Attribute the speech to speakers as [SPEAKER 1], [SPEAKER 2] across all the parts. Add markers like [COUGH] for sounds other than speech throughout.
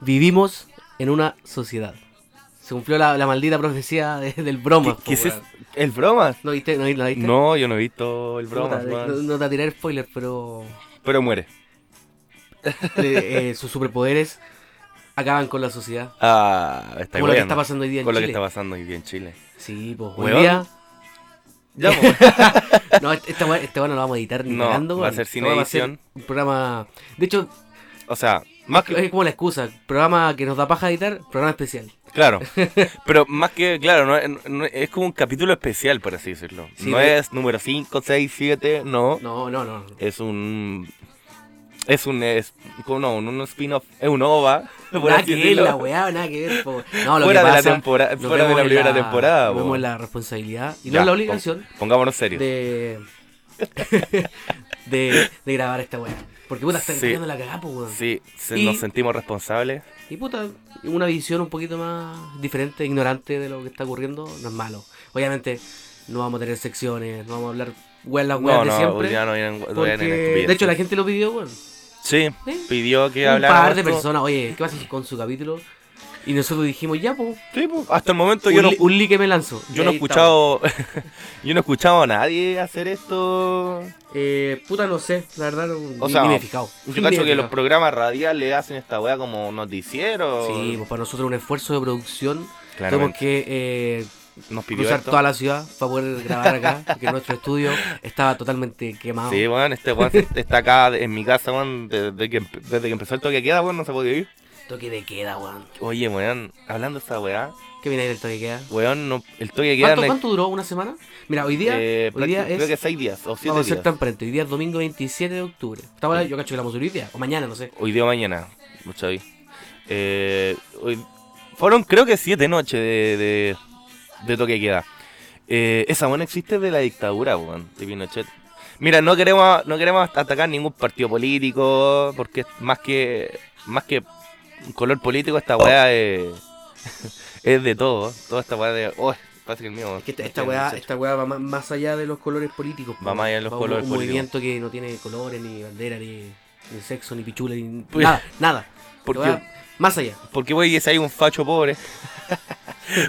[SPEAKER 1] Vivimos en una sociedad. Se cumplió la, la maldita profecía de- del broma.
[SPEAKER 2] ¿Qué es esto? ¿El bromas?
[SPEAKER 1] ¿No viste? ¿No, vi- la viste?
[SPEAKER 2] No, yo no he visto el
[SPEAKER 1] Puta,
[SPEAKER 2] bromas,
[SPEAKER 1] no,
[SPEAKER 2] man.
[SPEAKER 1] no te va a tirar spoiler, pero
[SPEAKER 2] Pero muere.
[SPEAKER 1] eh, eh, sus superpoderes acaban con la sociedad.
[SPEAKER 2] Ah, está
[SPEAKER 1] Como lo que
[SPEAKER 2] weando.
[SPEAKER 1] está pasando hoy día en
[SPEAKER 2] Con lo que
[SPEAKER 1] Chile.
[SPEAKER 2] está pasando hoy día en Chile.
[SPEAKER 1] Sí, pues.
[SPEAKER 2] Weón.
[SPEAKER 1] Hoy día.
[SPEAKER 2] Ya, po.
[SPEAKER 1] [LAUGHS] No, este, esta weá- esta weá no la vamos a editar ni
[SPEAKER 2] No,
[SPEAKER 1] cagando,
[SPEAKER 2] va a
[SPEAKER 1] weón.
[SPEAKER 2] ser sin
[SPEAKER 1] Esta weá
[SPEAKER 2] edición.
[SPEAKER 1] un programa. De hecho,
[SPEAKER 2] O sea, más que.
[SPEAKER 1] [LAUGHS] es como la excusa. Programa que nos da paja editar, programa especial.
[SPEAKER 2] Claro. Pero más que, claro, no, es- no es- es como un capítulo especial, por así decirlo.
[SPEAKER 1] Sí,
[SPEAKER 2] no
[SPEAKER 1] de-
[SPEAKER 2] es número 5, 6, 7, no.
[SPEAKER 1] No, no, no.
[SPEAKER 2] Es un. Es un. Es, como no, un, un spin-off. Es un OVA. [LAUGHS] por
[SPEAKER 1] nada
[SPEAKER 2] así
[SPEAKER 1] que ver,
[SPEAKER 2] decirlo.
[SPEAKER 1] la weá, nada que ver. po. No, lo
[SPEAKER 2] Fuera
[SPEAKER 1] que
[SPEAKER 2] de la
[SPEAKER 1] pasa,
[SPEAKER 2] tempora-
[SPEAKER 1] nos
[SPEAKER 2] fuera de
[SPEAKER 1] vemos
[SPEAKER 2] la
[SPEAKER 1] en
[SPEAKER 2] primera temporada,
[SPEAKER 1] nos
[SPEAKER 2] po.
[SPEAKER 1] Vemos en la responsabilidad y
[SPEAKER 2] Ya,
[SPEAKER 1] no en la obligación
[SPEAKER 2] Pongámonos serios.
[SPEAKER 1] de, [LAUGHS] de. de grabar esta weá. Porque puta, está
[SPEAKER 2] Sí.
[SPEAKER 1] cayendo la cagada, po, weón.
[SPEAKER 2] Sí, se-
[SPEAKER 1] Y-
[SPEAKER 2] nos sentimos responsables.
[SPEAKER 1] Y puta, una visión un poquito más diferente, ignorante de lo que está ocurriendo, no es malo. Obviamente, no vamos a tener secciones, no vamos a hablar weas las weas
[SPEAKER 2] No,
[SPEAKER 1] de
[SPEAKER 2] no,
[SPEAKER 1] siempre.
[SPEAKER 2] ya no vienen, no
[SPEAKER 1] porque,
[SPEAKER 2] vienen estupideces.
[SPEAKER 1] de hecho, la gente lo pidió, weón.
[SPEAKER 2] Sí,
[SPEAKER 1] ¿Sí?
[SPEAKER 2] pidió que
[SPEAKER 1] Un
[SPEAKER 2] hablara.
[SPEAKER 1] par de personas, oye, ¿qué pasa con su capítulo? Y nosotros dijimos, ya, pues,
[SPEAKER 2] Sí, pues, hasta el momento
[SPEAKER 1] un,
[SPEAKER 2] yo no,
[SPEAKER 1] li- un like me lanzo.
[SPEAKER 2] yo
[SPEAKER 1] Y
[SPEAKER 2] no he
[SPEAKER 1] ahí
[SPEAKER 2] escuchado. [LAUGHS] yo no he escuchado a nadie hacer esto.
[SPEAKER 1] estamos. Eh, puta, no sé, la verdad, no,
[SPEAKER 2] O
[SPEAKER 1] ni,
[SPEAKER 2] sea,
[SPEAKER 1] ni me he fijado. Ni
[SPEAKER 2] Yo
[SPEAKER 1] me
[SPEAKER 2] cacho
[SPEAKER 1] he
[SPEAKER 2] que los
[SPEAKER 1] fijado.
[SPEAKER 2] programas radiales hacen esta wea como noticiero.
[SPEAKER 1] Sí, pues para nosotros un esfuerzo de producción.
[SPEAKER 2] claro.
[SPEAKER 1] Tenemos que eh,
[SPEAKER 2] Nos pidió
[SPEAKER 1] cruzar
[SPEAKER 2] esto.
[SPEAKER 1] toda la ciudad para poder grabar
[SPEAKER 2] [LAUGHS]
[SPEAKER 1] acá, porque nuestro estudio estaba totalmente quemado.
[SPEAKER 2] Sí, weón, este weón se- [LAUGHS] está acá de- en mi casa, weón, desde que, empe- desde que empezó el toque de queda, weón, no se podía ir.
[SPEAKER 1] Toque de queda, weón.
[SPEAKER 2] Oye, weón, hablando de esa weá,
[SPEAKER 1] ¿Qué viene ahí del toque de queda?
[SPEAKER 2] weón, no, el toque de queda...
[SPEAKER 1] ¿Cuánto,
[SPEAKER 2] no-
[SPEAKER 1] cuánto duró? ¿Una semana? Mira, hoy día,
[SPEAKER 2] eh,
[SPEAKER 1] hoy día
[SPEAKER 2] prácti- Creo que
[SPEAKER 1] es.
[SPEAKER 2] seis días o siete
[SPEAKER 1] Vamos a
[SPEAKER 2] días.
[SPEAKER 1] ser transparentes. Hoy día es domingo 27 de octubre. Estaba, yo cacho que la vamos a subir hoy día, o mañana, no sé.
[SPEAKER 2] Hoy día o mañana, mucho ahí. Eh, hoy- fueron creo que siete noches de, de, de toque de queda. Eh, esa buena existe de la dictadura, weón, de Pinochet. Mira, no queremos, no queremos atacar ningún partido político, porque es más que más que un color político, esta
[SPEAKER 1] Oh.
[SPEAKER 2] weá es, es de todo. Toda esta weá de. Oh, parece que el mío.
[SPEAKER 1] Es que esta, esta weá, esta weá va más, más allá de los colores políticos.
[SPEAKER 2] Va más allá de los
[SPEAKER 1] un-
[SPEAKER 2] colores
[SPEAKER 1] un,
[SPEAKER 2] políticos.
[SPEAKER 1] movimiento que no tiene colores, ni bandera, ni, ni sexo, ni pichula, ni
[SPEAKER 2] Pues-
[SPEAKER 1] nada, nada.
[SPEAKER 2] ¿Por
[SPEAKER 1] Esta
[SPEAKER 2] qué?
[SPEAKER 1] weá, Más allá.
[SPEAKER 2] Porque, wey, si hay un facho pobre.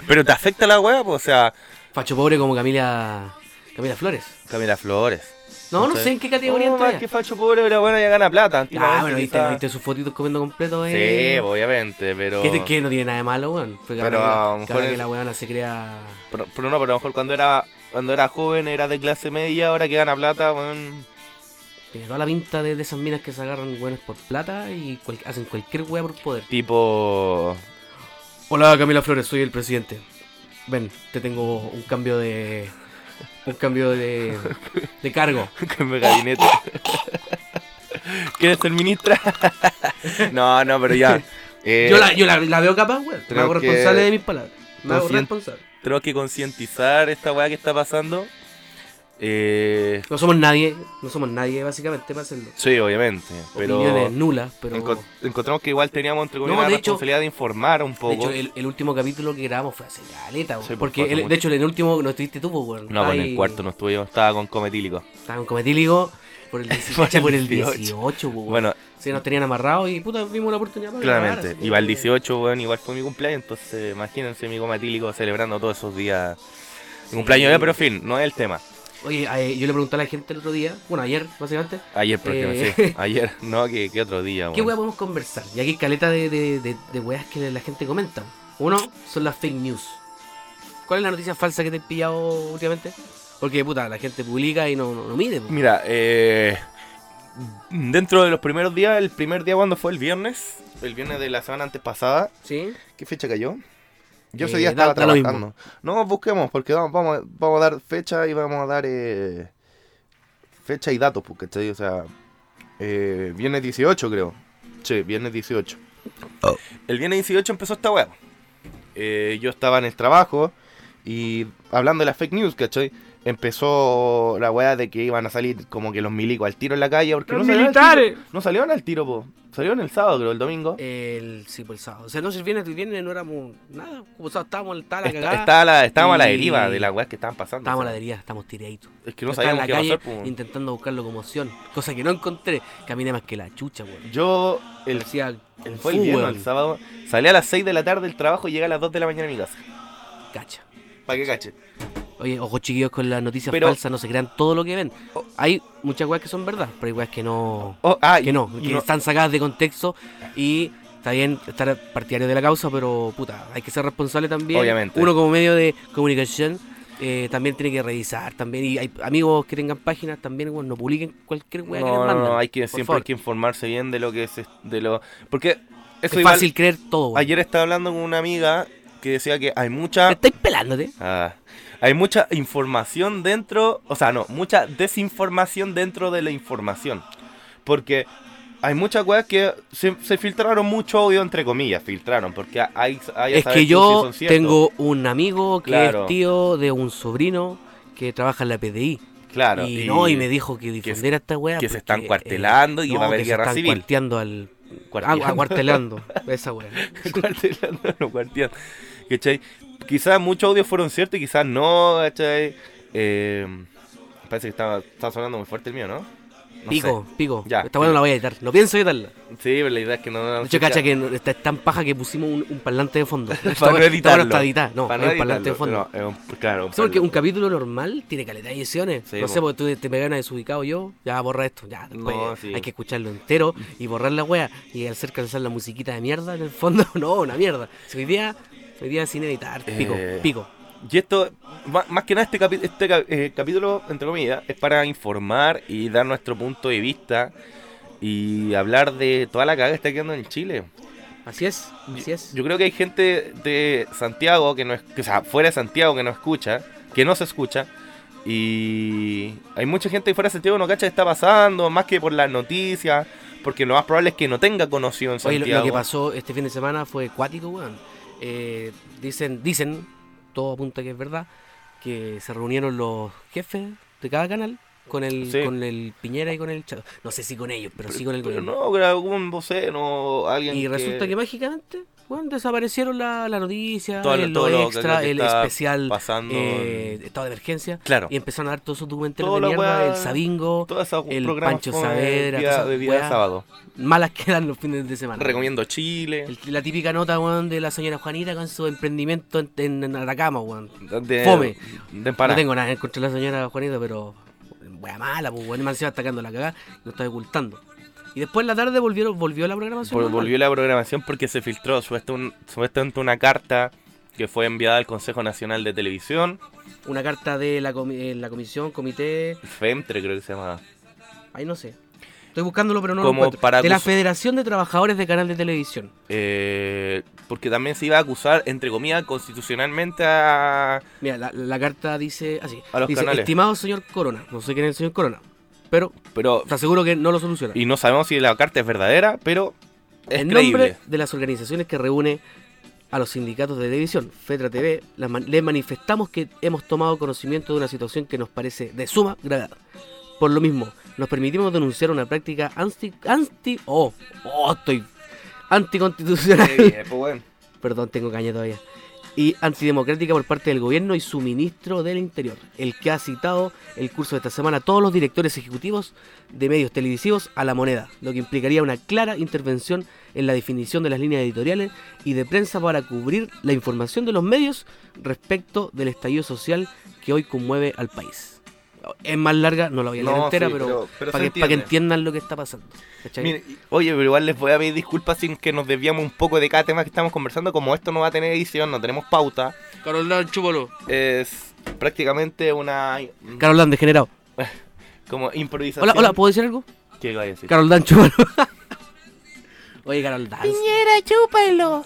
[SPEAKER 2] Pero te afecta la weá, pues, o sea,
[SPEAKER 1] Facho pobre como Camila. Camila Flores.
[SPEAKER 2] Camila Flores.
[SPEAKER 1] No, no
[SPEAKER 2] Entonces-
[SPEAKER 1] sé en qué categoría
[SPEAKER 2] No,
[SPEAKER 1] entra.
[SPEAKER 2] más
[SPEAKER 1] ella.
[SPEAKER 2] que Oh, facho pobre, pero bueno, ya gana plata.
[SPEAKER 1] Ah,
[SPEAKER 2] antiguamente
[SPEAKER 1] bueno, viste,
[SPEAKER 2] quizá-
[SPEAKER 1] viste sus fotitos comiendo completo, eh.
[SPEAKER 2] Sí, obviamente, pero...
[SPEAKER 1] Que, que no tiene nada de malo, weón. Pero,
[SPEAKER 2] Pero, a lo mejor
[SPEAKER 1] que
[SPEAKER 2] es-
[SPEAKER 1] la weona se crea.
[SPEAKER 2] pero... pero no, pero a lo mejor cuando era cuando era joven era de clase media, ahora que gana plata, bueno...
[SPEAKER 1] Tiene toda la pinta de, de esas minas que se agarran weones por plata y cual- hacen cualquier wea por poder.
[SPEAKER 2] Tipo... [LAUGHS]
[SPEAKER 1] Hola Camila Flores, soy el presidente. Ven, te tengo un cambio de. Un cambio de. de cargo.
[SPEAKER 2] que me
[SPEAKER 1] [LAUGHS]
[SPEAKER 2] gabinete. ¿Quieres ser ministra? [LAUGHS] no, no,
[SPEAKER 1] [LAUGHS]
[SPEAKER 2] pero ya. [LAUGHS] eh,
[SPEAKER 1] Yo la, yo la, la veo capaz, weón. Me
[SPEAKER 2] creo
[SPEAKER 1] hago
[SPEAKER 2] que-
[SPEAKER 1] responsable de mis palabras. Me hago
[SPEAKER 2] Conscien-
[SPEAKER 1] responsable.
[SPEAKER 2] Tenemos que concientizar esta weá que está pasando. Eh,
[SPEAKER 1] No somos nadie, no somos nadie básicamente para hacerlo.
[SPEAKER 2] sí, obviamente, pero...
[SPEAKER 1] Opiniones nulas, pero.
[SPEAKER 2] encon- encontramos que igual teníamos entre comillas
[SPEAKER 1] No,
[SPEAKER 2] la
[SPEAKER 1] de hecho-
[SPEAKER 2] responsabilidad de informar un
[SPEAKER 1] De
[SPEAKER 2] poco.
[SPEAKER 1] hecho, el, el último capítulo que grabamos fue hace caleta, weón.
[SPEAKER 2] Sí, pues,
[SPEAKER 1] Porque,
[SPEAKER 2] fue hace
[SPEAKER 1] el-
[SPEAKER 2] mucho.
[SPEAKER 1] de hecho, en el último no estuviste tú, pues, weón.
[SPEAKER 2] No, pues en
[SPEAKER 1] Ay,
[SPEAKER 2] el cuarto no estuve yo, estaba con cometílico.
[SPEAKER 1] Estaban con metíligo por
[SPEAKER 2] [LAUGHS]
[SPEAKER 1] el 18, por el
[SPEAKER 2] 18.
[SPEAKER 1] 18, pues, weón.
[SPEAKER 2] Bueno,
[SPEAKER 1] Se nos tenían amarrados y puta, vimos la oportunidad para grabar,
[SPEAKER 2] claramente.
[SPEAKER 1] así que-
[SPEAKER 2] Y para el 18, weón, igual fue mi cumpleaños, entonces imagínense mi cometílico celebrando todos esos días. Mi cumpleaños ya, pero en fin, no es el tema.
[SPEAKER 1] Oye, eh, yo le pregunté a la gente el otro día, bueno, ayer, básicamente,
[SPEAKER 2] Ayer, porque
[SPEAKER 1] Eh.
[SPEAKER 2] sí, [LAUGHS] ayer, no, que, que otro día,
[SPEAKER 1] ¿qué
[SPEAKER 2] weón.
[SPEAKER 1] weá podemos conversar? Y aquí hay caleta de, de, de, de weas que la gente comenta. Uno, son las fake news. ¿Cuál es la noticia falsa que te he pillado últimamente? Porque, puta, la gente publica y no, no, no mide, pues.
[SPEAKER 2] Mira, eh, dentro de los primeros días, el primer día cuando fue el viernes, el viernes de la semana antes pasada,
[SPEAKER 1] ¿Sí?
[SPEAKER 2] ¿Qué fecha cayó? Yo ese
[SPEAKER 1] Eh,
[SPEAKER 2] día
[SPEAKER 1] da-
[SPEAKER 2] estaba
[SPEAKER 1] da lo mismo.
[SPEAKER 2] trabajando. No, busquemos, porque vamos, vamos, vamos a dar fecha y vamos a dar eh, fecha y datos, porque O sea, eh, viernes 18 creo. Sí, viernes 18.
[SPEAKER 1] Oh.
[SPEAKER 2] El viernes 18 empezó esta Eh, web. yo estaba en el trabajo y hablando de las fake news, ¿cachai? empezó la weá de que iban a salir como que los milicos al tiro en la calle. Porque
[SPEAKER 1] ¡Los
[SPEAKER 2] no salieron al
[SPEAKER 1] militares!
[SPEAKER 2] tiro. no salieron al tiro, po. Salieron el sábado, creo, el domingo.
[SPEAKER 1] El, sí, por el sábado. O sea, no, si el viernes, el viernes no éramos nada. Como sábado estábamos, estaba la
[SPEAKER 2] Está-
[SPEAKER 1] cagada.
[SPEAKER 2] estaba la- estábamos a la
[SPEAKER 1] y-
[SPEAKER 2] deriva de las weas que estaban pasando.
[SPEAKER 1] Estábamos a la
[SPEAKER 2] o sea.
[SPEAKER 1] deriva, estábamos tiraditos.
[SPEAKER 2] Es que
[SPEAKER 1] Yo
[SPEAKER 2] no
[SPEAKER 1] estaba
[SPEAKER 2] sabíamos qué
[SPEAKER 1] en la
[SPEAKER 2] iba a
[SPEAKER 1] calle
[SPEAKER 2] pasar, pues, po.
[SPEAKER 1] intentando buscar locomoción, cosa que no encontré. Caminé más que la chucha, weón.
[SPEAKER 2] Yo, el,
[SPEAKER 1] Parecía
[SPEAKER 2] el,
[SPEAKER 1] un
[SPEAKER 2] fue el
[SPEAKER 1] fu,
[SPEAKER 2] viernes,
[SPEAKER 1] weón.
[SPEAKER 2] el sábado, salí a las 6 de la tarde del trabajo y llegué a las 2 de la mañana a mi casa.
[SPEAKER 1] Cacha.
[SPEAKER 2] Para que cache.
[SPEAKER 1] Oye, ojo chiquillos con las noticias
[SPEAKER 2] Pero-
[SPEAKER 1] falsas, no se crean todo lo que ven.
[SPEAKER 2] Oh.
[SPEAKER 1] Hay muchas weas que son verdad, pero hay weas que no.
[SPEAKER 2] Oh, ah,
[SPEAKER 1] que no,
[SPEAKER 2] y- y
[SPEAKER 1] que están sacadas de contexto y está bien estar partidario de la causa, pero puta, hay que ser responsable también.
[SPEAKER 2] Obviamente.
[SPEAKER 1] Uno como medio de comunicación eh, también tiene que revisar también. Y hay amigos que tengan páginas también, weón, no publiquen cualquier wea que les
[SPEAKER 2] no, no,
[SPEAKER 1] mandan.
[SPEAKER 2] no, hay que,
[SPEAKER 1] por
[SPEAKER 2] siempre
[SPEAKER 1] favor.
[SPEAKER 2] hay que informarse bien de lo que es. De lo, porque eso
[SPEAKER 1] es
[SPEAKER 2] igual-
[SPEAKER 1] fácil creer todo, weón.
[SPEAKER 2] Ayer estaba hablando con una amiga que decía que hay
[SPEAKER 1] Te
[SPEAKER 2] mucha.
[SPEAKER 1] estáis pelándote.
[SPEAKER 2] Ah, hay mucha información dentro. O sea, no, mucha desinformación dentro de la información. Porque hay muchas weas que se, se filtraron mucho odio, entre comillas, filtraron. Porque hay. hay a
[SPEAKER 1] Es
[SPEAKER 2] saber
[SPEAKER 1] que
[SPEAKER 2] tú si
[SPEAKER 1] yo
[SPEAKER 2] son ciertos.
[SPEAKER 1] tengo un amigo que
[SPEAKER 2] Claro.
[SPEAKER 1] es tío de un sobrino que trabaja en la PDI.
[SPEAKER 2] Claro.
[SPEAKER 1] y, no, y me dijo que difundiera esta weá.
[SPEAKER 2] que se están
[SPEAKER 1] porque, eh,
[SPEAKER 2] cuartelando y va a haber
[SPEAKER 1] que se
[SPEAKER 2] guerra
[SPEAKER 1] están
[SPEAKER 2] civil.
[SPEAKER 1] Cuarteando al.
[SPEAKER 2] Cuarteando.
[SPEAKER 1] Ah,
[SPEAKER 2] [LAUGHS]
[SPEAKER 1] cuartelando. esa weá.
[SPEAKER 2] cuartelando, no cuarteando. ¿Cachai? Quizás muchos audios fueron ciertos y quizás no, ¿cachai? Eh, parece que está, está sonando muy fuerte el mío, ¿no? No
[SPEAKER 1] Pico, pico.
[SPEAKER 2] Ya,
[SPEAKER 1] esta weá no
[SPEAKER 2] pico.
[SPEAKER 1] la voy a editar. No pienso editarla.
[SPEAKER 2] sé. Sí, pero la idea es que no... no
[SPEAKER 1] De hecho, cacha que no- está es tan paja que pusimos un, un parlante de
[SPEAKER 2] [LAUGHS]
[SPEAKER 1] fondo. Esta
[SPEAKER 2] Para no
[SPEAKER 1] weá- esta weá
[SPEAKER 2] editarlo.
[SPEAKER 1] no está editada. No,
[SPEAKER 2] Para
[SPEAKER 1] hay
[SPEAKER 2] no
[SPEAKER 1] un parlante de fondo.
[SPEAKER 2] editarlo, no, es un- claro, un
[SPEAKER 1] Sí, porque un
[SPEAKER 2] parlante.
[SPEAKER 1] capítulo normal tiene calidad de ediciones.
[SPEAKER 2] Sí,
[SPEAKER 1] no
[SPEAKER 2] po.
[SPEAKER 1] sé, porque tú te- te pegan a desubicado yo, ya borra esto, ya después
[SPEAKER 2] No, sí.
[SPEAKER 1] hay que escucharlo entero y borrar la wea y al ser calzar la musiquita de mierda en el fondo, [LAUGHS] no, una mierda. Si hoy día, hoy día sin editar, pico,
[SPEAKER 2] Eh.
[SPEAKER 1] pico.
[SPEAKER 2] Y esto, ma- más que nada, este, capi- este ca- eh, capítulo, entre comillas, es para informar y dar nuestro punto de vista y hablar de toda la cagada que está quedando en Chile.
[SPEAKER 1] Así es, así
[SPEAKER 2] Yo-
[SPEAKER 1] es.
[SPEAKER 2] Yo creo que hay gente de Santiago que no es, que, o sea, fuera de Santiago que no escucha, que no se escucha. Y hay mucha gente fuera de Santiago que no cacha qué está pasando, más que por las noticias, porque lo más probable es que no tenga conocido en
[SPEAKER 1] Oye, lo-
[SPEAKER 2] Santiago.
[SPEAKER 1] lo, que pasó este fin de semana fue cuático, weón. Eh, dicen, dicen, todo apunta que es verdad, que se reunieron los jefes de cada canal con el,
[SPEAKER 2] Sí.
[SPEAKER 1] con el Piñera y con el Chato. No sé si con ellos, pero, sí con el
[SPEAKER 2] Pero
[SPEAKER 1] gobierno.
[SPEAKER 2] no, que algún vocero, alguien
[SPEAKER 1] Y
[SPEAKER 2] que-
[SPEAKER 1] resulta que mágicamente weón, desaparecieron la, la noticia,
[SPEAKER 2] Todo lo-
[SPEAKER 1] el,
[SPEAKER 2] todo
[SPEAKER 1] lo
[SPEAKER 2] lo que-
[SPEAKER 1] extra,
[SPEAKER 2] lo que
[SPEAKER 1] el
[SPEAKER 2] está
[SPEAKER 1] especial
[SPEAKER 2] pasando
[SPEAKER 1] eh, estado de emergencia.
[SPEAKER 2] Claro.
[SPEAKER 1] Y empezaron a dar todos esos documentales
[SPEAKER 2] Toda
[SPEAKER 1] de
[SPEAKER 2] la
[SPEAKER 1] mierda,
[SPEAKER 2] weá,
[SPEAKER 1] el Sabingo,
[SPEAKER 2] Todos esos
[SPEAKER 1] el
[SPEAKER 2] programas
[SPEAKER 1] Pancho
[SPEAKER 2] con
[SPEAKER 1] Saavedra,
[SPEAKER 2] día-
[SPEAKER 1] todas esas
[SPEAKER 2] de día
[SPEAKER 1] weas. Ah,
[SPEAKER 2] sábado.
[SPEAKER 1] malas [LAUGHS] que dan los fines de semana.
[SPEAKER 2] Recomiendo Chile.
[SPEAKER 1] El- la típica nota weón, de la señora Juanita con su emprendimiento en, en- en Atacama, weón.
[SPEAKER 2] De,
[SPEAKER 1] Fome.
[SPEAKER 2] De empanada.
[SPEAKER 1] No tengo nada en contra de la señora Juanita, pero wea mala, pues weón, se va atacando la cagada, lo está ocultando. Y después en la tarde volvieron, volvió la programación.
[SPEAKER 2] Vol-
[SPEAKER 1] normal.
[SPEAKER 2] volvió la programación porque se filtró supuesta un- supuestamente una carta que fue enviada al Consejo Nacional de Televisión,
[SPEAKER 1] Una carta de la, comi- eh, la comisión, comité,
[SPEAKER 2] FEMTRE creo que se llamaba.
[SPEAKER 1] Ahí no sé. Estoy buscándolo, pero no
[SPEAKER 2] Como
[SPEAKER 1] lo encuentro.
[SPEAKER 2] para
[SPEAKER 1] De la
[SPEAKER 2] acus-
[SPEAKER 1] Federación de Trabajadores de Canal de Televisión.
[SPEAKER 2] Eh, porque también se iba a acusar, entre comillas, constitucionalmente a...
[SPEAKER 1] Mira, la, la carta dice así.
[SPEAKER 2] A los
[SPEAKER 1] dice,
[SPEAKER 2] canales.
[SPEAKER 1] estimado señor Corona. No sé quién es el señor Corona. Pero
[SPEAKER 2] Pero...
[SPEAKER 1] te aseguro que no lo soluciona.
[SPEAKER 2] Y no sabemos si la carta es verdadera, pero es
[SPEAKER 1] en
[SPEAKER 2] creíble. [LAUGHS]
[SPEAKER 1] nombre de las organizaciones que reúne a los sindicatos de televisión, FETRA TV, las man- les manifestamos que hemos tomado conocimiento de una situación que nos parece de suma gravedad. Por lo mismo, nos permitimos denunciar una práctica anti... anti oh, oh, estoy... anticonstitucional.
[SPEAKER 2] pues,
[SPEAKER 1] perdón, tengo caña todavía, y antidemocrática por parte del gobierno y su ministro del Interior, el que ha citado el curso de esta semana a todos los directores ejecutivos de medios televisivos a la moneda, lo que implicaría una clara intervención en la definición de las líneas editoriales y de prensa para cubrir la información de los medios respecto del estallido social que hoy conmueve al país. Es más larga, no la voy a leer
[SPEAKER 2] No,
[SPEAKER 1] entera,
[SPEAKER 2] sí,
[SPEAKER 1] pero,
[SPEAKER 2] pero- pero
[SPEAKER 1] para,
[SPEAKER 2] se
[SPEAKER 1] que, para que
[SPEAKER 2] entiende.
[SPEAKER 1] entiendan lo que está pasando. ¿cachai?
[SPEAKER 2] Mire, oye, pero igual les voy a pedir disculpas sin que nos desviamos un poco de cada tema que estamos conversando. Como esto no va a tener edición, no tenemos pauta,
[SPEAKER 1] Carolán, chúpalo.
[SPEAKER 2] es prácticamente una
[SPEAKER 1] Carolán, degenerado.
[SPEAKER 2] como improvisación.
[SPEAKER 1] Hola, hola, ¿puedo decir algo?
[SPEAKER 2] ¿Qué iba a decir? [LAUGHS]
[SPEAKER 1] Carol Dan, chúpalo. [LAUGHS] Oye, Carol Dan.
[SPEAKER 3] Piñera, chúpalo.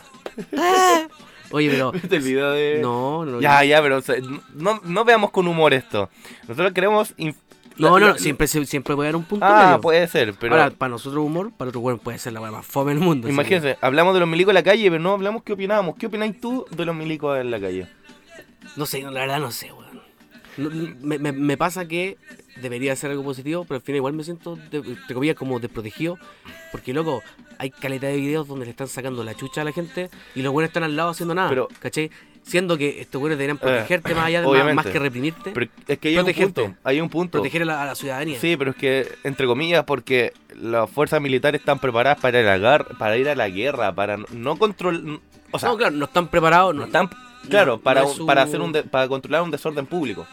[SPEAKER 3] Ah.
[SPEAKER 1] [LAUGHS] Oye, pero.
[SPEAKER 2] ¿Viste el Este video de.?
[SPEAKER 1] No, no.
[SPEAKER 2] Eh, Ya, ya, pero o sea, no, no veamos con humor esto. Nosotros queremos. inf-
[SPEAKER 1] No,
[SPEAKER 2] la-
[SPEAKER 1] no,
[SPEAKER 2] la-
[SPEAKER 1] no, siempre, se- siempre voy a dar un punto.
[SPEAKER 2] Ah,
[SPEAKER 1] medio.
[SPEAKER 2] puede ser, pero.
[SPEAKER 1] Ahora, para nosotros humor, para otro weón puede ser la weá más fome del mundo. así
[SPEAKER 2] imagínense, hablamos de los milicos en la calle, pero no hablamos qué opinábamos. ¿Qué opináis tú de los milicos en la calle?
[SPEAKER 1] que- no sé, no, la verdad no sé, weón. No, no, me, me- me pasa que debería ser algo positivo, pero al final igual me siento, de, entre comillas, como desprotegido. Porque, loco, hay calidad de videos donde le están sacando la chucha a la gente y los buenos están al lado haciendo nada.
[SPEAKER 2] Pero- Eh,
[SPEAKER 1] ¿Cachai? Siendo que estos buenos deberían protegerte más allá de más,
[SPEAKER 2] obviamente.
[SPEAKER 1] más que reprimirte.
[SPEAKER 2] Pero es que hay un
[SPEAKER 1] Protegerte.
[SPEAKER 2] punto. Hay un punto.
[SPEAKER 1] proteger a la, a la ciudadanía.
[SPEAKER 2] Sí, pero es que, entre comillas, porque las fuerzas militares están preparadas para, el agar- para ir a la guerra, para no- no controlar. O sea,
[SPEAKER 1] no, claro, no están preparados.
[SPEAKER 2] no
[SPEAKER 1] No,
[SPEAKER 2] están. Claro,
[SPEAKER 1] no
[SPEAKER 2] para,
[SPEAKER 1] es
[SPEAKER 2] un-
[SPEAKER 1] su-
[SPEAKER 2] para, hacer un de- para controlar un desorden público.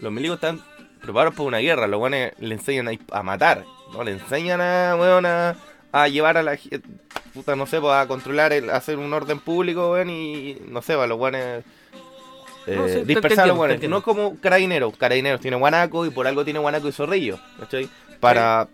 [SPEAKER 2] Los milicos están preparados para una guerra. Los guanes le enseñan a, a matar. No le enseñan a, weón, a, a llevar a la gente. Puta, no sé, pues, a controlar, el, a hacer un orden público, weón, y no sé, pues, los guanes. eh,
[SPEAKER 1] No, sí, te- te
[SPEAKER 2] dispersar a
[SPEAKER 1] entiendo,
[SPEAKER 2] los
[SPEAKER 1] te
[SPEAKER 2] guanes.
[SPEAKER 1] entiendo.
[SPEAKER 2] No es como carabineros. Carabineros tiene guanaco y por algo tiene guanaco y zorrillo. ¿Cachai? Para.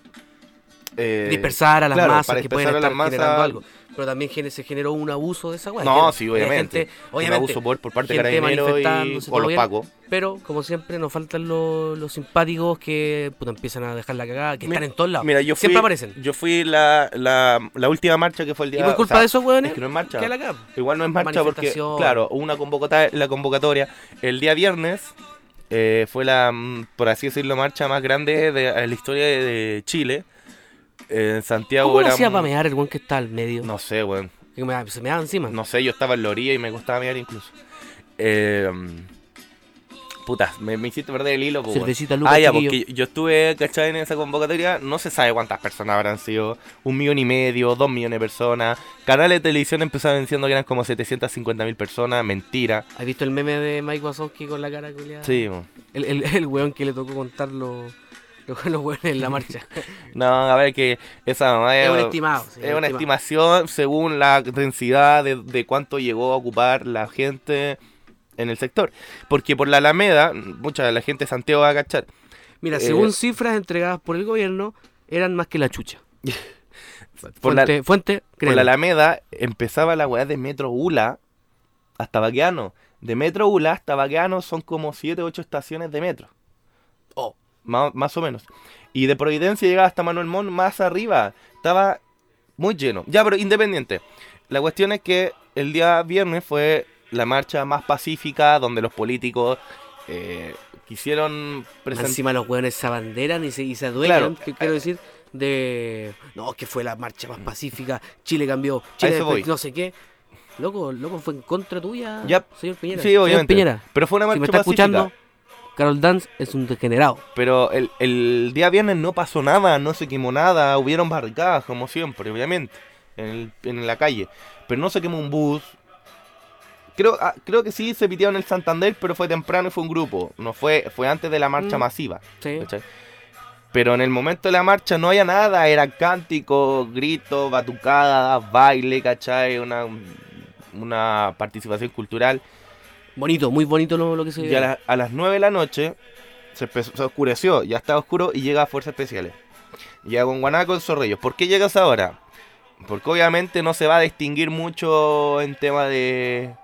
[SPEAKER 2] eh,
[SPEAKER 1] dispersar a las
[SPEAKER 2] claro,
[SPEAKER 1] masas
[SPEAKER 2] para
[SPEAKER 1] que pueden
[SPEAKER 2] dispersar a
[SPEAKER 1] estar
[SPEAKER 2] las masas-
[SPEAKER 1] generando algo. Pero también gen- se generó un abuso de esa weá.
[SPEAKER 2] No,
[SPEAKER 1] Gen-
[SPEAKER 2] sí,
[SPEAKER 1] de
[SPEAKER 2] obviamente.
[SPEAKER 1] gente-
[SPEAKER 2] un
[SPEAKER 1] obviamente.
[SPEAKER 2] abuso por, por parte de
[SPEAKER 1] gente
[SPEAKER 2] carabineros y,
[SPEAKER 1] manifestándose,
[SPEAKER 2] o
[SPEAKER 1] todo
[SPEAKER 2] los
[SPEAKER 1] bien.
[SPEAKER 2] pacos.
[SPEAKER 1] Pero, como siempre, nos faltan los, los simpáticos que puta, empiezan a dejar la cagada, que
[SPEAKER 2] Mi-
[SPEAKER 1] están en todos lados.
[SPEAKER 2] Mira, yo fui,
[SPEAKER 1] siempre aparecen.
[SPEAKER 2] Yo fui la, la, la última marcha que fue el día
[SPEAKER 1] Y por
[SPEAKER 2] o
[SPEAKER 1] culpa
[SPEAKER 2] sea,
[SPEAKER 1] de esos hueones,
[SPEAKER 2] Es que no es marcha.
[SPEAKER 1] queda la cagada.
[SPEAKER 2] Igual no es marcha porque,
[SPEAKER 1] Manifestación.
[SPEAKER 2] claro, hubo una convocatoria, la convocatoria. El día viernes eh, fue la, mm, por así decirlo, marcha más grande de, de la historia de, de Chile. En Santiago
[SPEAKER 1] ¿Cómo lo
[SPEAKER 2] era
[SPEAKER 1] hacía
[SPEAKER 2] un-
[SPEAKER 1] para mear el weón que está al medio?
[SPEAKER 2] No sé, weón.
[SPEAKER 1] Que me- se me da encima.
[SPEAKER 2] No sé, yo estaba en la orilla y me gustaba mirar incluso. Eh, mm, puta, me, me hiciste perder el hilo, pues, weón.
[SPEAKER 1] Cervecita Lucas,
[SPEAKER 2] ah, ya,
[SPEAKER 1] chiquillo.
[SPEAKER 2] porque yo estuve, ¿cachai? En esa convocatoria, no se sabe cuántas personas habrán sido, un millón y medio, dos millones de personas. Canales de televisión empezaron diciendo que eran como 750 mil personas, mentira.
[SPEAKER 1] ¿Has visto el meme de Mike Wazowski con la cara culiada?
[SPEAKER 2] Sí, mo.
[SPEAKER 1] El, el, [LAUGHS] el weón que le tocó contar los los [LAUGHS] los weones en la marcha.
[SPEAKER 2] no, a ver que esa mamá
[SPEAKER 1] es
[SPEAKER 2] [LAUGHS] es,
[SPEAKER 1] un estimado. sí,
[SPEAKER 2] es una estimación según la densidad de, de cuánto llegó a ocupar la gente en el sector. Porque por la Alameda, mucha de la gente de Santiago va a cachar.
[SPEAKER 1] Mira,
[SPEAKER 2] eh,
[SPEAKER 1] según cifras entregadas por el gobierno, eran más que la chucha.
[SPEAKER 2] Por la-
[SPEAKER 1] fuente, fuente,
[SPEAKER 2] Por
[SPEAKER 1] créeme.
[SPEAKER 2] la Alameda empezaba la weá de Metro Ula hasta Baqueano. De Metro Ula hasta Baqueano son como 7 8 estaciones de metro.
[SPEAKER 1] Oh.
[SPEAKER 2] Má- Más, o menos. Y de Providencia llegaba hasta Manuel Montt más arriba. Estaba muy lleno. Ya, pero independiente. La cuestión es que el día viernes fue la marcha más pacífica donde los políticos eh, quisieron
[SPEAKER 1] Más
[SPEAKER 2] presentar...
[SPEAKER 1] Encima los weones se abanderan y se, y se adueñan,
[SPEAKER 2] Claro. Eh,
[SPEAKER 1] que quiero decir, de... No, que fue la marcha más pacífica, Chile cambió, Chile
[SPEAKER 2] Mm. eso
[SPEAKER 1] después
[SPEAKER 2] voy.
[SPEAKER 1] no sé qué. Loco, loco, fue en contra tuya,
[SPEAKER 2] Ya.
[SPEAKER 1] señor Piñera.
[SPEAKER 2] Sí,
[SPEAKER 1] Señor
[SPEAKER 2] obviamente.
[SPEAKER 1] Piñera,
[SPEAKER 2] Pero fue una marcha
[SPEAKER 1] si me está
[SPEAKER 2] pacífica.
[SPEAKER 1] escuchando, Carol Dance es un degenerado.
[SPEAKER 2] Pero el, el día viernes no pasó nada, no se quemó nada, hubieron barricadas, como siempre, obviamente, en, el- en la calle. Pero no se quemó un bus. Creo, ah, creo que sí se pitearon el Santander, pero fue temprano y fue un grupo. No fue, fue antes de la marcha
[SPEAKER 1] Mm.
[SPEAKER 2] masiva.
[SPEAKER 1] Sí.
[SPEAKER 2] ¿cachai? Pero en el momento de la marcha no había nada, era cántico, grito, batucada, baile, ¿cachai? Una, una participación cultural.
[SPEAKER 1] Bonito, muy bonito lo, lo que se...
[SPEAKER 2] Y a, la- a las 9 de la noche se, empezó- se oscureció, ya estaba oscuro y llega a Fuerzas Especiales. Llega con Guanaco en Zorrillos. ¿Por qué llegas ahora? Porque obviamente no se va a distinguir mucho en tema de,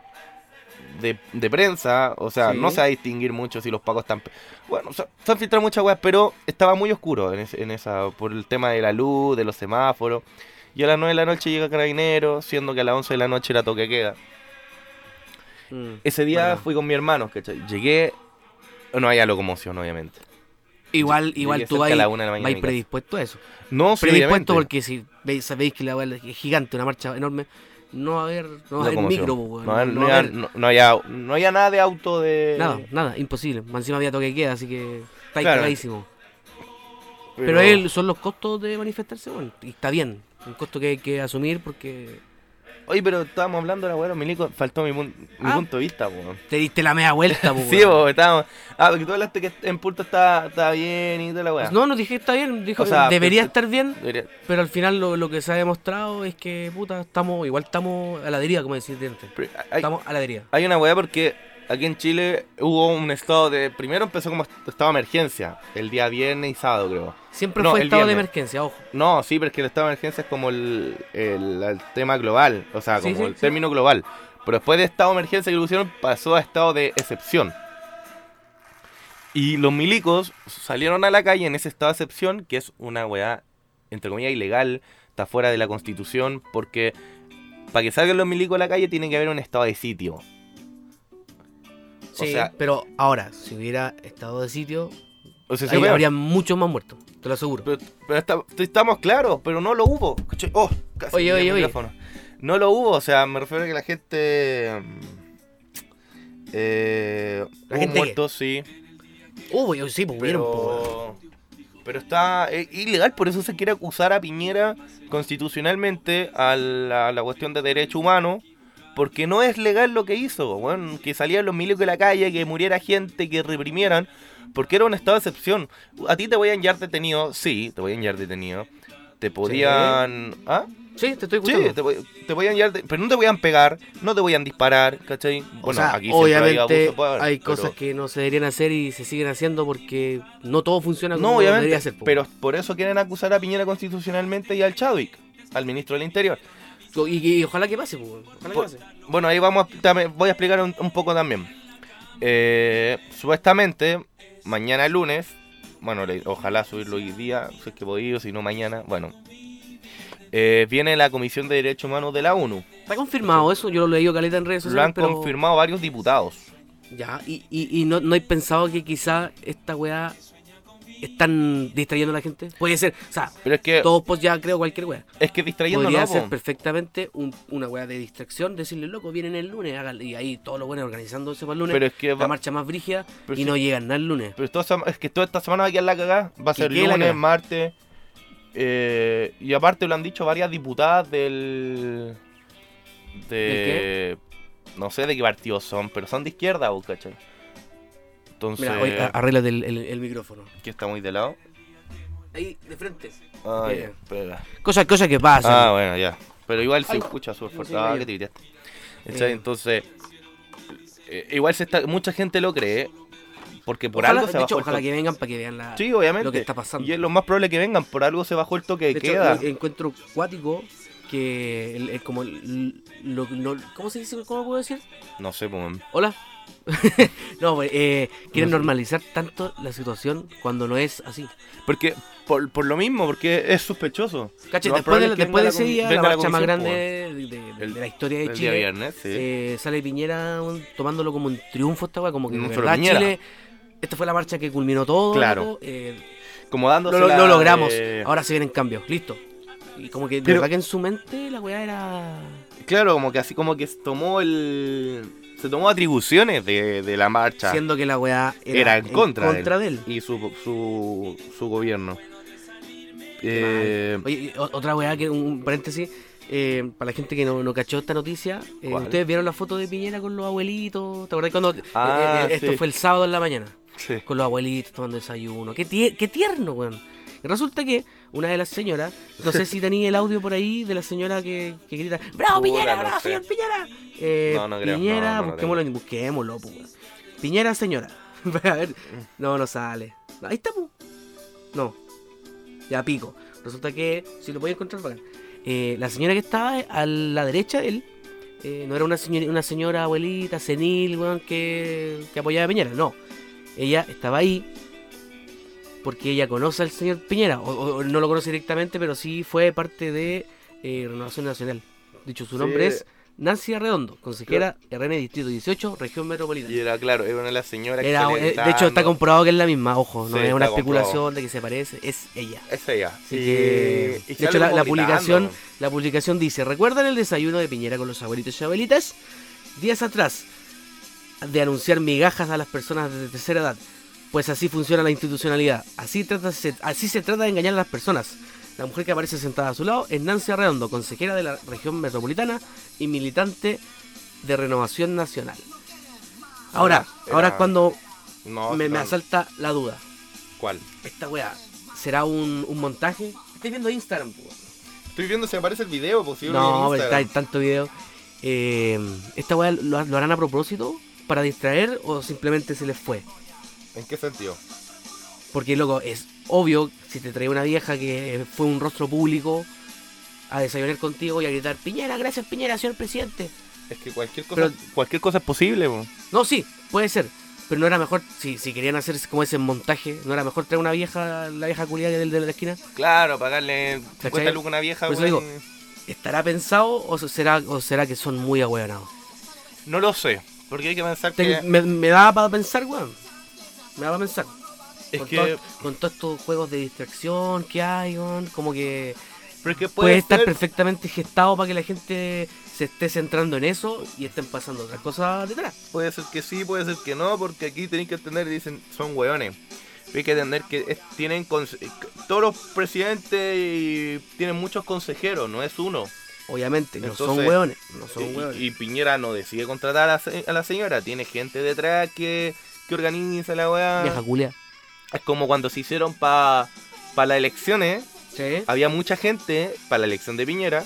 [SPEAKER 2] de, de prensa. O sea,
[SPEAKER 1] Sí.
[SPEAKER 2] no se va a distinguir mucho si los pagos están... pe- Bueno, se, se han filtrado muchas weas, pero estaba muy oscuro en, ese- en esa por el tema de la luz, de los semáforos. Y a las 9 de la noche llega Carabineros, siendo que a las 11 de la noche era toque de queda.
[SPEAKER 1] Mm.
[SPEAKER 2] Ese día
[SPEAKER 1] Verdad.
[SPEAKER 2] fui con mi hermano, ¿cachai? Llegué. No había locomoción, obviamente.
[SPEAKER 1] Igual,
[SPEAKER 2] Llegué
[SPEAKER 1] igual tú
[SPEAKER 2] cerca a
[SPEAKER 1] vas
[SPEAKER 2] la una de la
[SPEAKER 1] vais
[SPEAKER 2] mañana a mi casa.
[SPEAKER 1] predispuesto a eso.
[SPEAKER 2] No, sí, obviamente.
[SPEAKER 1] predispuesto porque si veis, sabéis que la weá es gigante, una marcha enorme, no va a haber, no va a haber
[SPEAKER 2] Locomoción.
[SPEAKER 1] micro, po, weón, no
[SPEAKER 2] No, había- no
[SPEAKER 1] va a
[SPEAKER 2] había,
[SPEAKER 1] haber
[SPEAKER 2] no- no había- no había nada de auto de.
[SPEAKER 1] nada, nada, imposible. Más Encima había toque de queda, así que estáis
[SPEAKER 2] Claro.
[SPEAKER 1] cagadísimo. Pero, él, son los costos de manifestarse, bueno, y está bien, un costo que hay que asumir porque
[SPEAKER 2] Oye, pero estábamos hablando de la weá, milico. Faltó mi, pun- mi
[SPEAKER 1] Ah.
[SPEAKER 2] punto de vista, pues, weón.
[SPEAKER 1] te diste la media
[SPEAKER 2] [LAUGHS]
[SPEAKER 1] vuelta, po,
[SPEAKER 2] Sí,
[SPEAKER 1] weón.
[SPEAKER 2] weón, estábamos. Ah, porque tú hablaste que en Punto está, está bien y toda la weá.
[SPEAKER 1] Pues no, no dije que está bien, dijo
[SPEAKER 2] O sea,
[SPEAKER 1] debería
[SPEAKER 2] te-
[SPEAKER 1] estar bien,
[SPEAKER 2] Debería-
[SPEAKER 1] pero al final lo, lo que se ha demostrado es que puta, estamos, igual estamos a la deriva, como decís antes.
[SPEAKER 2] pero hay,
[SPEAKER 1] Estamos a la deriva.
[SPEAKER 2] hay una weá porque aquí en Chile hubo un estado de. Primero empezó como estado de emergencia. El día viernes y sábado, creo.
[SPEAKER 1] Siempre
[SPEAKER 2] No,
[SPEAKER 1] fue
[SPEAKER 2] el
[SPEAKER 1] estado de
[SPEAKER 2] viernes.
[SPEAKER 1] emergencia, ojo.
[SPEAKER 2] No, sí, pero es que el estado de emergencia es como el, el- el tema global, o sea,
[SPEAKER 1] Sí,
[SPEAKER 2] como
[SPEAKER 1] sí,
[SPEAKER 2] el
[SPEAKER 1] sí.
[SPEAKER 2] término global. Pero después de estado de emergencia que lo pusieron, pasó a estado de excepción. Y los milicos salieron a la calle en ese estado de excepción, que es una weá, entre comillas, ilegal, está fuera de la constitución, porque para que salgan los milicos a la calle tiene que haber un estado de sitio.
[SPEAKER 1] Sí,
[SPEAKER 2] o sea,
[SPEAKER 1] pero ahora, si hubiera estado de sitio,
[SPEAKER 2] o sea, se
[SPEAKER 1] ahí
[SPEAKER 2] puede-
[SPEAKER 1] habría muchos más muertos, te lo aseguro.
[SPEAKER 2] Pero, pero está- estamos claros, pero no lo hubo. ¿cachai? Oh, casi
[SPEAKER 1] Oye,
[SPEAKER 2] me
[SPEAKER 1] oye,
[SPEAKER 2] dio
[SPEAKER 1] oye.
[SPEAKER 2] micrófono. No lo hubo, o sea, me refiero a que la gente. mm,
[SPEAKER 1] ¿La
[SPEAKER 2] Eh, hubo
[SPEAKER 1] gente qué?
[SPEAKER 2] muertos, sí.
[SPEAKER 1] Hubo, yo sí, pues hubieron, po, weón.
[SPEAKER 2] Pero, pero está eh, es ilegal, por eso se quiere acusar a Piñera constitucionalmente a la, a la cuestión de derecho humano. Porque no es legal lo que hizo, weón, que salían los milicos de la calle, que muriera gente, que reprimieran, porque era un estado de excepción. A ti te voy a hallar detenido, sí, te voy a hallar detenido. Te podían... ¿Ah?
[SPEAKER 1] Sí, te estoy escuchando.
[SPEAKER 2] Sí, te voy, te voy a hallar... de- Pero no te voy a pegar, no te voy a disparar, ¿cachai?
[SPEAKER 1] O
[SPEAKER 2] Bueno,
[SPEAKER 1] sea,
[SPEAKER 2] aquí siempre hay abuso,
[SPEAKER 1] obviamente
[SPEAKER 2] puede haber,
[SPEAKER 1] hay
[SPEAKER 2] pero-
[SPEAKER 1] cosas que no se deberían hacer y se siguen haciendo porque no todo funciona como
[SPEAKER 2] No, obviamente,
[SPEAKER 1] debería ser. po.
[SPEAKER 2] pero por eso quieren acusar a Piñera constitucionalmente y al Chadwick, al ministro del Interior.
[SPEAKER 1] y, y- y ojalá que pase, po, weón. ojalá que
[SPEAKER 2] Por-
[SPEAKER 1] pase.
[SPEAKER 2] Bueno, ahí vamos a, también- voy a explicar un, un poco también. Eh, supuestamente, mañana lunes, bueno, le- ojalá subirlo hoy día, si es que voy, o si no mañana, bueno. eh, viene la Comisión de Derechos Humanos de la ONU.
[SPEAKER 1] Está confirmado eso, yo lo leí leído caleta en redes
[SPEAKER 2] Lo
[SPEAKER 1] sociales.
[SPEAKER 2] han
[SPEAKER 1] pero-
[SPEAKER 2] confirmado varios diputados.
[SPEAKER 1] Ya, y, y, y no, no hay pensado que quizá esta weá están distrayendo a la gente. Puede ser, o sea,
[SPEAKER 2] Pero es que,
[SPEAKER 1] todos pues ya creo cualquier weá.
[SPEAKER 2] es que distrayendo
[SPEAKER 1] Podría
[SPEAKER 2] no,
[SPEAKER 1] ser
[SPEAKER 2] po.
[SPEAKER 1] perfectamente un- una weá de distracción, decirle, loco, vienen el lunes, háganle", y ahí todos los buenos organizándose para el lunes,
[SPEAKER 2] pero es que
[SPEAKER 1] la
[SPEAKER 2] va-
[SPEAKER 1] marcha más brígida,
[SPEAKER 2] pero
[SPEAKER 1] y
[SPEAKER 2] si-
[SPEAKER 1] no llegan nada el lunes.
[SPEAKER 2] Pero toda esa- es que toda esta semana va a quedar la cagada. Va a
[SPEAKER 1] Que
[SPEAKER 2] ser
[SPEAKER 1] quede la cagá.
[SPEAKER 2] lunes, martes. eh, y aparte lo han dicho varias diputadas del.
[SPEAKER 1] ¿Del
[SPEAKER 2] De. No sé de qué partido son, pero son de izquierda, ¿vos cachai? Entonces.
[SPEAKER 1] Mira, oye, a- arréglate el, el- el micrófono.
[SPEAKER 2] Aquí está muy de lado.
[SPEAKER 1] Ahí, de frente.
[SPEAKER 2] Ah,
[SPEAKER 1] Bien.
[SPEAKER 2] ya, espera.
[SPEAKER 1] Cosas, cosas que pasan.
[SPEAKER 2] Ah, bueno, ya. Pero igual se
[SPEAKER 1] Ay,
[SPEAKER 2] escucha súper
[SPEAKER 1] no
[SPEAKER 2] fuerte.
[SPEAKER 1] sé,
[SPEAKER 2] Ah,
[SPEAKER 1] yo.
[SPEAKER 2] que te gritaste. ¿Cachai?
[SPEAKER 1] Eh.
[SPEAKER 2] Entonces. eh, igual se está, mucha gente lo cree. Porque por
[SPEAKER 1] Ojalá-
[SPEAKER 2] algo se
[SPEAKER 1] de hecho,
[SPEAKER 2] bajó el
[SPEAKER 1] ojalá
[SPEAKER 2] toque.
[SPEAKER 1] que vengan para que vean la,
[SPEAKER 2] Sí, obviamente.
[SPEAKER 1] lo que está pasando.
[SPEAKER 2] Y es lo más probable que vengan, por algo se bajó el toque de, eh,
[SPEAKER 1] De hecho,
[SPEAKER 2] queda.
[SPEAKER 1] en- encuentro cuático que el- el- como el- lo- no- ¿cómo se dice? ¿Cómo puedo decir?
[SPEAKER 2] No sé, pues. man.
[SPEAKER 1] Hola. [LAUGHS] no, pues, eh, quieren normalizar tanto la situación cuando no es así.
[SPEAKER 2] Porque, por, por lo mismo, porque es sospechoso.
[SPEAKER 1] Caché,
[SPEAKER 2] Lo más
[SPEAKER 1] después,
[SPEAKER 2] probable
[SPEAKER 1] de,
[SPEAKER 2] es que
[SPEAKER 1] después de
[SPEAKER 2] venga la
[SPEAKER 1] ese
[SPEAKER 2] comi-
[SPEAKER 1] día, la
[SPEAKER 2] venga la
[SPEAKER 1] marcha más
[SPEAKER 2] comisión, pues.
[SPEAKER 1] grande de, de- de
[SPEAKER 2] El-
[SPEAKER 1] la historia de
[SPEAKER 2] el día
[SPEAKER 1] Chile,
[SPEAKER 2] viernes, sí.
[SPEAKER 1] eh, sale Piñera un- tomándolo como un triunfo esta weá, como que de
[SPEAKER 2] Triunfo de
[SPEAKER 1] verdad
[SPEAKER 2] Piñera.
[SPEAKER 1] Chile, esta fue la marcha que culminó todo.
[SPEAKER 2] Claro.
[SPEAKER 1] loco, eh,
[SPEAKER 2] Como dándose
[SPEAKER 1] lo, lo-
[SPEAKER 2] la
[SPEAKER 1] lo logramos,
[SPEAKER 2] de-
[SPEAKER 1] ahora se vienen cambios, listo. Y como que de
[SPEAKER 2] Pero-
[SPEAKER 1] verdad que en su mente la weá era...
[SPEAKER 2] Claro, como que así como que se tomó el. Se tomó atribuciones de, de la marcha
[SPEAKER 1] Siendo que la weá era,
[SPEAKER 2] Era en contra de
[SPEAKER 1] de él.
[SPEAKER 2] y su, su, su gobierno. Eh,
[SPEAKER 1] Oye, y o- otra weá que un- un paréntesis. eh, para la gente que no, no cachó esta noticia, eh,
[SPEAKER 2] ¿Cuál?
[SPEAKER 1] ustedes vieron la foto de Piñera con los abuelitos. ¿Te acordás cuando eh,
[SPEAKER 2] Ah,
[SPEAKER 1] eh, esto
[SPEAKER 2] sí.
[SPEAKER 1] fue el sábado en la mañana?
[SPEAKER 2] sí.
[SPEAKER 1] Con los abuelitos tomando desayuno. Qué, tie- qué tierno, weón. Y Resulta que una de las señoras, no sé si tenía el audio por ahí de la señora que, que grita: ¡Bravo,
[SPEAKER 2] Puta,
[SPEAKER 1] Piñera!
[SPEAKER 2] no
[SPEAKER 1] ¡Bravo,
[SPEAKER 2] sé.
[SPEAKER 1] señor Piñera! Eh,
[SPEAKER 2] No, no creo,
[SPEAKER 1] Piñera,
[SPEAKER 2] no, no lo tengo.
[SPEAKER 1] busquémoslo, en- busquémoslo, pues, weón. Piñera, señora. [LAUGHS] a ver. No, no sale. Ahí está, pu. No. Ya pico. Resulta que, si lo voy a encontrar, bacán. Eh, la señora que estaba a la derecha de él, eh, no era una señora, una señora abuelita, senil, weón, que, que apoyaba a Piñera, no. Ella estaba ahí porque ella conoce al señor Piñera, o, o- o no lo conoce directamente, pero sí fue parte de eh, Renovación Nacional. Dicho, su
[SPEAKER 2] Sí.
[SPEAKER 1] nombre es Nancy Arredondo, consejera RN Distrito 18, Región Metropolitana.
[SPEAKER 2] Y era claro, era una de las señoras
[SPEAKER 1] Era-
[SPEAKER 2] que
[SPEAKER 1] eh,
[SPEAKER 2] salía
[SPEAKER 1] de hecho, está
[SPEAKER 2] gritando.
[SPEAKER 1] comprobado que es la misma, ojo, no
[SPEAKER 2] Sí,
[SPEAKER 1] es una
[SPEAKER 2] está comprobado.
[SPEAKER 1] especulación de que se parece, es ella.
[SPEAKER 2] Es ella.
[SPEAKER 1] Así que,
[SPEAKER 2] Y-
[SPEAKER 1] de
[SPEAKER 2] y
[SPEAKER 1] hecho,
[SPEAKER 2] sale
[SPEAKER 1] la,
[SPEAKER 2] como
[SPEAKER 1] la
[SPEAKER 2] gritando.
[SPEAKER 1] publicación, la publicación dice, ¿recuerdan el desayuno de Piñera con los abuelitos y abuelitas? Días atrás, de anunciar migajas a las personas de tercera edad. Pues así funciona la institucionalidad. Así, trata, se, así se trata de engañar a las personas. La mujer que aparece sentada a su lado es Nancy Arredondo, consejera de la región metropolitana y militante de Renovación Nacional. Ahora,
[SPEAKER 2] Era-
[SPEAKER 1] ahora es cuando
[SPEAKER 2] No,
[SPEAKER 1] me, me
[SPEAKER 2] no,
[SPEAKER 1] asalta la duda.
[SPEAKER 2] ¿Cuál?
[SPEAKER 1] Esta weá, ¿será un, un montaje? Estoy viendo Instagram, po.
[SPEAKER 2] Estoy viendo si aparece el video, pues si yo lo vi en
[SPEAKER 1] No, pero está
[SPEAKER 2] Instagram.
[SPEAKER 1] hay tanto video. Eh, ¿Esta weá lo, lo harán a propósito? ¿Para distraer o simplemente se les fue?
[SPEAKER 2] ¿En qué sentido?
[SPEAKER 1] Porque, loco, es obvio si te trae una vieja que fue un rostro público a desayunar contigo y a gritar: Piñera, gracias Piñera, señor presidente.
[SPEAKER 2] Es que cualquier cosa,
[SPEAKER 1] Pero-
[SPEAKER 2] cualquier cosa es posible, po.
[SPEAKER 1] No, sí, puede ser. Pero no era mejor, si, si querían hacer como ese montaje, no era mejor traer una vieja, la vieja culiada del de la esquina.
[SPEAKER 2] Claro, pagarle 50
[SPEAKER 1] ¿Cachai?
[SPEAKER 2] lucas a una vieja,
[SPEAKER 1] Por eso
[SPEAKER 2] weón.
[SPEAKER 1] ¿Estará pensado o será, o será que son muy ahueonados?
[SPEAKER 2] No lo sé. Porque hay que pensar
[SPEAKER 1] Te-
[SPEAKER 2] que.
[SPEAKER 1] me, me daba para pensar, weón. Me daba para pensar.
[SPEAKER 2] Es
[SPEAKER 1] con,
[SPEAKER 2] que.
[SPEAKER 1] todo- con todos estos juegos de distracción que hay, weón, como que
[SPEAKER 2] Pero es que
[SPEAKER 1] puede estar
[SPEAKER 2] ser-
[SPEAKER 1] perfectamente gestado para que la gente se esté centrando en eso y estén pasando otras cosas detrás.
[SPEAKER 2] Puede ser que sí, puede ser que no, porque aquí tenéis que entender, dicen, son hueones. Hay que entender que es- tienen conse- eh, todos los presidentes y tienen muchos consejeros, no es uno.
[SPEAKER 1] Obviamente, no son
[SPEAKER 2] Entonces,
[SPEAKER 1] weones, no
[SPEAKER 2] Y,
[SPEAKER 1] son weones.
[SPEAKER 2] y Piñera no decide contratar a la, se- a la señora, tiene gente detrás que, que organiza la
[SPEAKER 1] Vieja
[SPEAKER 2] hueá.
[SPEAKER 1] culia.
[SPEAKER 2] Es como cuando se hicieron para las elecciones,
[SPEAKER 1] Sí.
[SPEAKER 2] había mucha gente para la elección de Piñera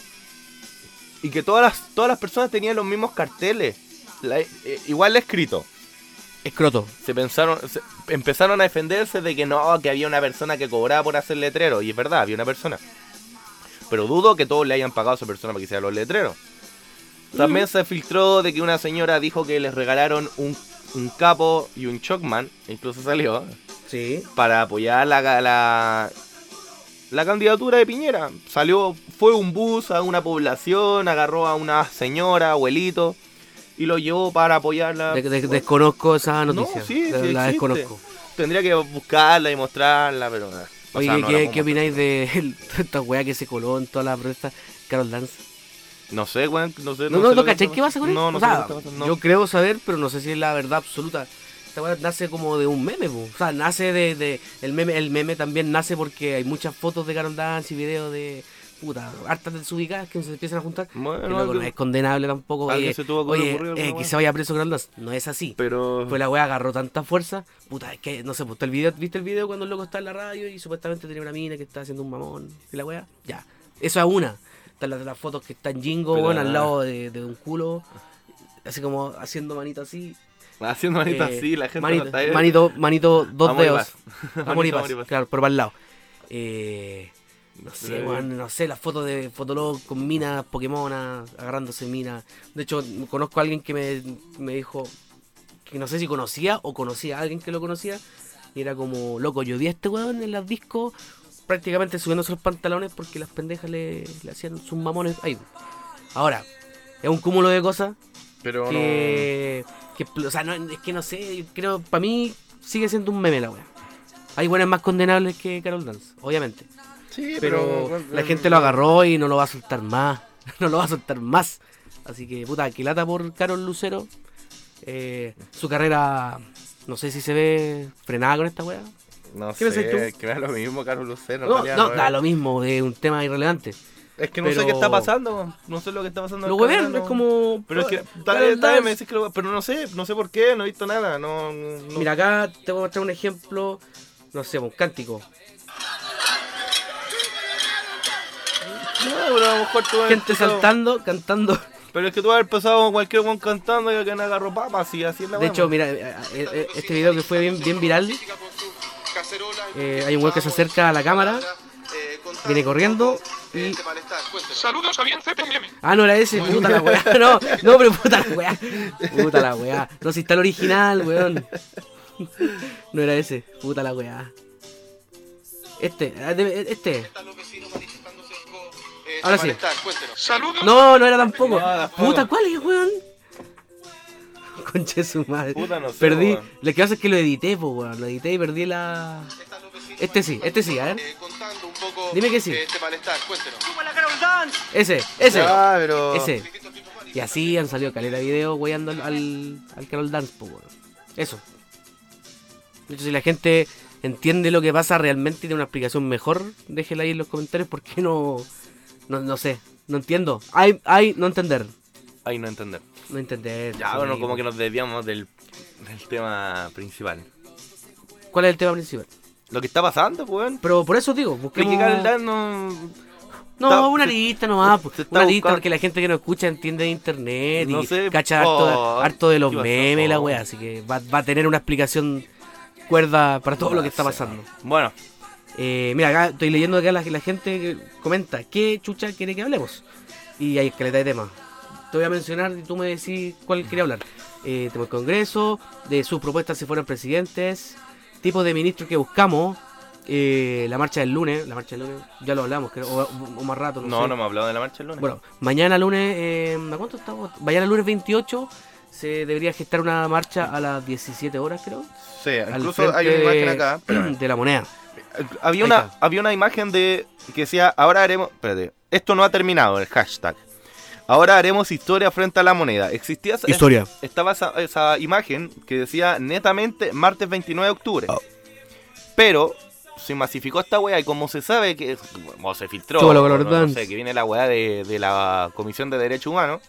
[SPEAKER 2] y que todas las, todas las personas tenían los mismos carteles, la- eh, igual escrito.
[SPEAKER 1] Escroto.
[SPEAKER 2] se pensaron, se- empezaron a defenderse de que no, que había una persona que cobraba por hacer letreros. Y es verdad, había una persona. Pero dudo que todos le hayan pagado a esa persona para que hiciera los letreros. También se filtró de que una señora dijo que les regalaron un, un capo y un Chocman, incluso salió,
[SPEAKER 1] Sí.
[SPEAKER 2] para apoyar la, la, la candidatura de Piñera. Salió, fue un bus a una población, agarró a una señora, abuelito, y lo llevó para apoyar la...
[SPEAKER 1] De- de- desconozco esa
[SPEAKER 2] No,
[SPEAKER 1] noticia.
[SPEAKER 2] sí, sí
[SPEAKER 1] la, la
[SPEAKER 2] existe.
[SPEAKER 1] desconozco.
[SPEAKER 2] Tendría que buscarla y mostrarla, pero. eh, o
[SPEAKER 1] Oye,
[SPEAKER 2] sea, no la
[SPEAKER 1] ¿qué,
[SPEAKER 2] puedo
[SPEAKER 1] qué opináis de [LAUGHS] esta weá que se coló en todas las protestas? Carol Dance.
[SPEAKER 2] mostrar. No sé, weón. No sé.
[SPEAKER 1] No,
[SPEAKER 2] sé
[SPEAKER 1] no,
[SPEAKER 2] lo
[SPEAKER 1] no,
[SPEAKER 2] que
[SPEAKER 1] ¿cachai?
[SPEAKER 2] está-
[SPEAKER 1] ¿Qué pasa con él?
[SPEAKER 2] No, no
[SPEAKER 1] O
[SPEAKER 2] sé.
[SPEAKER 1] sea,
[SPEAKER 2] lo que está pasando, no.
[SPEAKER 1] Yo creo saber, pero no sé si es la verdad absoluta. Esta weá nace como de un meme, po. o sea, nace de, de- el meme, el meme también nace porque hay muchas fotos de Carol Dance y videos de puta, hartas desubicadas que se empiezan a juntar.
[SPEAKER 2] Bueno,
[SPEAKER 1] Que loco, no
[SPEAKER 2] algo-
[SPEAKER 1] es condenable tampoco.
[SPEAKER 2] alguien
[SPEAKER 1] Oye,
[SPEAKER 2] se tuvo que
[SPEAKER 1] oye,
[SPEAKER 2] ocurrir alguna
[SPEAKER 1] eh, que
[SPEAKER 2] weá.
[SPEAKER 1] se vaya preso Carol Dance. No es así.
[SPEAKER 2] Pero.
[SPEAKER 1] Pues la weá agarró tanta fuerza. Puta, es que no sé, pues, el video, ¿viste el video cuando el loco está en la radio y supuestamente tenía una mina que está haciendo un mamón? Y la weá, ya. Eso es una. Están las, las fotos que están jingo,
[SPEAKER 2] Pero
[SPEAKER 1] weón, al
[SPEAKER 2] nada.
[SPEAKER 1] lado de, de un culo. Así como haciendo manito así.
[SPEAKER 2] Haciendo manito
[SPEAKER 1] eh,
[SPEAKER 2] así, la gente
[SPEAKER 1] manito,
[SPEAKER 2] no está ahí.
[SPEAKER 1] manito, manito, dos
[SPEAKER 2] Amor y
[SPEAKER 1] dedos.
[SPEAKER 2] paz.
[SPEAKER 1] Amor y
[SPEAKER 2] Manito,
[SPEAKER 1] paz, claro, por el lado. Eh, no sé,
[SPEAKER 2] Pero-
[SPEAKER 1] weón, no sé, las fotos de Fotolog con minas, Pokémonas, agarrándose minas. De hecho, conozco a alguien que me, me dijo que no sé si conocía o conocía a alguien que lo conocía. Y era como, loco, yo vi a este weón en las discos prácticamente subiéndose los pantalones porque las pendejas le, le hacían sus mamones. Ahí. Ahora, es un cúmulo de cosas
[SPEAKER 2] Pero no.
[SPEAKER 1] que, que- o sea, no, es que no sé, yo creo, para mí sigue siendo un meme la wea. Hay buenas más condenables que Carol Dance, obviamente.
[SPEAKER 2] Sí, eh,
[SPEAKER 1] Pero la gente lo agarró y no lo va a soltar más. [LAUGHS] No lo va a soltar más. Así que, puta, que lata por Carol Lucero. Eh, su carrera, no sé si se ve frenada con esta wea.
[SPEAKER 2] No
[SPEAKER 1] ¿Qué
[SPEAKER 2] sé,
[SPEAKER 1] pensás tú?
[SPEAKER 2] que me da lo mismo, Carlos Lucero.
[SPEAKER 1] No,
[SPEAKER 2] en realidad,
[SPEAKER 1] no,
[SPEAKER 2] weón.
[SPEAKER 1] da lo mismo, es un tema irrelevante.
[SPEAKER 2] Es que no sé
[SPEAKER 1] pero-
[SPEAKER 2] qué está pasando, weón. No sé lo que está pasando.
[SPEAKER 1] Lo
[SPEAKER 2] en el
[SPEAKER 1] huevean,
[SPEAKER 2] canal,
[SPEAKER 1] es
[SPEAKER 2] no.
[SPEAKER 1] como.
[SPEAKER 2] Pero es que.
[SPEAKER 1] Carol
[SPEAKER 2] Tal vez tal vez
[SPEAKER 1] Dance.
[SPEAKER 2] me decís que lo. Pero no sé, no sé por qué, no he visto nada. No. no-
[SPEAKER 1] Mira, acá te voy a mostrar un ejemplo, no sé, un cántico.
[SPEAKER 2] No, pero a lo mejor tú has
[SPEAKER 1] Gente
[SPEAKER 2] escuchado-
[SPEAKER 1] saltando, cantando.
[SPEAKER 2] Pero es que tú haber pasado con cualquier weón cantando y que no agarró papas y así es la
[SPEAKER 1] De
[SPEAKER 2] weá,
[SPEAKER 1] hecho,
[SPEAKER 2] weón.
[SPEAKER 1] mira, eh, eh, eh, este video que fue bien, bien viral, eh, hay un weón que se acerca a la cámara, viene corriendo y...
[SPEAKER 4] Saludos a bien CPM.
[SPEAKER 1] Ah, no era ese, puta la weá, [LAUGHS] no, no, pero puta la weá, puta la weá, no, si está el original, weón. No era ese, puta la weá. Este, ah, debe- este, Ahora sí.
[SPEAKER 4] Saludos.
[SPEAKER 1] no, no era tampoco.
[SPEAKER 2] No, tampoco.
[SPEAKER 1] Puta, ¿cuál es, weón? Conche su madre.
[SPEAKER 2] Puta, no sé,
[SPEAKER 1] Perdí,
[SPEAKER 2] weón.
[SPEAKER 1] lo que pasa es que lo edité, pues, weón, lo edité y perdí la... Este sí, este sí, a ver.
[SPEAKER 4] contando un poco
[SPEAKER 1] Dime que sí.
[SPEAKER 4] de Este malestar, cuéntenos.
[SPEAKER 1] Ese, ese.
[SPEAKER 2] Ah, pero.
[SPEAKER 1] Ese. Y así han salido caleta de video weyando al, al, al Carol Dance, po, weón. Eso. De hecho, si la gente entiende lo que pasa realmente y tiene una explicación mejor, déjela ahí en los comentarios porque no. No, no sé. No entiendo. Hay, hay no entender.
[SPEAKER 2] Ay, no entender.
[SPEAKER 1] No entender.
[SPEAKER 2] Ya,
[SPEAKER 1] sí.
[SPEAKER 2] bueno, como que nos desviamos del, del tema principal.
[SPEAKER 1] ¿Cuál es el tema principal?
[SPEAKER 2] Lo que está pasando, pues, weón.
[SPEAKER 1] Pero por eso digo,
[SPEAKER 2] Ricky
[SPEAKER 1] busquemos...
[SPEAKER 2] Carl Dan no.
[SPEAKER 1] No,
[SPEAKER 2] Está-
[SPEAKER 1] una
[SPEAKER 2] se-
[SPEAKER 1] lista nomás, po.
[SPEAKER 2] se está
[SPEAKER 1] una lista
[SPEAKER 2] buscando-
[SPEAKER 1] porque la gente que nos escucha entiende de internet
[SPEAKER 2] No
[SPEAKER 1] y
[SPEAKER 2] sé,
[SPEAKER 1] cacha harto,
[SPEAKER 2] oh,
[SPEAKER 1] harto de los
[SPEAKER 2] ¿qué pasó?
[SPEAKER 1] memes y la
[SPEAKER 2] Oh.
[SPEAKER 1] weá, así que va, va a tener una explicación cuerda para todo lo que está pasando.
[SPEAKER 2] Bueno,
[SPEAKER 1] Eh, mira, acá estoy leyendo acá la, la gente que comenta, ¿qué chucha quiere que hablemos? Y hay escaleta de temas. Te voy a mencionar y tú me decís cuál quería hablar. Eh, tema del Congreso, de sus propuestas si fueran presidentes, tipos de ministros que buscamos, eh, la marcha del lunes, la marcha del lunes, ya lo hablamos, creo, o, o más rato. No,
[SPEAKER 2] no,
[SPEAKER 1] sé.
[SPEAKER 2] no me ha hablado de la marcha el lunes.
[SPEAKER 1] Bueno, mañana lunes, eh, ¿a cuánto estamos? Mañana lunes 28 se debería gestar una marcha a las 17 horas, creo.
[SPEAKER 2] Sí,
[SPEAKER 1] al
[SPEAKER 2] incluso hay una
[SPEAKER 1] frente
[SPEAKER 2] imagen
[SPEAKER 1] de-
[SPEAKER 2] acá.
[SPEAKER 1] [CLEARS THROAT]
[SPEAKER 2] espérame.
[SPEAKER 1] De la moneda. Ahí
[SPEAKER 2] había, una,
[SPEAKER 1] está.
[SPEAKER 2] había una imagen de que decía, ahora haremos... Espérate, esto no ha terminado, el hashtag. Ahora haremos historia frente a la moneda. Existía esa,
[SPEAKER 1] Historia.
[SPEAKER 2] estaba esa, esa imagen que decía netamente martes 29 de octubre.
[SPEAKER 1] Oh.
[SPEAKER 2] Pero se masificó esta weá y como se sabe que o se filtró,
[SPEAKER 1] Chúbalo,
[SPEAKER 2] o no-
[SPEAKER 1] color
[SPEAKER 2] no
[SPEAKER 1] dance.
[SPEAKER 2] sé, que viene la weá de, de la Comisión de Derechos Humanos,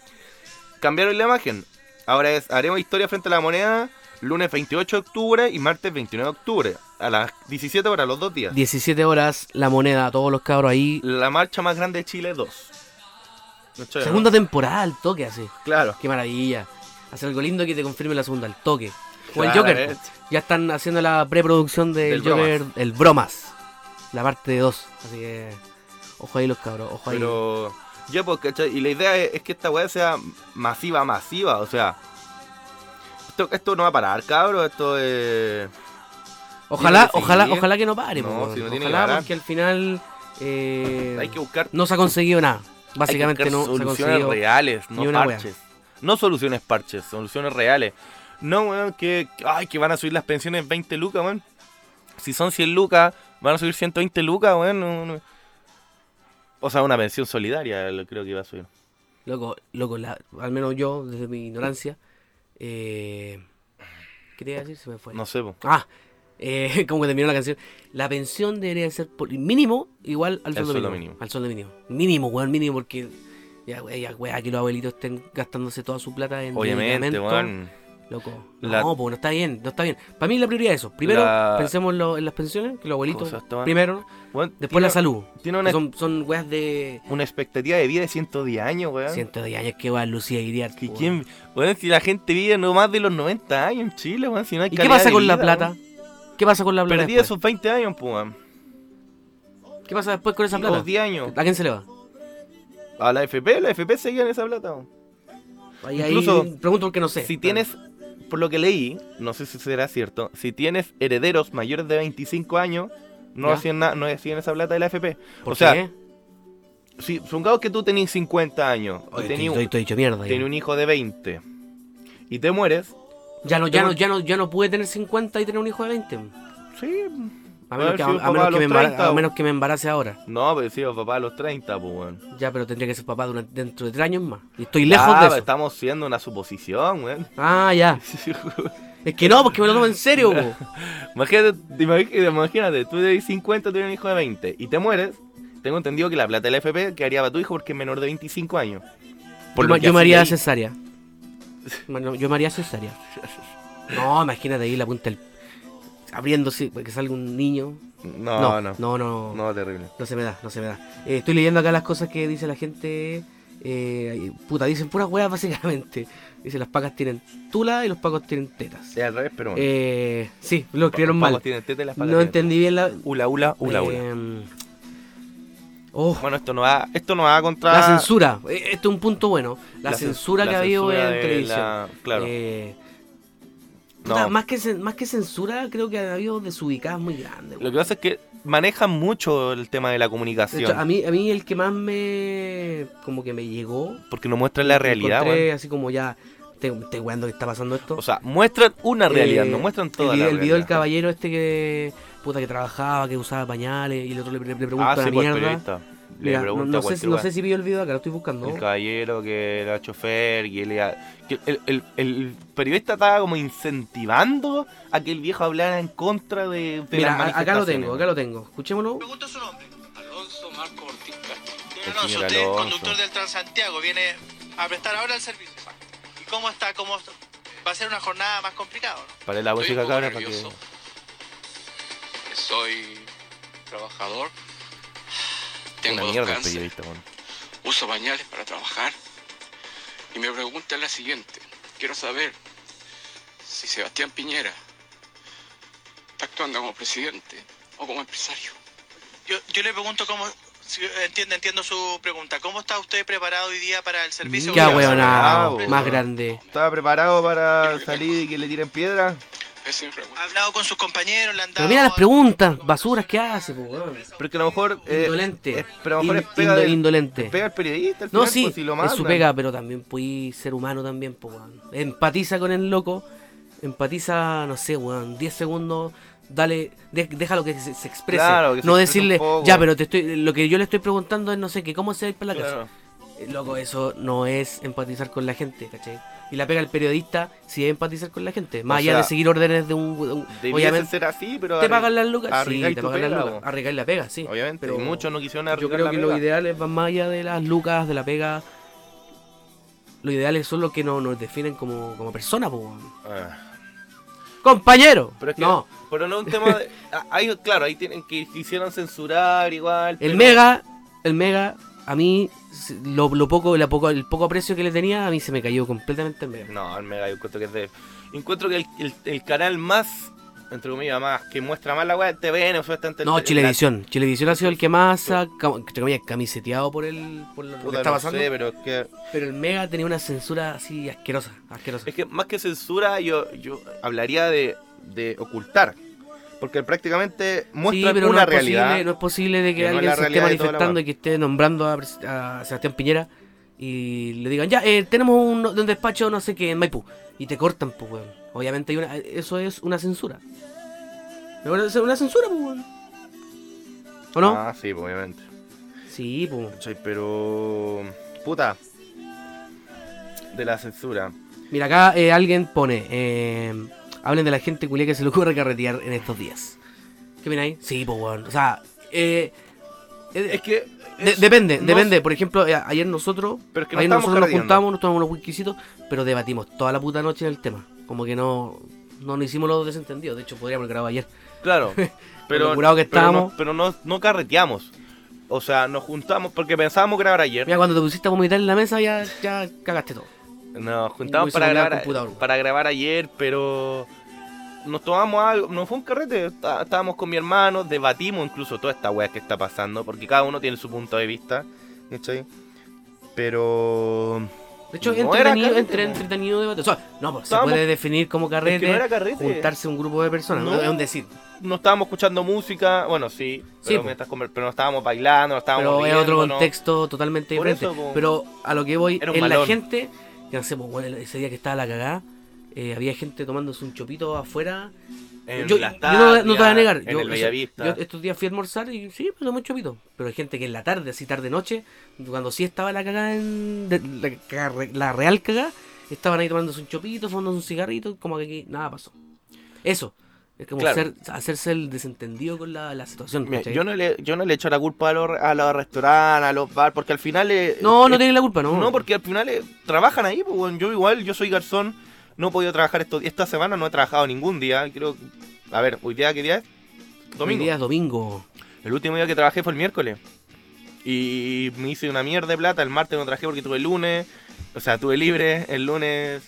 [SPEAKER 2] cambiaron la imagen. Ahora es, haremos historia frente a la moneda lunes 28 de octubre y martes 29 de octubre a las 17 horas, los dos días.
[SPEAKER 1] 17 horas, la moneda, todos los cabros ahí.
[SPEAKER 2] La marcha más grande de Chile 2.
[SPEAKER 1] Segunda temporada al toque, así.
[SPEAKER 2] Claro.
[SPEAKER 1] Qué maravilla. Hacer algo lindo que te confirme la segunda al toque. O el
[SPEAKER 2] Claro,
[SPEAKER 1] Joker.
[SPEAKER 2] eh.
[SPEAKER 1] Ya están haciendo la preproducción del,
[SPEAKER 2] Del
[SPEAKER 1] Joker, el Bromas. La parte 2. Así que. Ojo ahí los cabros, ojo ahí.
[SPEAKER 2] Pero ya, pues, ¿cachai? Y la idea es, es que esta weá sea masiva, masiva, o sea. Esto, esto no va a parar, cabros, esto es...
[SPEAKER 1] Ojalá,
[SPEAKER 2] tiene que
[SPEAKER 1] ojalá,
[SPEAKER 2] seguir.
[SPEAKER 1] ojalá que no pare.
[SPEAKER 2] No,
[SPEAKER 1] po, weón.
[SPEAKER 2] si no tiene que
[SPEAKER 1] ojalá
[SPEAKER 2] parar.
[SPEAKER 1] porque al final eh,
[SPEAKER 2] Hay que buscar,
[SPEAKER 1] no se ha conseguido nada.
[SPEAKER 2] hay que
[SPEAKER 1] Básicamente
[SPEAKER 2] buscar
[SPEAKER 1] no se ha
[SPEAKER 2] soluciones
[SPEAKER 1] conseguido.
[SPEAKER 2] reales, no
[SPEAKER 1] ni una
[SPEAKER 2] parches. No soluciones parches, soluciones reales. No, weón, que, que- ay, que van a subir las pensiones 20 lucas, weón. Si son 100 lucas, van a subir 120 lucas, weón. no- no. O sea, una pensión solidaria lo- creo que iba a subir.
[SPEAKER 1] Loco, loco la- al menos yo, desde mi ignorancia. Eh, ¿Qué te iba a decir? Se me fue.
[SPEAKER 2] No sé, po.
[SPEAKER 1] Ah, eh, [LAUGHS] como que terminó la canción. La pensión debería ser por- mínimo igual al
[SPEAKER 2] El
[SPEAKER 1] sueldo
[SPEAKER 2] sueldo
[SPEAKER 1] mínimo,
[SPEAKER 2] mínimo.
[SPEAKER 1] Al sueldo mínimo. Mínimo, weón, mínimo, porque ya, weón, ya, weón, que los abuelitos estén gastándose toda su plata en
[SPEAKER 2] Obviamente,
[SPEAKER 1] medicamentos.
[SPEAKER 2] weón.
[SPEAKER 1] Loco.
[SPEAKER 2] La-
[SPEAKER 1] No, pues no está bien, no está bien. Para mí la prioridad es eso. Primero,
[SPEAKER 2] La-
[SPEAKER 1] pensemos en lo- en las pensiones, que los abuelitos.
[SPEAKER 2] Cosas todas.
[SPEAKER 1] Primero,
[SPEAKER 2] Weón,
[SPEAKER 1] después la
[SPEAKER 2] tiene-
[SPEAKER 1] salud.
[SPEAKER 2] Tiene
[SPEAKER 1] que
[SPEAKER 2] una
[SPEAKER 1] Son, son weas de
[SPEAKER 2] una expectativa de vida de 110 años, weón.
[SPEAKER 1] 110 años que va Lucía Iriar.
[SPEAKER 2] Que
[SPEAKER 1] po,
[SPEAKER 2] quién- weón, si la gente vive no más de los 90 años en Chile, weón, si no hay
[SPEAKER 1] ¿Y qué
[SPEAKER 2] calidad
[SPEAKER 1] pasa
[SPEAKER 2] de
[SPEAKER 1] con la
[SPEAKER 2] vida,
[SPEAKER 1] plata?
[SPEAKER 2] weón.
[SPEAKER 1] ¿Qué pasa con la plata?
[SPEAKER 2] Perdí
[SPEAKER 1] después?
[SPEAKER 2] esos 20 años, pues, weón.
[SPEAKER 1] ¿Qué pasa después con esa
[SPEAKER 2] Y
[SPEAKER 1] plata?
[SPEAKER 2] los 10 años.
[SPEAKER 1] ¿A quién se le va?
[SPEAKER 2] A la FP, la FP seguía en esa plata, weón.
[SPEAKER 1] Ahí,
[SPEAKER 2] Incluso,
[SPEAKER 1] ahí pregunto porque no sé.
[SPEAKER 2] si tienes, por lo que leí, no sé si será cierto, si tienes herederos mayores de 25 años, no
[SPEAKER 1] Ya.
[SPEAKER 2] reciben, na- no reciben esa plata de la FP.
[SPEAKER 1] ¿Por
[SPEAKER 2] o sea,
[SPEAKER 1] qué?
[SPEAKER 2] Si, supongamos que tú tenías 50 años y
[SPEAKER 1] Oye,
[SPEAKER 2] tenías
[SPEAKER 1] estoy, estoy hecho mierda. Ya.
[SPEAKER 2] tenías un hijo de 20 y te mueres,
[SPEAKER 1] Ya no, ya
[SPEAKER 2] tengo-
[SPEAKER 1] no, ya no, ya no pude tener 50 y tener un hijo de 20.
[SPEAKER 2] sí,
[SPEAKER 1] A
[SPEAKER 2] Haber
[SPEAKER 1] menos, que, a,
[SPEAKER 2] sido
[SPEAKER 1] a
[SPEAKER 2] papá
[SPEAKER 1] menos
[SPEAKER 2] a
[SPEAKER 1] que me
[SPEAKER 2] los
[SPEAKER 1] embara-
[SPEAKER 2] 30
[SPEAKER 1] a
[SPEAKER 2] o-
[SPEAKER 1] menos que me embarace ahora.
[SPEAKER 2] No, pero sí, los papás a los 30, pues, weón.
[SPEAKER 1] Ya, pero tendría que ser papá durante- dentro de tres años más. Y estoy lejos
[SPEAKER 2] Ah,
[SPEAKER 1] de
[SPEAKER 2] pero
[SPEAKER 1] eso.
[SPEAKER 2] estamos siendo una suposición, weón. [LAUGHS]
[SPEAKER 1] Ah, ya. Es que no, porque me lo tomo en
[SPEAKER 2] [LAUGHS]
[SPEAKER 1] serio. po.
[SPEAKER 2] imagínate, te imag- imagínate, tú de 50 tienes un hijo de 20 y te mueres. Tengo entendido que la plata de la FP quedaría para tu hijo porque es menor de 25 años.
[SPEAKER 1] yo, ma-
[SPEAKER 2] que
[SPEAKER 1] yo me haría
[SPEAKER 2] así leí.
[SPEAKER 1] cesárea. Bueno, yo me haría cesárea. No, imagínate ahí la punta del... Abriéndose, para que salga un niño.
[SPEAKER 2] Ah, No, no, no,
[SPEAKER 1] no, no.
[SPEAKER 2] terrible.
[SPEAKER 1] No se me da, no se me da. Eh, estoy leyendo acá las cosas que dice la gente. eh, puta, dicen puras weas [LAUGHS] básicamente. Dice, las pacas tienen tula y los pacos tienen tetas.
[SPEAKER 2] Es al revés, pero bueno.
[SPEAKER 1] Eh, sí, lo escribieron
[SPEAKER 2] Los
[SPEAKER 1] mal.
[SPEAKER 2] pavos tienen teta y las patas
[SPEAKER 1] No
[SPEAKER 2] tienen
[SPEAKER 1] entendí bien la...
[SPEAKER 2] teta. Ula, ula, ula, ula.
[SPEAKER 1] em, oh,
[SPEAKER 2] Bueno, esto no va, esto no va contra.
[SPEAKER 1] la censura. Eh, Este es un punto bueno. La,
[SPEAKER 2] cen-
[SPEAKER 1] censura
[SPEAKER 2] la
[SPEAKER 1] que ha habido
[SPEAKER 2] censura
[SPEAKER 1] en
[SPEAKER 2] de
[SPEAKER 1] televisión.
[SPEAKER 2] la- claro.
[SPEAKER 1] Eh,
[SPEAKER 2] No.
[SPEAKER 1] puta, más, que, cen- más que censura, creo que ha habido desubicadas muy grandes.
[SPEAKER 2] Lo que pasa es que manejan mucho el tema de
[SPEAKER 1] De
[SPEAKER 2] la
[SPEAKER 1] hecho,
[SPEAKER 2] comunicación.
[SPEAKER 1] a mí, a mí el que más me... Como que me llegó
[SPEAKER 2] Porque no muestran la
[SPEAKER 1] Me
[SPEAKER 2] realidad,
[SPEAKER 1] encontré
[SPEAKER 2] weón.
[SPEAKER 1] así como ya, te, te weando que está pasando esto.
[SPEAKER 2] O sea, muestran una realidad,
[SPEAKER 1] Eh,
[SPEAKER 2] no muestran
[SPEAKER 1] el,
[SPEAKER 2] toda
[SPEAKER 1] video,
[SPEAKER 2] la
[SPEAKER 1] el video del
[SPEAKER 2] realidad.
[SPEAKER 1] caballero este que puta que trabajaba, que usaba pañales y el otro le, le pregunta
[SPEAKER 2] Ah, sí,
[SPEAKER 1] la
[SPEAKER 2] pues,
[SPEAKER 1] mierda.
[SPEAKER 2] periodista. Le
[SPEAKER 1] Mira, no,
[SPEAKER 2] pregunta
[SPEAKER 1] no sé,
[SPEAKER 2] cualquier
[SPEAKER 1] no
[SPEAKER 2] weá.
[SPEAKER 1] sé si vio el video acá, lo estoy buscando.
[SPEAKER 2] El caballero que era chofer y él era- que el, el- el periodista estaba como incentivando a que el viejo hablara en contra de, de
[SPEAKER 1] Mira, a- acá
[SPEAKER 2] las
[SPEAKER 1] lo
[SPEAKER 2] manifestaciones,
[SPEAKER 1] tengo, acá lo tengo. Escuchémoslo.
[SPEAKER 5] gusta su nombre.
[SPEAKER 4] Alonso Marco Ortiz Castro.
[SPEAKER 2] El
[SPEAKER 5] Señor Alonso,
[SPEAKER 2] señor
[SPEAKER 5] usted es
[SPEAKER 2] Alonso.
[SPEAKER 5] conductor del Transantiago, viene a prestar ahora el servicio. ¿Y cómo está? ¿Cómo está? Va a ser una jornada más complicada, ¿no?
[SPEAKER 2] Para la
[SPEAKER 4] Estoy un
[SPEAKER 2] música
[SPEAKER 4] poco
[SPEAKER 2] cabra, para que-
[SPEAKER 4] nervioso. Soy trabajador. Tengo
[SPEAKER 2] Una
[SPEAKER 4] dos
[SPEAKER 2] mierda el
[SPEAKER 4] cánceres.
[SPEAKER 2] periodista, weón.
[SPEAKER 4] uso bañales para trabajar. Y mi pregunta es la siguiente. Quiero saber si Sebastián Piñera está actuando como presidente o como empresario.
[SPEAKER 5] Yo, yo le pregunto cómo... si- entiendo, entiendo su pregunta. ¿Cómo está usted preparado hoy día para el servicio?
[SPEAKER 1] Qué
[SPEAKER 2] Mira,
[SPEAKER 5] que va a hacer?
[SPEAKER 2] huevona.
[SPEAKER 1] hueonado,
[SPEAKER 2] bravo,
[SPEAKER 1] más
[SPEAKER 2] weón.
[SPEAKER 1] grande.
[SPEAKER 2] ¿Estaba preparado para salir y que le tiren piedra?
[SPEAKER 4] Es sin vergüenza.
[SPEAKER 5] Ha hablado con sus compañeros, le han dado.
[SPEAKER 1] Pero mira las preguntas, basuras que hace, po, weón.
[SPEAKER 2] Pero que a lo mejor. eh,
[SPEAKER 1] Indolente.
[SPEAKER 2] es- pero a lo mejor
[SPEAKER 1] In-
[SPEAKER 2] es pega
[SPEAKER 1] indo-
[SPEAKER 2] del-
[SPEAKER 1] indolente.
[SPEAKER 2] es pega al periodista. al
[SPEAKER 1] No,
[SPEAKER 2] final,
[SPEAKER 1] sí,
[SPEAKER 2] pues, si lo
[SPEAKER 1] es su
[SPEAKER 2] mandan.
[SPEAKER 1] pega, pero también puede ser humano también, po, weón. Empatiza con el loco, empatiza, no sé, weón, 10 segundos, dale, de- déjalo que se, se exprese.
[SPEAKER 2] Claro, que se
[SPEAKER 1] no
[SPEAKER 2] exprese un
[SPEAKER 1] decirle,
[SPEAKER 2] poco.
[SPEAKER 1] ya, pero te estoy, lo que yo le estoy preguntando es, no sé, que cómo se va a ir para la
[SPEAKER 2] Claro.
[SPEAKER 1] casa. Eh, Loco, eso no es empatizar con la gente, ¿cachai? Y la pega el periodista si es empatizar con la gente, más
[SPEAKER 2] O
[SPEAKER 1] allá
[SPEAKER 2] sea,
[SPEAKER 1] de seguir órdenes de un... de un-
[SPEAKER 2] Debiese
[SPEAKER 1] obviamente,
[SPEAKER 2] ser así, pero.
[SPEAKER 1] te
[SPEAKER 2] arri-
[SPEAKER 1] pagan las lucas, sí,
[SPEAKER 2] arriesgáis
[SPEAKER 1] te
[SPEAKER 2] tu
[SPEAKER 1] pagan las
[SPEAKER 2] pega,
[SPEAKER 1] lucas,
[SPEAKER 2] po.
[SPEAKER 1] arriesgáis la pega, sí.
[SPEAKER 2] Obviamente,
[SPEAKER 1] pero-
[SPEAKER 2] y muchos no quisieron
[SPEAKER 1] yo
[SPEAKER 2] arriesgar
[SPEAKER 1] creo
[SPEAKER 2] la
[SPEAKER 1] que
[SPEAKER 2] pega.
[SPEAKER 1] lo ideal es más allá de las lucas, de la pega. Lo ideal es solo que no nos definen como, como persona, po, weón.
[SPEAKER 2] Ah,
[SPEAKER 1] compañero.
[SPEAKER 2] Pero es que.
[SPEAKER 1] no,
[SPEAKER 2] Pero no es un tema de. [LAUGHS] ah, ahí, claro, ahí tienen que quisieron censurar igual.
[SPEAKER 1] el
[SPEAKER 2] pero-
[SPEAKER 1] mega, el mega, a mí s- lo, lo poco, la poco, el poco aprecio que le tenía, a mí se me cayó completamente el mega.
[SPEAKER 2] No, el mega, yo encuentro que es de. Encuentro que el, el- el canal más. Entre comillas, más. Que muestra más la weá. TVN, supuestamente.
[SPEAKER 1] No,
[SPEAKER 2] el- la-
[SPEAKER 1] Chilevisión. Chilevisión ha sido el que más ha cam- entre comillas, camiseteado por el por lo que
[SPEAKER 2] Puta,
[SPEAKER 1] está
[SPEAKER 2] no
[SPEAKER 1] pasando.
[SPEAKER 2] sé,
[SPEAKER 1] pero...
[SPEAKER 2] pero es que.
[SPEAKER 1] el Mega tenía una censura así asquerosa, asquerosa.
[SPEAKER 2] Es que más que censura, yo, yo hablaría de, de ocultar. Porque prácticamente muestra
[SPEAKER 1] sí, pero
[SPEAKER 2] una
[SPEAKER 1] no es
[SPEAKER 2] realidad.
[SPEAKER 1] Posible, no es posible de que,
[SPEAKER 2] que no es
[SPEAKER 1] alguien
[SPEAKER 2] la
[SPEAKER 1] se esté
[SPEAKER 2] realidad de toda la
[SPEAKER 1] manifestando
[SPEAKER 2] wea.
[SPEAKER 1] y que esté nombrando a, pres- a Sebastián Piñera y le digan, ya, eh, tenemos un, un despacho no sé qué en Maipú. Y te cortan, pues, weón. Obviamente hay una- eso es una censura. ¿Me acuerdo? Es una censura, pues, weón. ¿O no?
[SPEAKER 2] Ah, sí, obviamente.
[SPEAKER 1] Sí, pues.
[SPEAKER 2] ¿Cachai? Pero. Puta. De la censura.
[SPEAKER 1] Mira, acá eh, alguien pone, eh, hablen de la gente culia que se le ocurre carretear en estos días. ¿Qué opináis? Sí, pues, weón. O sea, eh, eh,
[SPEAKER 2] Es que.
[SPEAKER 1] De-
[SPEAKER 2] es-
[SPEAKER 1] depende,
[SPEAKER 2] no-
[SPEAKER 1] depende. Por ejemplo, eh, ayer nosotros,
[SPEAKER 2] Pero es que no
[SPEAKER 1] ayer
[SPEAKER 2] estábamos
[SPEAKER 1] nosotros nos
[SPEAKER 2] carreteando.
[SPEAKER 1] juntamos, nos tomamos unos whiskycitos, pero debatimos toda la puta noche en el tema. Como que no, no nos hicimos los desentendidos. De hecho, podríamos haber grabado ayer. [LAUGHS]
[SPEAKER 2] Claro. [LAUGHS]
[SPEAKER 1] lo
[SPEAKER 2] Pero,
[SPEAKER 1] curado que
[SPEAKER 2] pero no-
[SPEAKER 1] estábamos.
[SPEAKER 2] Pero, no, no carreteamos. O sea, nos juntamos porque pensábamos grabar ayer.
[SPEAKER 1] Mira, cuando te pusiste a vomitar en la mesa, ya, ya cagaste todo.
[SPEAKER 2] Nos juntamos
[SPEAKER 1] Muy
[SPEAKER 2] para
[SPEAKER 1] similar al
[SPEAKER 2] grabar,
[SPEAKER 1] computador, güey.
[SPEAKER 2] para grabar ayer, pero nos tomamos algo, no fue un carrete, está- estábamos con mi hermano, debatimos incluso toda esta weá que está pasando, porque cada uno tiene su punto de vista, ¿cachai? Pero...
[SPEAKER 1] De hecho,
[SPEAKER 2] No
[SPEAKER 1] es
[SPEAKER 2] era
[SPEAKER 1] entretenido,
[SPEAKER 2] carrete,
[SPEAKER 1] entre,
[SPEAKER 2] po.
[SPEAKER 1] entretenido debate. O sea, no, pues, se
[SPEAKER 2] Estábamos-
[SPEAKER 1] puede definir como carrete,
[SPEAKER 2] es que no era carrete.
[SPEAKER 1] juntarse un grupo de personas.
[SPEAKER 2] No.
[SPEAKER 1] No, es un decir.
[SPEAKER 2] No estábamos escuchando música, bueno, sí,
[SPEAKER 1] Sí,
[SPEAKER 2] pero,
[SPEAKER 1] po.
[SPEAKER 2] mientras conver- pero no estábamos bailando, no estábamos...
[SPEAKER 1] Pero es otro
[SPEAKER 2] riéndonos.
[SPEAKER 1] contexto totalmente
[SPEAKER 2] Por
[SPEAKER 1] diferente.
[SPEAKER 2] eso, po.
[SPEAKER 1] pero a lo que voy
[SPEAKER 2] Era un
[SPEAKER 1] es la
[SPEAKER 2] malón.
[SPEAKER 1] gente, que no sé, pues, bueno, ese día que estaba la cagada, eh, había gente tomándose un chopito afuera.
[SPEAKER 2] En
[SPEAKER 1] yo,
[SPEAKER 2] las
[SPEAKER 1] yo no, no te voy a
[SPEAKER 2] tardes,
[SPEAKER 1] negar.
[SPEAKER 2] En
[SPEAKER 1] yo,
[SPEAKER 2] el
[SPEAKER 1] eso-
[SPEAKER 2] Bellavista.
[SPEAKER 1] yo estos días fui a almorzar y sí, me tomé un chopito. Pero hay gente que en la tarde, así tarde-noche, cuando sí estaba la cagada, en- de- la, caga- la real cagada, estaban ahí tomándose un chopito, fumándose un cigarrito, como que aquí nada pasó. Eso. Es como
[SPEAKER 2] Claro.
[SPEAKER 1] ser- hacerse el desentendido con la, la situación.
[SPEAKER 2] Mira,
[SPEAKER 1] ¿cachai?
[SPEAKER 2] yo, no le, yo no le echo la culpa a los, a los restaurantes, a los bares, porque al final... eh,
[SPEAKER 1] no,
[SPEAKER 2] eh,
[SPEAKER 1] no tienen la culpa, no.
[SPEAKER 2] No, porque al final eh, trabajan ahí, pues, weón. yo igual, yo soy garzón, no he podido trabajar esto, esta semana, no he trabajado ningún día, creo, a ver, hoy día, ¿qué día es? Domingo.
[SPEAKER 1] Hoy día es domingo.
[SPEAKER 2] El último día que trabajé fue el miércoles, y me hice una mierda de plata, el martes no trabajé porque tuve el lunes, o sea, tuve libre, el lunes...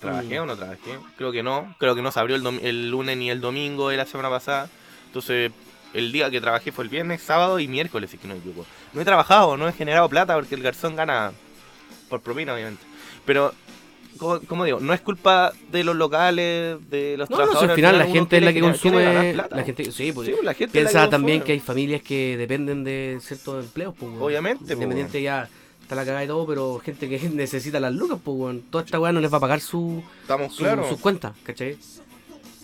[SPEAKER 2] ¿Trabajé
[SPEAKER 1] Mm.
[SPEAKER 2] o no trabajé? Creo que no, creo que no se abrió el, domi- el lunes ni el domingo de la semana pasada, entonces... El día que trabajé fue el viernes, sábado y miércoles, si es que no me equivoco. No he trabajado, no he generado plata porque el garzón gana por propina, obviamente. Pero, como, como digo, no es culpa de los locales, de los
[SPEAKER 1] No, no, si
[SPEAKER 2] trabajadores.
[SPEAKER 1] al final la
[SPEAKER 2] uno
[SPEAKER 1] gente es la
[SPEAKER 2] quiere
[SPEAKER 1] que
[SPEAKER 2] generar- quiere
[SPEAKER 1] consume.
[SPEAKER 2] ganar plata.
[SPEAKER 1] La gente, sí, pues,
[SPEAKER 2] Sí, pues, la gente es la
[SPEAKER 1] Piensa
[SPEAKER 2] que
[SPEAKER 1] también
[SPEAKER 2] consume.
[SPEAKER 1] que hay familias que dependen de ciertos empleos, pues, weón.
[SPEAKER 2] Obviamente, pues,
[SPEAKER 1] Independiente ya está la cagada y todo, pero gente que [LAUGHS] necesita las lucas, pues, weón. Toda esta weá no les va a pagar su,
[SPEAKER 2] Estamos
[SPEAKER 1] su-
[SPEAKER 2] claros.
[SPEAKER 1] sus cuentas, ¿cachai?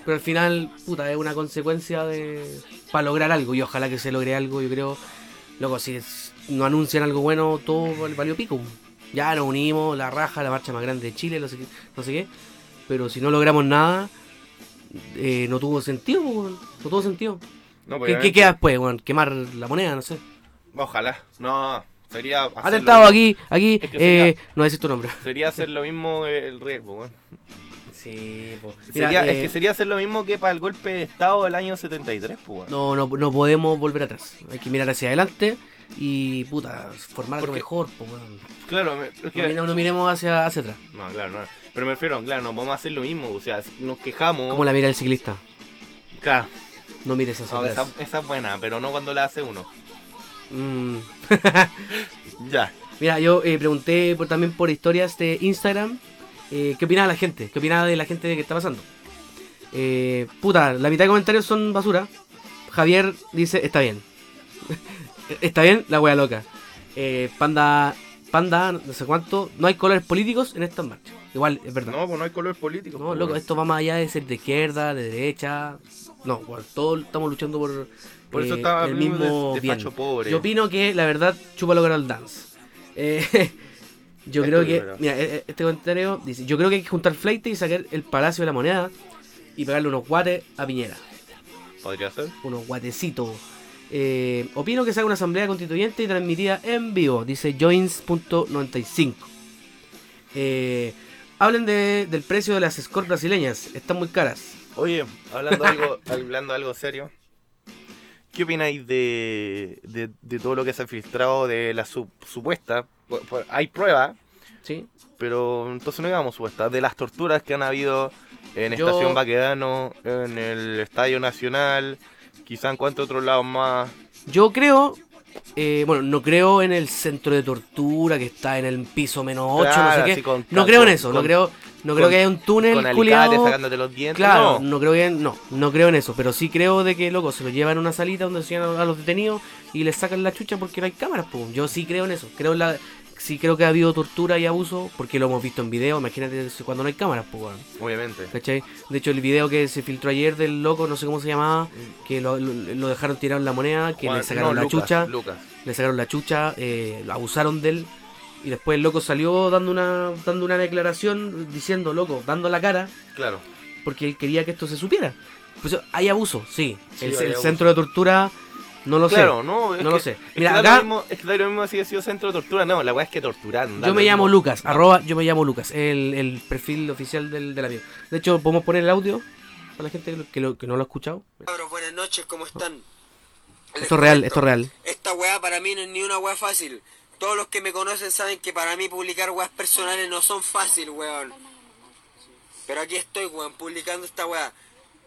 [SPEAKER 1] Pero al final, puta, es una consecuencia de. para lograr algo, y ojalá que se logre algo, yo creo. Loco, si es- no anuncian algo bueno, todo val- valió pico. Ya nos unimos, la raja, la marcha más grande de Chile, no sé qué. No sé qué. Pero si no logramos nada, eh, no tuvo sentido, pues, weón. No tuvo sentido.
[SPEAKER 2] No,
[SPEAKER 1] ¿Qué,
[SPEAKER 2] obviamente.
[SPEAKER 1] qué queda después, weón? Quemar la moneda, no sé.
[SPEAKER 2] Ojalá. No, sería. hacer lo
[SPEAKER 1] Atentado
[SPEAKER 2] mismo.
[SPEAKER 1] aquí, aquí,
[SPEAKER 2] Es que sería-
[SPEAKER 1] eh, no decís tu nombre.
[SPEAKER 2] Sería hacer lo mismo el riesgo, weón.
[SPEAKER 1] Sí, pues.
[SPEAKER 2] Sería- es que sería hacer lo mismo que para el golpe de Estado del año 73, pues, weón.
[SPEAKER 1] No, no, no podemos volver atrás. Hay que mirar hacia adelante y, puta, formar algo
[SPEAKER 2] Porque-
[SPEAKER 1] mejor, po, weón.
[SPEAKER 2] Claro, me- es que-
[SPEAKER 1] No, mire- no miremos hacia, hacia atrás.
[SPEAKER 2] No, claro, no. Pero me refiero, claro, no podemos hacer lo mismo. O sea, nos quejamos.
[SPEAKER 1] Como la mira el ciclista.
[SPEAKER 2] Claro.
[SPEAKER 1] No mires hacia
[SPEAKER 2] No, esa,
[SPEAKER 1] atrás.
[SPEAKER 2] esa es buena, pero no cuando la hace uno.
[SPEAKER 1] Mm.
[SPEAKER 2] Ya.
[SPEAKER 1] Mira, yo eh, pregunté por- también por historias de Instagram. eh, ¿Qué opinaba la gente? ¿Qué opinaba de la gente que está pasando? Eh, puta, la mitad de comentarios son basura. Javier dice, está bien. [LAUGHS] está bien, la wea loca. Eh, panda, panda, no sé cuánto. No hay colores políticos en estas marchas. Igual, es verdad.
[SPEAKER 2] No, pues no hay pues, color político.
[SPEAKER 1] No, loco, esto va más allá de ser de izquierda, de derecha. No, bueno, todos estamos luchando por,
[SPEAKER 2] Por eso
[SPEAKER 1] eh,
[SPEAKER 2] estaba
[SPEAKER 1] el
[SPEAKER 2] hablando
[SPEAKER 1] mismo
[SPEAKER 2] de- de
[SPEAKER 1] bien.
[SPEAKER 2] facho pobre.
[SPEAKER 1] Yo opino que, la verdad, chupa lo al dance. Eh, [LAUGHS] yo
[SPEAKER 2] Esto
[SPEAKER 1] creo
[SPEAKER 2] es
[SPEAKER 1] que,
[SPEAKER 2] verdad.
[SPEAKER 1] mira, eh, eh, este comentario dice, yo creo que hay que juntar fleite y sacar el Palacio de la Moneda y pegarle unos guates a Piñera.
[SPEAKER 2] Podría ser.
[SPEAKER 1] Unos guatecitos. Eh, opino que se haga una asamblea constituyente y transmitida en vivo, dice joins.95. Eh, hablen de- del precio de las escort brasileñas, están muy caras.
[SPEAKER 2] Oye,
[SPEAKER 1] [LAUGHS]
[SPEAKER 2] hablando algo, hablando algo serio. ¿Qué opináis de, de, de todo lo que se ha filtrado de la su- supuesta? por- por- hay pruebas,
[SPEAKER 1] ¿Sí?
[SPEAKER 2] pero entonces no digamos supuesta. De las torturas que han habido en
[SPEAKER 1] Yo-
[SPEAKER 2] Estación Baquedano, en el Estadio Nacional, quizá en cuanto otros lados más.
[SPEAKER 1] Yo creo, eh, bueno, no creo en el centro de tortura que está en el piso menos 8,
[SPEAKER 2] Claro,
[SPEAKER 1] no sé
[SPEAKER 2] así
[SPEAKER 1] qué.
[SPEAKER 2] con-
[SPEAKER 1] no creo en
[SPEAKER 2] con-
[SPEAKER 1] eso, no
[SPEAKER 2] con-
[SPEAKER 1] creo, no creo
[SPEAKER 2] con-
[SPEAKER 1] que haya un túnel
[SPEAKER 2] con alicates
[SPEAKER 1] culiao.
[SPEAKER 2] sacándote los dientes.
[SPEAKER 1] Claro,
[SPEAKER 2] no.
[SPEAKER 1] no creo que no, no creo en eso, pero sí creo de que loco se lo llevan a una salita donde se llevan a los detenidos y les sacan la chucha porque no hay cámaras, pum. Yo sí creo en eso, creo en la sí creo que ha habido tortura y abuso porque lo hemos visto en video, imagínate cuando no hay cámaras, pues weón.
[SPEAKER 2] Obviamente.
[SPEAKER 1] ¿Cachai? De hecho, el video que se filtró ayer del loco, no sé cómo se llamaba, que lo, lo- lo dejaron tirado en la moneda, que
[SPEAKER 2] Juan-
[SPEAKER 1] le sacaron
[SPEAKER 2] no,
[SPEAKER 1] la
[SPEAKER 2] Lucas,
[SPEAKER 1] chucha,
[SPEAKER 2] Lucas.
[SPEAKER 1] le sacaron la chucha, eh, lo abusaron de él. Y después el loco salió dando una, dando una declaración diciendo, loco, dando la cara,
[SPEAKER 2] Claro.
[SPEAKER 1] porque él quería que esto se supiera. Pues hay abuso, sí.
[SPEAKER 2] Sí,
[SPEAKER 1] el
[SPEAKER 2] hay
[SPEAKER 1] el
[SPEAKER 2] abuso.
[SPEAKER 1] centro de tortura, no lo
[SPEAKER 2] claro,
[SPEAKER 1] sé.
[SPEAKER 2] no, es
[SPEAKER 1] No
[SPEAKER 2] que-
[SPEAKER 1] lo sé.
[SPEAKER 2] es que
[SPEAKER 1] Mira,
[SPEAKER 2] da lo
[SPEAKER 1] acá-
[SPEAKER 2] mismo- es que da lo mismo si ha sido centro de tortura. No, la weá es que torturar. da
[SPEAKER 1] Yo
[SPEAKER 2] lo
[SPEAKER 1] me
[SPEAKER 2] mismo.
[SPEAKER 1] llamo Lucas, arroba, yo me llamo Lucas, el, el perfil oficial del, del amigo. De hecho, podemos poner el audio para la gente que, lo- que lo- que no lo ha escuchado.
[SPEAKER 6] Cabros, buenas noches, ¿cómo están? Les
[SPEAKER 1] Esto es real,
[SPEAKER 6] cuento,
[SPEAKER 1] esto es real.
[SPEAKER 6] Esta weá para mí no es ni una weá fácil. Todos los que me conocen saben que para mí publicar weas personales no son fácil, weón. Pero aquí estoy, weón, publicando esta weá.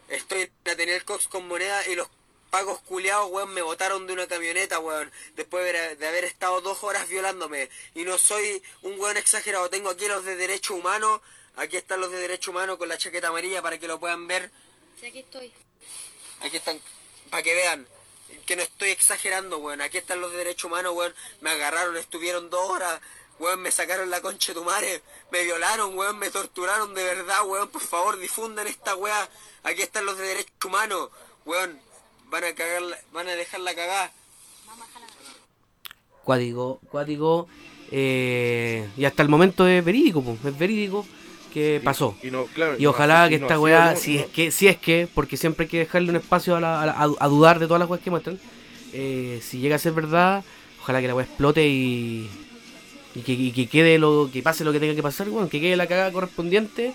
[SPEAKER 6] Estoy a tener cox con moneda y los pagos culeados, weón, me botaron de una camioneta, weón. Después de, de haber estado dos horas violándome. Y no soy un weón exagerado. Tengo aquí los de derechos humanos. Aquí están los de derechos humanos con la chaqueta amarilla para que lo puedan ver.
[SPEAKER 7] Sí, aquí estoy.
[SPEAKER 6] Aquí están, para que vean que no estoy exagerando, weón. Aquí están los de derechos humanos, weón. Me agarraron, estuvieron dos horas, weón. Me sacaron la concha de tu madre. Me violaron, weón. Me torturaron de verdad, weón. Por favor, difundan esta weá. Aquí están los de derechos humanos, weón. Van a cagar, la- van a dejarla cagada.
[SPEAKER 1] Cuático, cuático. eh, y hasta el momento es verídico, po, es verídico que pasó.
[SPEAKER 2] Y, no, claro,
[SPEAKER 1] Y ojalá
[SPEAKER 2] así-
[SPEAKER 1] que
[SPEAKER 2] no
[SPEAKER 1] esta
[SPEAKER 2] ha sido,
[SPEAKER 1] weá,
[SPEAKER 2] no,
[SPEAKER 1] si
[SPEAKER 2] no.
[SPEAKER 1] es que, si es que, porque siempre hay que dejarle un espacio a, la- a la- a- a dudar de todas las weas que muestran. eh, si llega a ser verdad, ojalá que la weá explote y, y que, y que quede lo que pase lo que tenga que pasar, weón, que quede la cagada correspondiente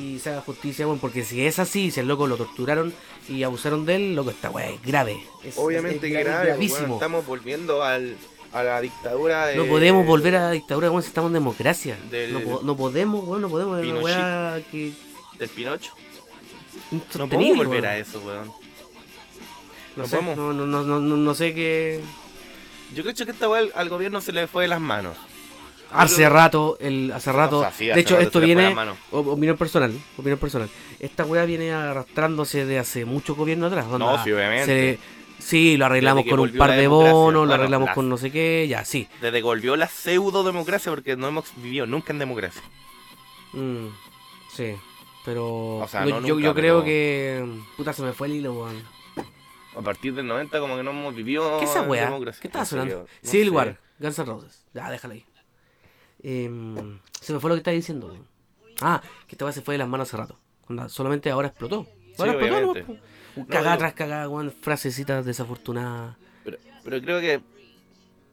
[SPEAKER 1] y se haga justicia, weón, porque si es así, si el loco lo torturaron y abusaron de él, loco, esta weá es grave. Es-
[SPEAKER 2] Obviamente
[SPEAKER 1] es
[SPEAKER 2] que grave, pues,
[SPEAKER 1] gravísimo.
[SPEAKER 2] weón, estamos volviendo al, a la dictadura de...
[SPEAKER 1] No podemos volver a la dictadura, weón, si estamos en democracia.
[SPEAKER 2] del-
[SPEAKER 1] No, po- no podemos, weón, no podemos. Es una
[SPEAKER 2] Pinochet.
[SPEAKER 1] weá que.
[SPEAKER 2] Del Pinocho. No
[SPEAKER 1] insostenible,
[SPEAKER 2] podemos volver
[SPEAKER 1] weón.
[SPEAKER 2] a eso, weón.
[SPEAKER 1] No,
[SPEAKER 2] No
[SPEAKER 1] sé,
[SPEAKER 2] podemos.
[SPEAKER 1] no, no, no, no, no- no sé qué.
[SPEAKER 2] Yo creo que esta weá al- al gobierno se le fue de las manos.
[SPEAKER 1] Hace rato, el, hace rato.
[SPEAKER 2] O sea, sí,
[SPEAKER 1] de
[SPEAKER 2] hace
[SPEAKER 1] hecho,
[SPEAKER 2] rato
[SPEAKER 1] esto
[SPEAKER 2] se le fue
[SPEAKER 1] viene.
[SPEAKER 2] la mano.
[SPEAKER 1] o- Opinión personal, opinión personal. Esta weá viene arrastrándose de hace mucho gobierno atrás. onda,
[SPEAKER 2] sí,
[SPEAKER 1] se-
[SPEAKER 2] obviamente.
[SPEAKER 1] sí, lo arreglamos
[SPEAKER 2] Desde que
[SPEAKER 1] con un
[SPEAKER 2] volvió
[SPEAKER 1] par
[SPEAKER 2] la
[SPEAKER 1] de
[SPEAKER 2] democracia,
[SPEAKER 1] bonos, lo
[SPEAKER 2] bueno,
[SPEAKER 1] arreglamos
[SPEAKER 2] las-
[SPEAKER 1] con no sé qué, ya, sí.
[SPEAKER 2] Le devolvió la pseudo democracia porque no hemos vivido nunca en democracia.
[SPEAKER 1] Mm, sí. Pero.
[SPEAKER 2] O sea,
[SPEAKER 1] no,
[SPEAKER 2] no
[SPEAKER 1] yo,
[SPEAKER 2] nunca,
[SPEAKER 1] yo creo
[SPEAKER 2] pero-
[SPEAKER 1] que. Puta, se me fue el hilo, weón.
[SPEAKER 2] A partir del 90 como que no hemos vivido
[SPEAKER 1] ¿Qué es esa
[SPEAKER 2] en
[SPEAKER 1] weá?
[SPEAKER 2] Ah, democracia.
[SPEAKER 1] ¿Qué estaba
[SPEAKER 2] No sé,
[SPEAKER 1] sonando?
[SPEAKER 2] weón, no
[SPEAKER 1] Civil
[SPEAKER 2] sé.
[SPEAKER 1] War, Guns N' Roses. Ya, déjala ahí. Em, se me fue lo que estaba diciendo. weón. Ah, que esta weá se fue de las manos hace rato. Onda, solamente ahora explotó. Ahora
[SPEAKER 2] Sí,
[SPEAKER 1] explotó,
[SPEAKER 2] obviamente.
[SPEAKER 1] ¿no? Un Cagada
[SPEAKER 2] yo-
[SPEAKER 1] tras cagada, weón, frasecitas desafortunadas.
[SPEAKER 2] Pero, pero creo que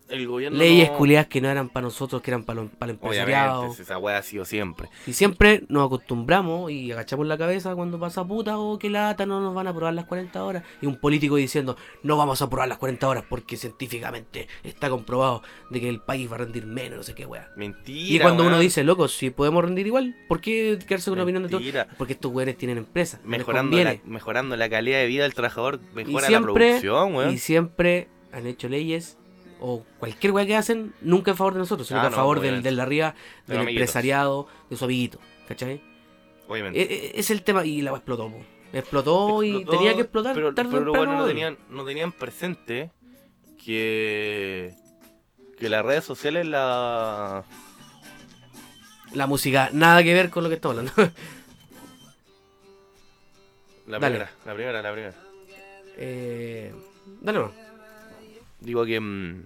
[SPEAKER 2] el gobierno...
[SPEAKER 1] Leyes
[SPEAKER 2] no-
[SPEAKER 1] culiadas que no eran para nosotros, que eran para los- para el empresariado.
[SPEAKER 2] Obviamente, si esa weá ha sido siempre.
[SPEAKER 1] Y siempre nos acostumbramos y agachamos la cabeza cuando pasa puta o que lata, no nos van a aprobar las 40 horas. Y un político diciendo, no vamos a aprobar las 40 horas porque científicamente está comprobado de que el país va a rendir menos, no sé qué wea.
[SPEAKER 2] Mentira,
[SPEAKER 1] Y cuando uno
[SPEAKER 2] weón.
[SPEAKER 1] dice, loco, si podemos rendir igual, ¿por qué quedarse con la opinión de todos?
[SPEAKER 2] Mentira.
[SPEAKER 1] Porque estos weones tienen empresas. no les
[SPEAKER 2] Mejorando la,
[SPEAKER 1] conviene.
[SPEAKER 2] mejorando la calidad de vida del trabajador,
[SPEAKER 1] Y
[SPEAKER 2] mejora la
[SPEAKER 1] siempre,
[SPEAKER 2] producción, weón.
[SPEAKER 1] y siempre han hecho leyes o cualquier weá que hacen, nunca a favor de nosotros, sino
[SPEAKER 2] Ah,
[SPEAKER 1] que a
[SPEAKER 2] no,
[SPEAKER 1] favor del,
[SPEAKER 2] obviamente.
[SPEAKER 1] del de arriba,
[SPEAKER 2] De
[SPEAKER 1] del
[SPEAKER 2] los amiguitos.
[SPEAKER 1] empresariado, de su amiguito. ¿Cachai?
[SPEAKER 2] Obviamente.
[SPEAKER 1] E- e- es el tema y la weá explotó. po. Explotó y
[SPEAKER 2] explotó,
[SPEAKER 1] tenía que explotar.
[SPEAKER 2] Pero,
[SPEAKER 1] tarde o
[SPEAKER 2] pero los
[SPEAKER 1] temprano,
[SPEAKER 2] buenos no
[SPEAKER 1] weón.
[SPEAKER 2] tenían, no tenían presente que, que las redes sociales la...
[SPEAKER 1] La música, nada que ver con lo que estamos hablando. [LAUGHS]
[SPEAKER 2] La
[SPEAKER 1] Dale.
[SPEAKER 2] primera, la primera, la primera.
[SPEAKER 1] eh, dale, no.
[SPEAKER 2] Digo que... mm,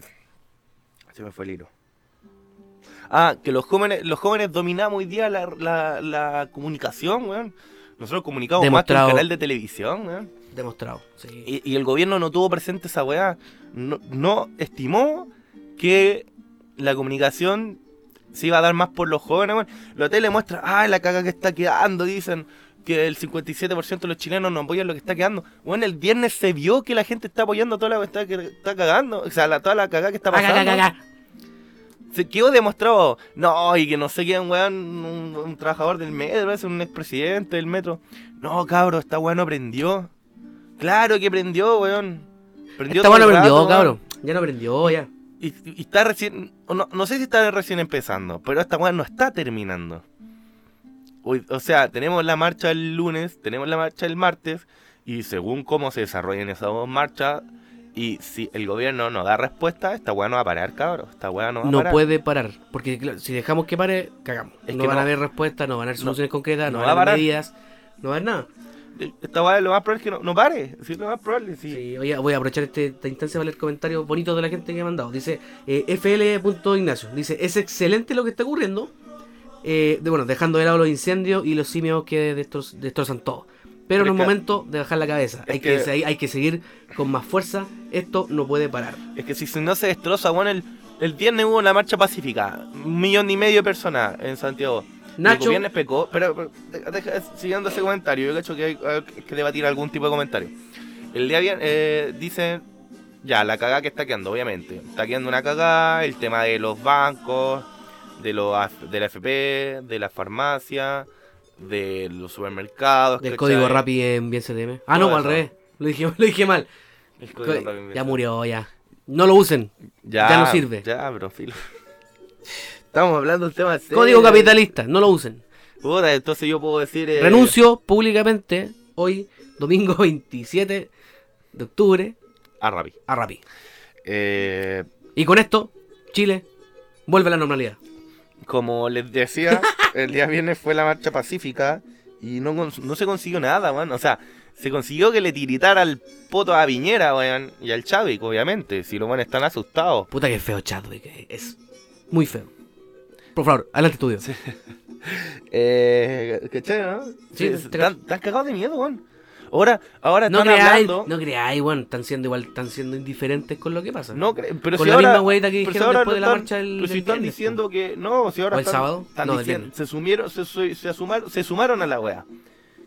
[SPEAKER 2] se me fue el hilo. Ah, que los jóvenes, los jóvenes dominamos hoy día la, la, la comunicación, weón. Nosotros comunicamos más
[SPEAKER 1] Demostrado.
[SPEAKER 2] que un canal de televisión, weón.
[SPEAKER 1] Demostrado. Sí.
[SPEAKER 2] Y, y el gobierno no tuvo presente esa weá. No, no estimó que la comunicación se iba a dar más por los jóvenes. weón. La tele muestra, ah, la caga que está quedando. Dicen que el 57% de los chilenos no apoyan lo que está quedando. Bueno, el viernes se vio que la gente está apoyando toda la que está, que está cagando. O sea, la, toda la cagada que está
[SPEAKER 1] Ah,
[SPEAKER 2] pasando.
[SPEAKER 1] ca, ca, ca, ca.
[SPEAKER 2] Se quedó demostrado. No, y que no sé quién, weón, un, un trabajador del metro, es un expresidente del metro. No, cabro, esta weón no aprendió. Claro que aprendió, weón. Prendió
[SPEAKER 1] Esta
[SPEAKER 2] todo
[SPEAKER 1] bueno
[SPEAKER 2] el rato,
[SPEAKER 1] aprendió,
[SPEAKER 2] weón.
[SPEAKER 1] cabrón. Ya no aprendió, ya.
[SPEAKER 2] Y, y está recién. o No, no sé si está recién empezando, pero esta weón no está terminando. Hoy- o sea, tenemos la marcha el lunes, tenemos la marcha el martes, y según cómo se desarrollen esas dos marchas, y si el gobierno no da respuesta, esta weón no va a parar, cabrón. Esta weón no va a
[SPEAKER 1] No
[SPEAKER 2] parar.
[SPEAKER 1] puede parar. Porque claro, si dejamos que pare, cagamos.
[SPEAKER 2] Es
[SPEAKER 1] no
[SPEAKER 2] que
[SPEAKER 1] van
[SPEAKER 2] no.
[SPEAKER 1] a haber respuestas, no van a haber soluciones concretas, no,
[SPEAKER 2] no
[SPEAKER 1] van a
[SPEAKER 2] va a
[SPEAKER 1] haber
[SPEAKER 2] parar.
[SPEAKER 1] medidas, no va a haber nada.
[SPEAKER 2] Esta weá lo más probable es que no, no pare. Sí, lo más probable, sí.
[SPEAKER 1] Sí, oye, voy a aprovechar este- esta instancia para leer comentarios bonitos de la gente que ha mandado. Dice eh, FL.Ignacio. Dice, es excelente lo que está ocurriendo. Eh, de- bueno, dejando de lado los incendios y los simios que destroz- destrozan todo. Pero no
[SPEAKER 2] Pero
[SPEAKER 1] es
[SPEAKER 2] es que-
[SPEAKER 1] momento de bajar la cabeza.
[SPEAKER 2] es
[SPEAKER 1] Hay que,
[SPEAKER 2] que-
[SPEAKER 1] se- hay que seguir con más fuerza. Esto no puede parar.
[SPEAKER 2] Es que si se- no se destroza, bueno, el, el viernes hubo una marcha pacífica. Un millón y medio de personas en Santiago.
[SPEAKER 1] Nacho-
[SPEAKER 2] El viernes pecó, pero, pero, eh, deja- siguiendo ese comentario, yo creo que hay hay que debatir algún tipo de comentario. El día viernes eh, dicen, ya, la cagada que está quedando, obviamente. Está quedando una cagada, el tema de los bancos, de, los, af- de la FP, de las farmacias, de los supermercados.
[SPEAKER 1] Del
[SPEAKER 2] ¿cachai?
[SPEAKER 1] código Rappi en bien CTM. Ah, no,
[SPEAKER 2] Todo
[SPEAKER 1] al
[SPEAKER 2] eso.
[SPEAKER 1] revés. Lo dije, [LAUGHS] lo dije mal.
[SPEAKER 2] El código Rappi.
[SPEAKER 1] Ya murió, ya. No lo usen. Ya no sirve.
[SPEAKER 2] Ya, bro, filo. [LAUGHS] Estamos hablando de un tema serio.
[SPEAKER 1] Código capitalista, no lo usen.
[SPEAKER 2] Puta, entonces yo puedo decir. eh,
[SPEAKER 1] Renuncio públicamente hoy, domingo [LAUGHS] 27 de octubre,
[SPEAKER 2] A Rappi.
[SPEAKER 1] a Rappi.
[SPEAKER 2] Ah, Eh,
[SPEAKER 1] Y con esto, Chile vuelve a la normalidad.
[SPEAKER 2] como
[SPEAKER 1] [LAUGHS]
[SPEAKER 2] les decía, el día viernes fue la marcha pacífica y no, cons- no se consiguió nada, weón. O sea, se consiguió que le tiritara al poto a Piñera, weón, y al Chávez, obviamente. Si los weones están asustados.
[SPEAKER 1] Puta que feo, Chadwick. eh, Es muy feo. Por favor, adelante estudio.
[SPEAKER 2] Eh, ¿Cachai, no?
[SPEAKER 1] Sí, te
[SPEAKER 2] están, están cagados de miedo, weón. Ahora, ahora
[SPEAKER 1] No
[SPEAKER 2] están
[SPEAKER 1] creáis,
[SPEAKER 2] hablando.
[SPEAKER 1] no creáis, bueno, están siendo igual, están siendo indiferentes con lo que pasa.
[SPEAKER 2] No, cre- pero
[SPEAKER 1] Con
[SPEAKER 2] si
[SPEAKER 1] la
[SPEAKER 2] ahora,
[SPEAKER 1] misma huevita que
[SPEAKER 2] pero si
[SPEAKER 1] dijeron
[SPEAKER 2] ahora
[SPEAKER 1] después
[SPEAKER 2] no
[SPEAKER 1] de la
[SPEAKER 2] están-
[SPEAKER 1] marcha del-
[SPEAKER 2] pero si
[SPEAKER 1] del
[SPEAKER 2] están
[SPEAKER 1] viernes, pues.
[SPEAKER 2] diciendo que no, si ahora
[SPEAKER 1] ¿O el
[SPEAKER 2] están,
[SPEAKER 1] sábado?
[SPEAKER 2] están
[SPEAKER 1] No, del
[SPEAKER 2] diciendo-
[SPEAKER 1] viernes.
[SPEAKER 2] se sumieron, se, su- se asumaron, se sumaron a la wea.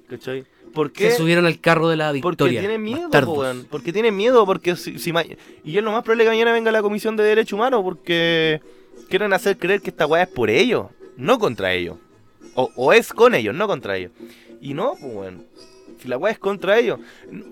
[SPEAKER 2] ¿Cachai? ¿Por qué?
[SPEAKER 1] Se subieron al carro de la
[SPEAKER 2] porque
[SPEAKER 1] victoria.
[SPEAKER 2] tienen miedo, po,
[SPEAKER 1] bastardos.
[SPEAKER 2] weón. Porque tienen miedo, porque si, si ma- y es lo más probable que mañana venga la Comisión de Derechos Humanos porque quieren hacer creer que esta weá es por ellos, no contra ellos. O, o es con ellos, no contra ellos. Y no, pues weón. Si la weá es contra ellos.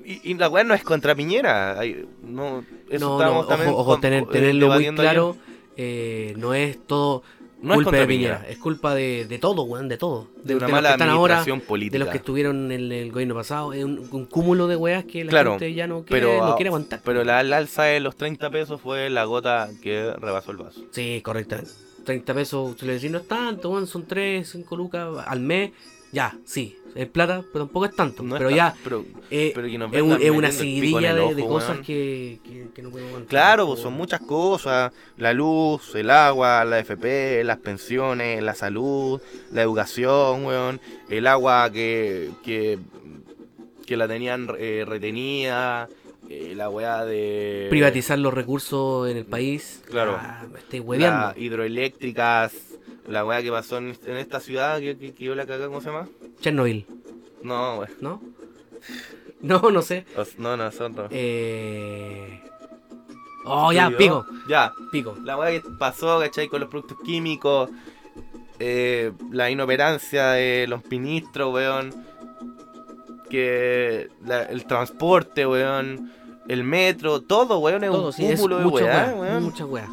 [SPEAKER 2] Y, y la weá no es contra Piñera. Ay, no, eso
[SPEAKER 1] no, no,
[SPEAKER 2] estábamos
[SPEAKER 1] ojo,
[SPEAKER 2] también
[SPEAKER 1] ojo,
[SPEAKER 2] con-
[SPEAKER 1] tener-
[SPEAKER 2] eh,
[SPEAKER 1] tenerlo muy
[SPEAKER 2] debatiendo ayer.
[SPEAKER 1] claro. eh, no es todo
[SPEAKER 2] No es
[SPEAKER 1] culpa
[SPEAKER 2] contra
[SPEAKER 1] de Piñera.
[SPEAKER 2] Piñera.
[SPEAKER 1] Es culpa de, de todo, weón, de todo.
[SPEAKER 2] de una
[SPEAKER 1] los
[SPEAKER 2] mala
[SPEAKER 1] que están ahora,
[SPEAKER 2] administración política.
[SPEAKER 1] de los que estuvieron en el gobierno pasado. Es un, un cúmulo de weas que la
[SPEAKER 2] Claro,
[SPEAKER 1] gente ya no quiere,
[SPEAKER 2] pero,
[SPEAKER 1] no
[SPEAKER 2] ah,
[SPEAKER 1] quiere aguantar.
[SPEAKER 2] pero la, la alza de los 30 pesos fue la gota que rebasó el vaso.
[SPEAKER 1] Sí, correctamente. 30 pesos, tú le decís, no es tanto, weón, son 3, 5 lucas al mes. Ya, sí, es plata, pero tampoco es tanto.
[SPEAKER 2] No
[SPEAKER 1] pero
[SPEAKER 2] está-
[SPEAKER 1] ya,
[SPEAKER 2] pero-
[SPEAKER 1] eh,
[SPEAKER 2] pero que nos
[SPEAKER 1] es, un-
[SPEAKER 2] vengan
[SPEAKER 1] es una
[SPEAKER 2] metiendo el pico en
[SPEAKER 1] seguidilla
[SPEAKER 2] el
[SPEAKER 1] de,
[SPEAKER 2] ojo,
[SPEAKER 1] de cosas
[SPEAKER 2] weón.
[SPEAKER 1] que, que, que no puedo aguantar.
[SPEAKER 2] Claro,
[SPEAKER 1] po,
[SPEAKER 2] pues, son
[SPEAKER 1] weón.
[SPEAKER 2] muchas cosas. La luz, el agua, la FP, las pensiones, la salud, la educación, weón. El agua que, que, que la tenían eh, retenida. eh, la weá de...
[SPEAKER 1] Privatizar los recursos en el país.
[SPEAKER 2] eh, Claro.
[SPEAKER 1] Ah, me estoy
[SPEAKER 2] Las
[SPEAKER 1] hueveando.
[SPEAKER 2] hidroeléctricas. La weá que pasó en, en esta ciudad que, que, que yo la cagá, ¿cómo se llama?
[SPEAKER 1] Chernobyl,
[SPEAKER 2] No, weón.
[SPEAKER 1] ¿no? [LAUGHS] No, no sé.
[SPEAKER 2] Os- No, no, son no.
[SPEAKER 1] Eh... Oh, ya,
[SPEAKER 2] Yo-
[SPEAKER 1] pico,
[SPEAKER 2] Ya,
[SPEAKER 1] pico.
[SPEAKER 2] la weá que pasó, ¿cachai? Con los productos químicos, eh, la inoperancia de los ministros, weón. Que la- el transporte, weón. El metro, todo, weón, es
[SPEAKER 1] Todo,
[SPEAKER 2] un
[SPEAKER 1] sí, es
[SPEAKER 2] cúmulo de
[SPEAKER 1] mucha
[SPEAKER 2] weá,
[SPEAKER 1] weá,
[SPEAKER 2] weón.
[SPEAKER 1] mucha weá.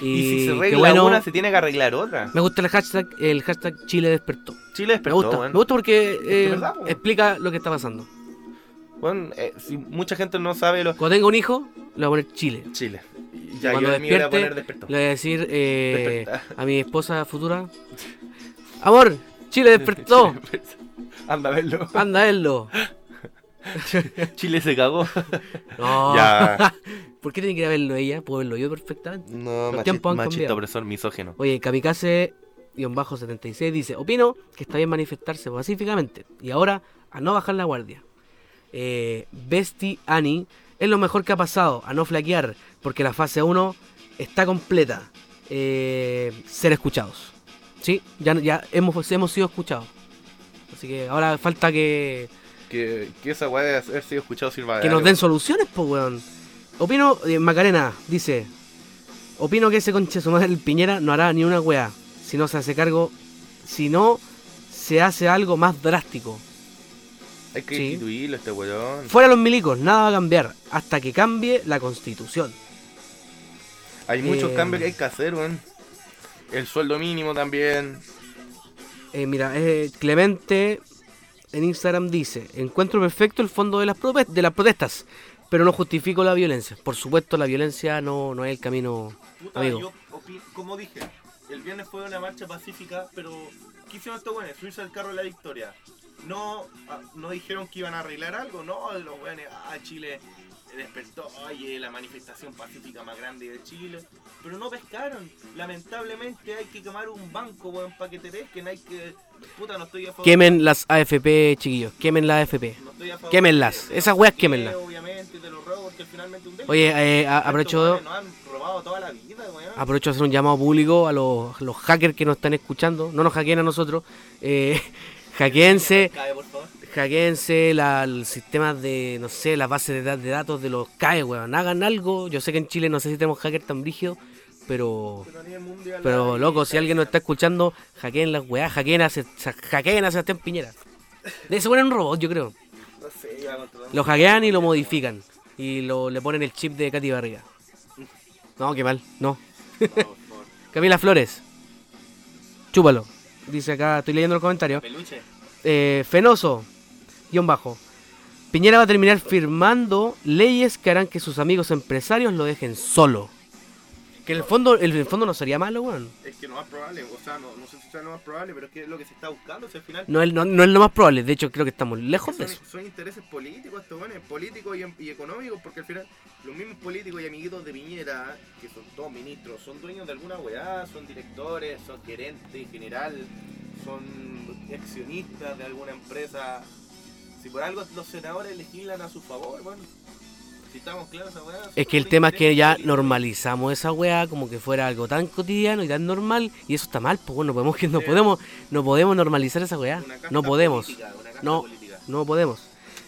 [SPEAKER 1] Y,
[SPEAKER 2] Y si se
[SPEAKER 1] qué
[SPEAKER 2] arregla
[SPEAKER 1] bueno,
[SPEAKER 2] una, se tiene que arreglar otra.
[SPEAKER 1] Me gusta el hashtag, el hashtag Chile despertó.
[SPEAKER 2] Chile
[SPEAKER 1] Me
[SPEAKER 2] despertó,
[SPEAKER 1] gusta,
[SPEAKER 2] weón.
[SPEAKER 1] me gusta porque
[SPEAKER 2] que
[SPEAKER 1] eh,
[SPEAKER 2] verdad, weón.
[SPEAKER 1] explica lo que está pasando.
[SPEAKER 8] Bueno, eh, si mucha gente no sabe los...
[SPEAKER 1] Cuando tenga un hijo, le voy a poner Chile.
[SPEAKER 8] Chile. Ya,
[SPEAKER 1] Cuando
[SPEAKER 8] yo a mí me voy a
[SPEAKER 1] despierte,
[SPEAKER 8] poner despertó.
[SPEAKER 1] Le voy a decir eh,
[SPEAKER 8] Despertá.
[SPEAKER 1] a mi esposa futura: Amor, Chile
[SPEAKER 2] [LAUGHS]
[SPEAKER 1] despertó.
[SPEAKER 8] Chile despertó. Anda a
[SPEAKER 1] [LAUGHS]
[SPEAKER 8] verlo.
[SPEAKER 1] Anda a verlo.
[SPEAKER 8] Chile se cagó.
[SPEAKER 1] No.
[SPEAKER 8] Ya.
[SPEAKER 1] [LAUGHS] ¿Por qué tiene que ir a verlo ella? Puedo verlo yo perfectamente.
[SPEAKER 8] No,
[SPEAKER 1] Los
[SPEAKER 8] machi-
[SPEAKER 1] tiempos han
[SPEAKER 8] machista,
[SPEAKER 1] cambiado.
[SPEAKER 8] opresor, misógeno.
[SPEAKER 1] Oye, Kamikaze-76 dice: Opino que está bien manifestarse pacíficamente. Y ahora, a no bajar la guardia. Eh, Bestie Annie es lo mejor que ha pasado. A no flaquear, porque la fase 1 está completa. Eh, ser escuchados. Sí, ya, ya hemos, hemos sido escuchados. Así que ahora falta que,
[SPEAKER 8] Que, que esa weá de haber sido escuchado sirva de
[SPEAKER 1] que nos
[SPEAKER 8] algo.
[SPEAKER 1] den soluciones, pues, weón. Opino, eh, Macarena dice: Opino que ese conche su madre, el Piñera, no hará ni una weá. Si no se hace cargo, si no se hace algo más drástico.
[SPEAKER 8] Hay que
[SPEAKER 1] Sí.
[SPEAKER 8] instituirlo este weón.
[SPEAKER 1] Fuera los milicos, nada va a cambiar hasta que cambie la constitución.
[SPEAKER 8] Hay muchos
[SPEAKER 1] Eh,
[SPEAKER 8] cambios que hay que hacer, weón. El sueldo mínimo también.
[SPEAKER 1] Eh, mira, eh, Clemente en Instagram dice: Encuentro perfecto el fondo de las, prope- de las protestas, pero no justifico la violencia. Por supuesto, la violencia no, no es el camino,
[SPEAKER 2] Puta,
[SPEAKER 1] amigo.
[SPEAKER 2] yo opi- como dije, el viernes fue una marcha pacífica, pero ¿qué hicieron estos weones? Subirse al carro de la victoria. No, ah, no dijeron que iban a arreglar algo, no, los weones, ah, Chile despertó, oye, la manifestación pacífica más grande de Chile, pero no pescaron. Lamentablemente hay que quemar un banco, weón, para que te pesquen, hay que... Puta, no estoy a favor...
[SPEAKER 1] Quemen las AFP, chiquillos. Quemen las AFP.
[SPEAKER 2] no estoy a favor
[SPEAKER 1] quémenlas,
[SPEAKER 2] de-
[SPEAKER 1] esas weas quémenlas.
[SPEAKER 2] Obviamente, te lo ruego porque finalmente un delito.
[SPEAKER 1] Oye, eh, a-
[SPEAKER 2] Estos
[SPEAKER 1] aprovecho,
[SPEAKER 2] weones Nos han robado toda la vida, weón.
[SPEAKER 1] aprovecho de hacer un llamado público a los, los hackers que nos están escuchando. No nos hackeen a nosotros. Eh, [LAUGHS] hackeense,
[SPEAKER 2] Cae, por favor.
[SPEAKER 1] hackeense la- el sistema de, no sé, las bases de, da- de datos de los CAE, weón. Hagan algo. Yo sé que en Chile no sé si tenemos hackers tan brígidos, pero...
[SPEAKER 2] Pero a nivel mundial,
[SPEAKER 1] Pero
[SPEAKER 2] la-
[SPEAKER 1] loco, si alguien nos está escuchando, hackeen las weas, hackeen a, Se- Sa- hackeen a Sebastián Piñera. De ese bueno un robot, yo creo.
[SPEAKER 2] No sé, iba a controlar.
[SPEAKER 1] Lo hackean y lo modifican. Y lo, le ponen el chip de Katy Barriga. No, qué mal.
[SPEAKER 2] [LAUGHS]
[SPEAKER 1] No. Camila Flores. Chúpalo. Dice acá, estoy leyendo los comentarios.
[SPEAKER 2] Peluche.
[SPEAKER 1] Eh, Fenoso. Guión bajo. Piñera va a terminar firmando leyes que harán que sus amigos empresarios lo dejen solo. Que en el fondo, en el fondo no sería malo, weón.
[SPEAKER 2] Es que lo más probable, o sea, no, no sé si sea lo más probable, pero es que es lo que se está buscando. O sea, al final,
[SPEAKER 1] No es, no, no es lo más probable. De hecho, creo que estamos lejos de
[SPEAKER 2] son,
[SPEAKER 1] eso.
[SPEAKER 2] son intereses políticos estos buenos, políticos y, em- y económicos, porque al final, los mismos políticos y amiguitos de Piñera, que son todos ministros, son dueños de alguna weá, son directores, son gerentes general, son accionistas de alguna empresa. Si por algo los senadores legislan a su favor, bueno, si estamos claros, esa weá. son
[SPEAKER 1] Es que el
[SPEAKER 2] puros
[SPEAKER 1] tema es que
[SPEAKER 2] intereses
[SPEAKER 1] ya
[SPEAKER 2] políticos.
[SPEAKER 1] normalizamos esa weá como que fuera algo tan cotidiano y tan normal y eso está mal, pues bueno, podemos que no podemos no podemos normalizar esa weá,
[SPEAKER 2] Una casta
[SPEAKER 1] no podemos,
[SPEAKER 2] política, una casta
[SPEAKER 1] No.
[SPEAKER 2] política.
[SPEAKER 1] no podemos.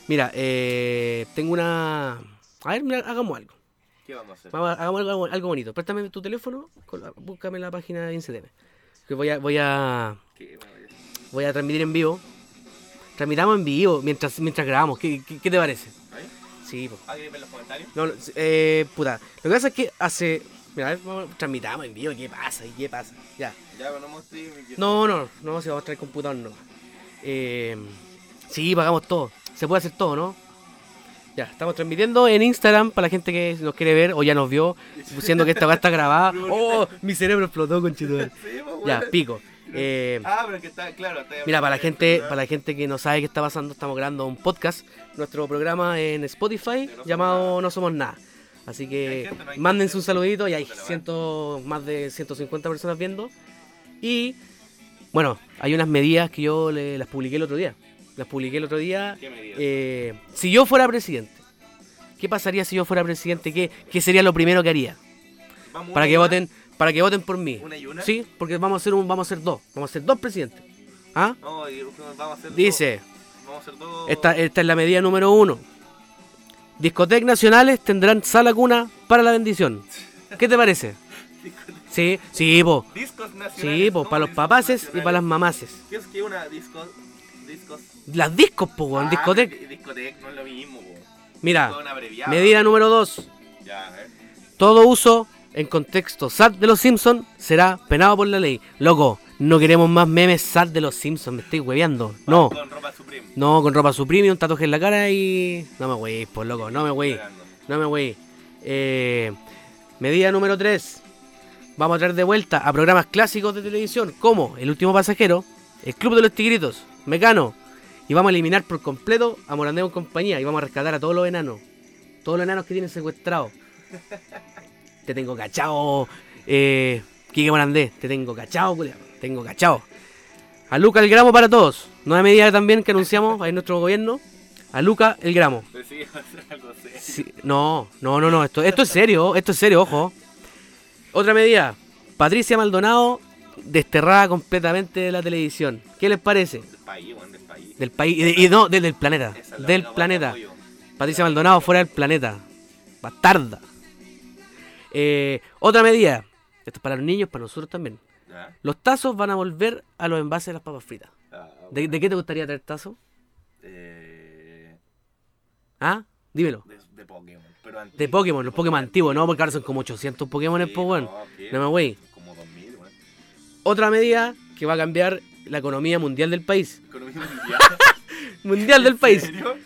[SPEAKER 1] Mira, eh, tengo una a ver, mira, hagamos algo.
[SPEAKER 2] ¿Qué vamos a hacer?
[SPEAKER 1] Vamos a- hagamos algo, algo bonito. Préstame tu teléfono, con la- búscame la página de INCTM. Que voy a voy a
[SPEAKER 2] ¿Qué vamos a hacer?
[SPEAKER 1] voy a transmitir en vivo. Transmitamos en vivo mientras mientras grabamos. ¿Qué, qué- qué te parece?
[SPEAKER 2] ¿Ahí?
[SPEAKER 1] Sí, pues.
[SPEAKER 2] ¿Alguien ve los comentarios?
[SPEAKER 1] No, no, eh, puta. Lo que pasa es que hace. Mira, a ver, vamos- transmitamos en vivo, ¿qué pasa? ¿Y qué pasa? Ya.
[SPEAKER 2] Ya, pero no mostré mi-
[SPEAKER 1] No, no, no, si vamos a traer computador no. Eh, sí, pagamos todo. Se puede hacer todo, ¿no? Ya, estamos transmitiendo en Instagram para la gente que nos quiere ver o ya nos vio, siendo que esta va está grabada. ¡Oh! Mi cerebro explotó con
[SPEAKER 2] Sí, pues,
[SPEAKER 1] Ya,
[SPEAKER 2] bueno.
[SPEAKER 1] pico. Eh,
[SPEAKER 2] Ah, pero que está claro. está
[SPEAKER 1] Mira,
[SPEAKER 2] hablando
[SPEAKER 1] para la
[SPEAKER 2] de-
[SPEAKER 1] gente, para la gente que no sabe qué está pasando, estamos grabando un podcast, nuestro programa en Spotify
[SPEAKER 2] Somos
[SPEAKER 1] llamado No Somos Nada. Así
[SPEAKER 2] Hay
[SPEAKER 1] que
[SPEAKER 2] gente, no hay
[SPEAKER 1] mándense
[SPEAKER 2] gente.
[SPEAKER 1] un saludito y hay
[SPEAKER 2] Puta la
[SPEAKER 1] ciento, más de 150 personas viendo. Y bueno, hay unas medidas que yo le- las publiqué el otro día. Las publiqué el otro día.
[SPEAKER 2] ¿Qué medida?
[SPEAKER 1] eh, si yo fuera presidente, ¿qué pasaría si yo fuera presidente? ¿Qué, qué sería lo primero que haría?
[SPEAKER 2] Vamos
[SPEAKER 1] Para
[SPEAKER 2] una
[SPEAKER 1] que
[SPEAKER 2] y una,
[SPEAKER 1] voten, para que voten por mí.
[SPEAKER 2] ¿Una y una?
[SPEAKER 1] Sí, porque vamos a hacer un, vamos a hacer dos. Vamos a hacer dos presidentes. ¿Ah?
[SPEAKER 2] No, y vamos a hacer
[SPEAKER 1] Dice,
[SPEAKER 2] dos- Vamos a hacer dos.
[SPEAKER 1] esta, eh, esta es la medida número uno. Discotecas nacionales tendrán sala cuna para la bendición. ¿Qué te parece? Sí, sí, po.
[SPEAKER 2] Discos nacionales.
[SPEAKER 1] Sí, po,
[SPEAKER 2] ¿cómo
[SPEAKER 1] para los
[SPEAKER 2] discos
[SPEAKER 1] papaces y para las
[SPEAKER 2] nacionales?
[SPEAKER 1] mamaces.
[SPEAKER 2] ¿Qué es que una disco? Discos.
[SPEAKER 1] Las discos, po,
[SPEAKER 2] Ah,
[SPEAKER 1] weón, discoteca.
[SPEAKER 2] di- Discotec no es lo mismo, pues. po.
[SPEAKER 1] Mira,
[SPEAKER 2] Fue una abreviada.
[SPEAKER 1] medida número dos.
[SPEAKER 2] Ya, a ver.
[SPEAKER 1] Todo uso en contexto SAT de los Simpsons será penado por la ley. Loco, No queremos más memes sad de los Simpsons, me estoy hueveando. No,
[SPEAKER 2] Con ropa Supreme.
[SPEAKER 1] no, con ropa Supreme, un tatuaje en la cara y. No me hueís, por loco, no me hueís. No me voy. Eh, medida número 3. Vamos a traer de vuelta a programas clásicos de televisión como El último pasajero, El Club de los Tigritos, Mecano. Y vamos a eliminar por completo a Morandeo en compañía y vamos a rescatar a todos los enanos. Todos los enanos que tienen secuestrados. Te tengo cachao, eh, Quique Morandé. Te tengo cachao, culiao. Te Tengo cachao. A Luca el gramo para todos. Nueva medida también que anunciamos en nuestro gobierno. A Luca el gramo.
[SPEAKER 2] [LAUGHS] Decía hacer algo serio.
[SPEAKER 1] Sí, no, no, no, no, esto, esto es serio, esto es serio, ojo. Otra medida, Patricia Maldonado desterrada completamente de la televisión. ¿Qué les parece?
[SPEAKER 2] Del país, weón, del país.
[SPEAKER 1] Del país, y, de- y no, del, del planeta,
[SPEAKER 2] Esa es la
[SPEAKER 1] del
[SPEAKER 2] única
[SPEAKER 1] planeta.
[SPEAKER 2] hueá que apoyo.
[SPEAKER 1] Patricia Maldonado fuera del planeta. Bastarda. Eh, otra medida, esto es para los niños, para nosotros también.
[SPEAKER 2] ¿Ya?
[SPEAKER 1] Los tazos van a volver a los envases de las papas fritas.
[SPEAKER 2] Ah,
[SPEAKER 1] ¿De,
[SPEAKER 2] bueno.
[SPEAKER 1] de qué te gustaría traer tazo?
[SPEAKER 2] Eh,
[SPEAKER 1] ¿Ah? Dímelo.
[SPEAKER 2] de, de Pokémon. Pero antiguo.
[SPEAKER 1] De Pokémon, los Pokémon antiguos, ¿no? Porque ahora son como pues, 800 Pokémon en
[SPEAKER 2] Sí,
[SPEAKER 1] Pokémon.
[SPEAKER 2] no, ¿qué?
[SPEAKER 1] No me voy.
[SPEAKER 2] Como 2000, weón.
[SPEAKER 1] Otra medida que va a cambiar la economía mundial del país.
[SPEAKER 2] Economía mundial. [LAUGHS]
[SPEAKER 1] Mundial del
[SPEAKER 2] ¿En
[SPEAKER 1] país.
[SPEAKER 2] serio?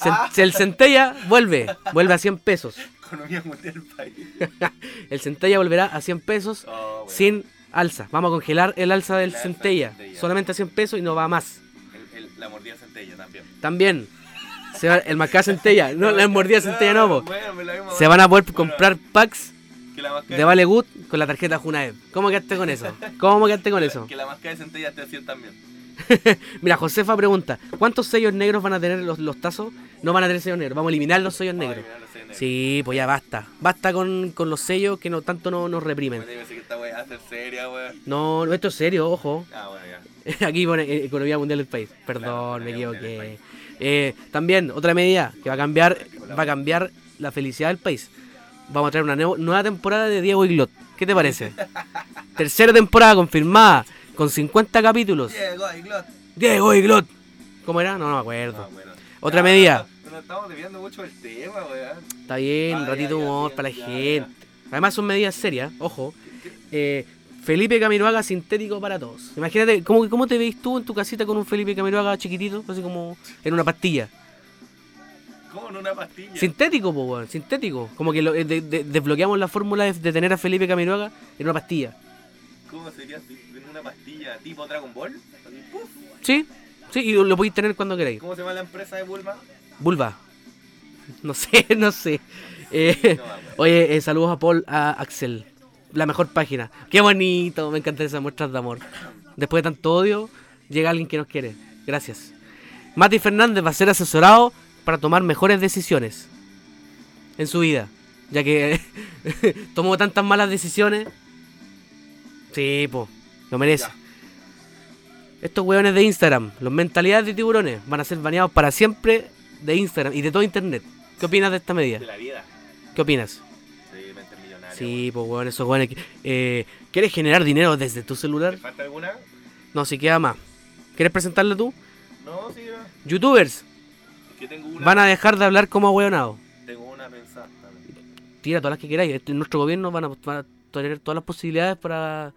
[SPEAKER 2] Ah.
[SPEAKER 1] Cen- El centella vuelve, vuelve a 100 pesos.
[SPEAKER 2] Economía mundial del país.
[SPEAKER 1] [LAUGHS] El centella volverá a 100 pesos
[SPEAKER 2] Oh, weón.
[SPEAKER 1] sin alza. Vamos a congelar el alza del
[SPEAKER 2] El alza del
[SPEAKER 1] centella.
[SPEAKER 2] centella.
[SPEAKER 1] Solamente a 100 pesos y no va más.
[SPEAKER 2] El- el- la mordida centella también.
[SPEAKER 1] También se va el mascada centella. No, la mordida centella no. po.
[SPEAKER 2] Ah, bueno, me la misma
[SPEAKER 1] Se
[SPEAKER 2] weá.
[SPEAKER 1] van a poder
[SPEAKER 2] Bueno,
[SPEAKER 1] comprar packs
[SPEAKER 2] que la mascada-
[SPEAKER 1] de Vale Good con la tarjeta Junaev. ¿Cómo quedaste con eso? ¿Cómo quedaste con eso?
[SPEAKER 2] Que la máscara de centella esté así también.
[SPEAKER 1] Mira, Josefa pregunta, ¿cuántos sellos negros van a tener los, los tazos? No van a tener sellos negros, vamos a eliminar los sellos negros.
[SPEAKER 2] Ay, mira, no sé, negro.
[SPEAKER 1] Sí, pues ya basta. Basta con, con los sellos que no tanto no, nos reprimen.
[SPEAKER 2] Bueno, yo pensé que esta weá iba a ser seria, weón.
[SPEAKER 1] No, no, esto es serio, ojo. [LAUGHS]
[SPEAKER 2] Ah, bueno, ya.
[SPEAKER 1] Aquí pone eh, Economía Mundial del País. Perdón,
[SPEAKER 2] Claro,
[SPEAKER 1] me
[SPEAKER 2] Economía Mundial del
[SPEAKER 1] equivoqué. Eh, también, otra medida que va a cambiar va a cambiar la felicidad del país. Vamos a traer una nuevo- nueva temporada de Diego Iglot. ¿Qué te parece? Tercera temporada confirmada, con 50 capítulos.
[SPEAKER 2] Diego Iglot.
[SPEAKER 1] Diego Iglot. ¿Cómo era? No, no me
[SPEAKER 2] Ah,
[SPEAKER 1] acuerdo.
[SPEAKER 2] bueno.
[SPEAKER 1] Otra
[SPEAKER 2] Ya,
[SPEAKER 1] medida.
[SPEAKER 2] no, no estamos desviando mucho el tema, weón.
[SPEAKER 1] Está bien, un
[SPEAKER 2] Ah,
[SPEAKER 1] ratito
[SPEAKER 2] ya,
[SPEAKER 1] de
[SPEAKER 2] ya,
[SPEAKER 1] humor
[SPEAKER 2] sí,
[SPEAKER 1] para la
[SPEAKER 2] ya, ya.
[SPEAKER 1] gente. Además son medidas serias, ojo. Eh, Felipe Camiroaga sintético para todos. Imagínate, ¿cómo, ¿cómo te veis tú en tu casita con un Felipe Camiroaga chiquitito? Así como en una pastilla.
[SPEAKER 2] ¿Cómo en una pastilla?
[SPEAKER 1] Sintético, po, weón, sintético. Como que lo- eh, de- de- desbloqueamos la fórmula de, de tener a Felipe Camiroaga en una pastilla.
[SPEAKER 2] ¿Cómo sería si- en una pastilla tipo Dragon Ball? Así, puf.
[SPEAKER 1] ¿Sí? Sí, y lo, lo podéis tener cuando queráis.
[SPEAKER 2] ¿Cómo se llama la empresa de
[SPEAKER 1] [LAUGHS]
[SPEAKER 2] Bulma?
[SPEAKER 1] Vulva. No sé, [LAUGHS] no sé. Eh,
[SPEAKER 2] Sí, no, bueno.
[SPEAKER 1] Oye, eh, saludos a Paul, a Axel. La mejor página. Qué bonito, me encantan esas muestras de amor. Después de tanto odio, llega alguien que nos quiere. Gracias. Mati Fernández va a ser asesorado para tomar mejores decisiones en su vida. Ya que [LAUGHS] tomó tantas malas decisiones. Sí, po, lo merece.
[SPEAKER 2] Ya.
[SPEAKER 1] Estos hueones de Instagram, los mentalidades de tiburones, van a ser baneados para siempre de Instagram y de todo internet. ¿Qué opinas de esta medida?
[SPEAKER 2] De la vida.
[SPEAKER 1] ¿Qué opinas?
[SPEAKER 2] Sí, mente millonaria.
[SPEAKER 1] Sí, pues weón, esos weones. que- Eh, ¿Quieres generar dinero desde tu
[SPEAKER 2] weón.
[SPEAKER 1] celular?
[SPEAKER 2] ¿Te falta alguna?
[SPEAKER 1] No, si queda más. ¿Quieres presentarla tú?
[SPEAKER 2] No, sí, no. Es
[SPEAKER 1] Youtubers
[SPEAKER 2] que tengo una.
[SPEAKER 1] van a dejar de hablar como hueonados.
[SPEAKER 2] Tengo una pensada. también.
[SPEAKER 1] Tira todas las que queráis. Este- Nuestro gobierno van a, van a tener todas las posibilidades para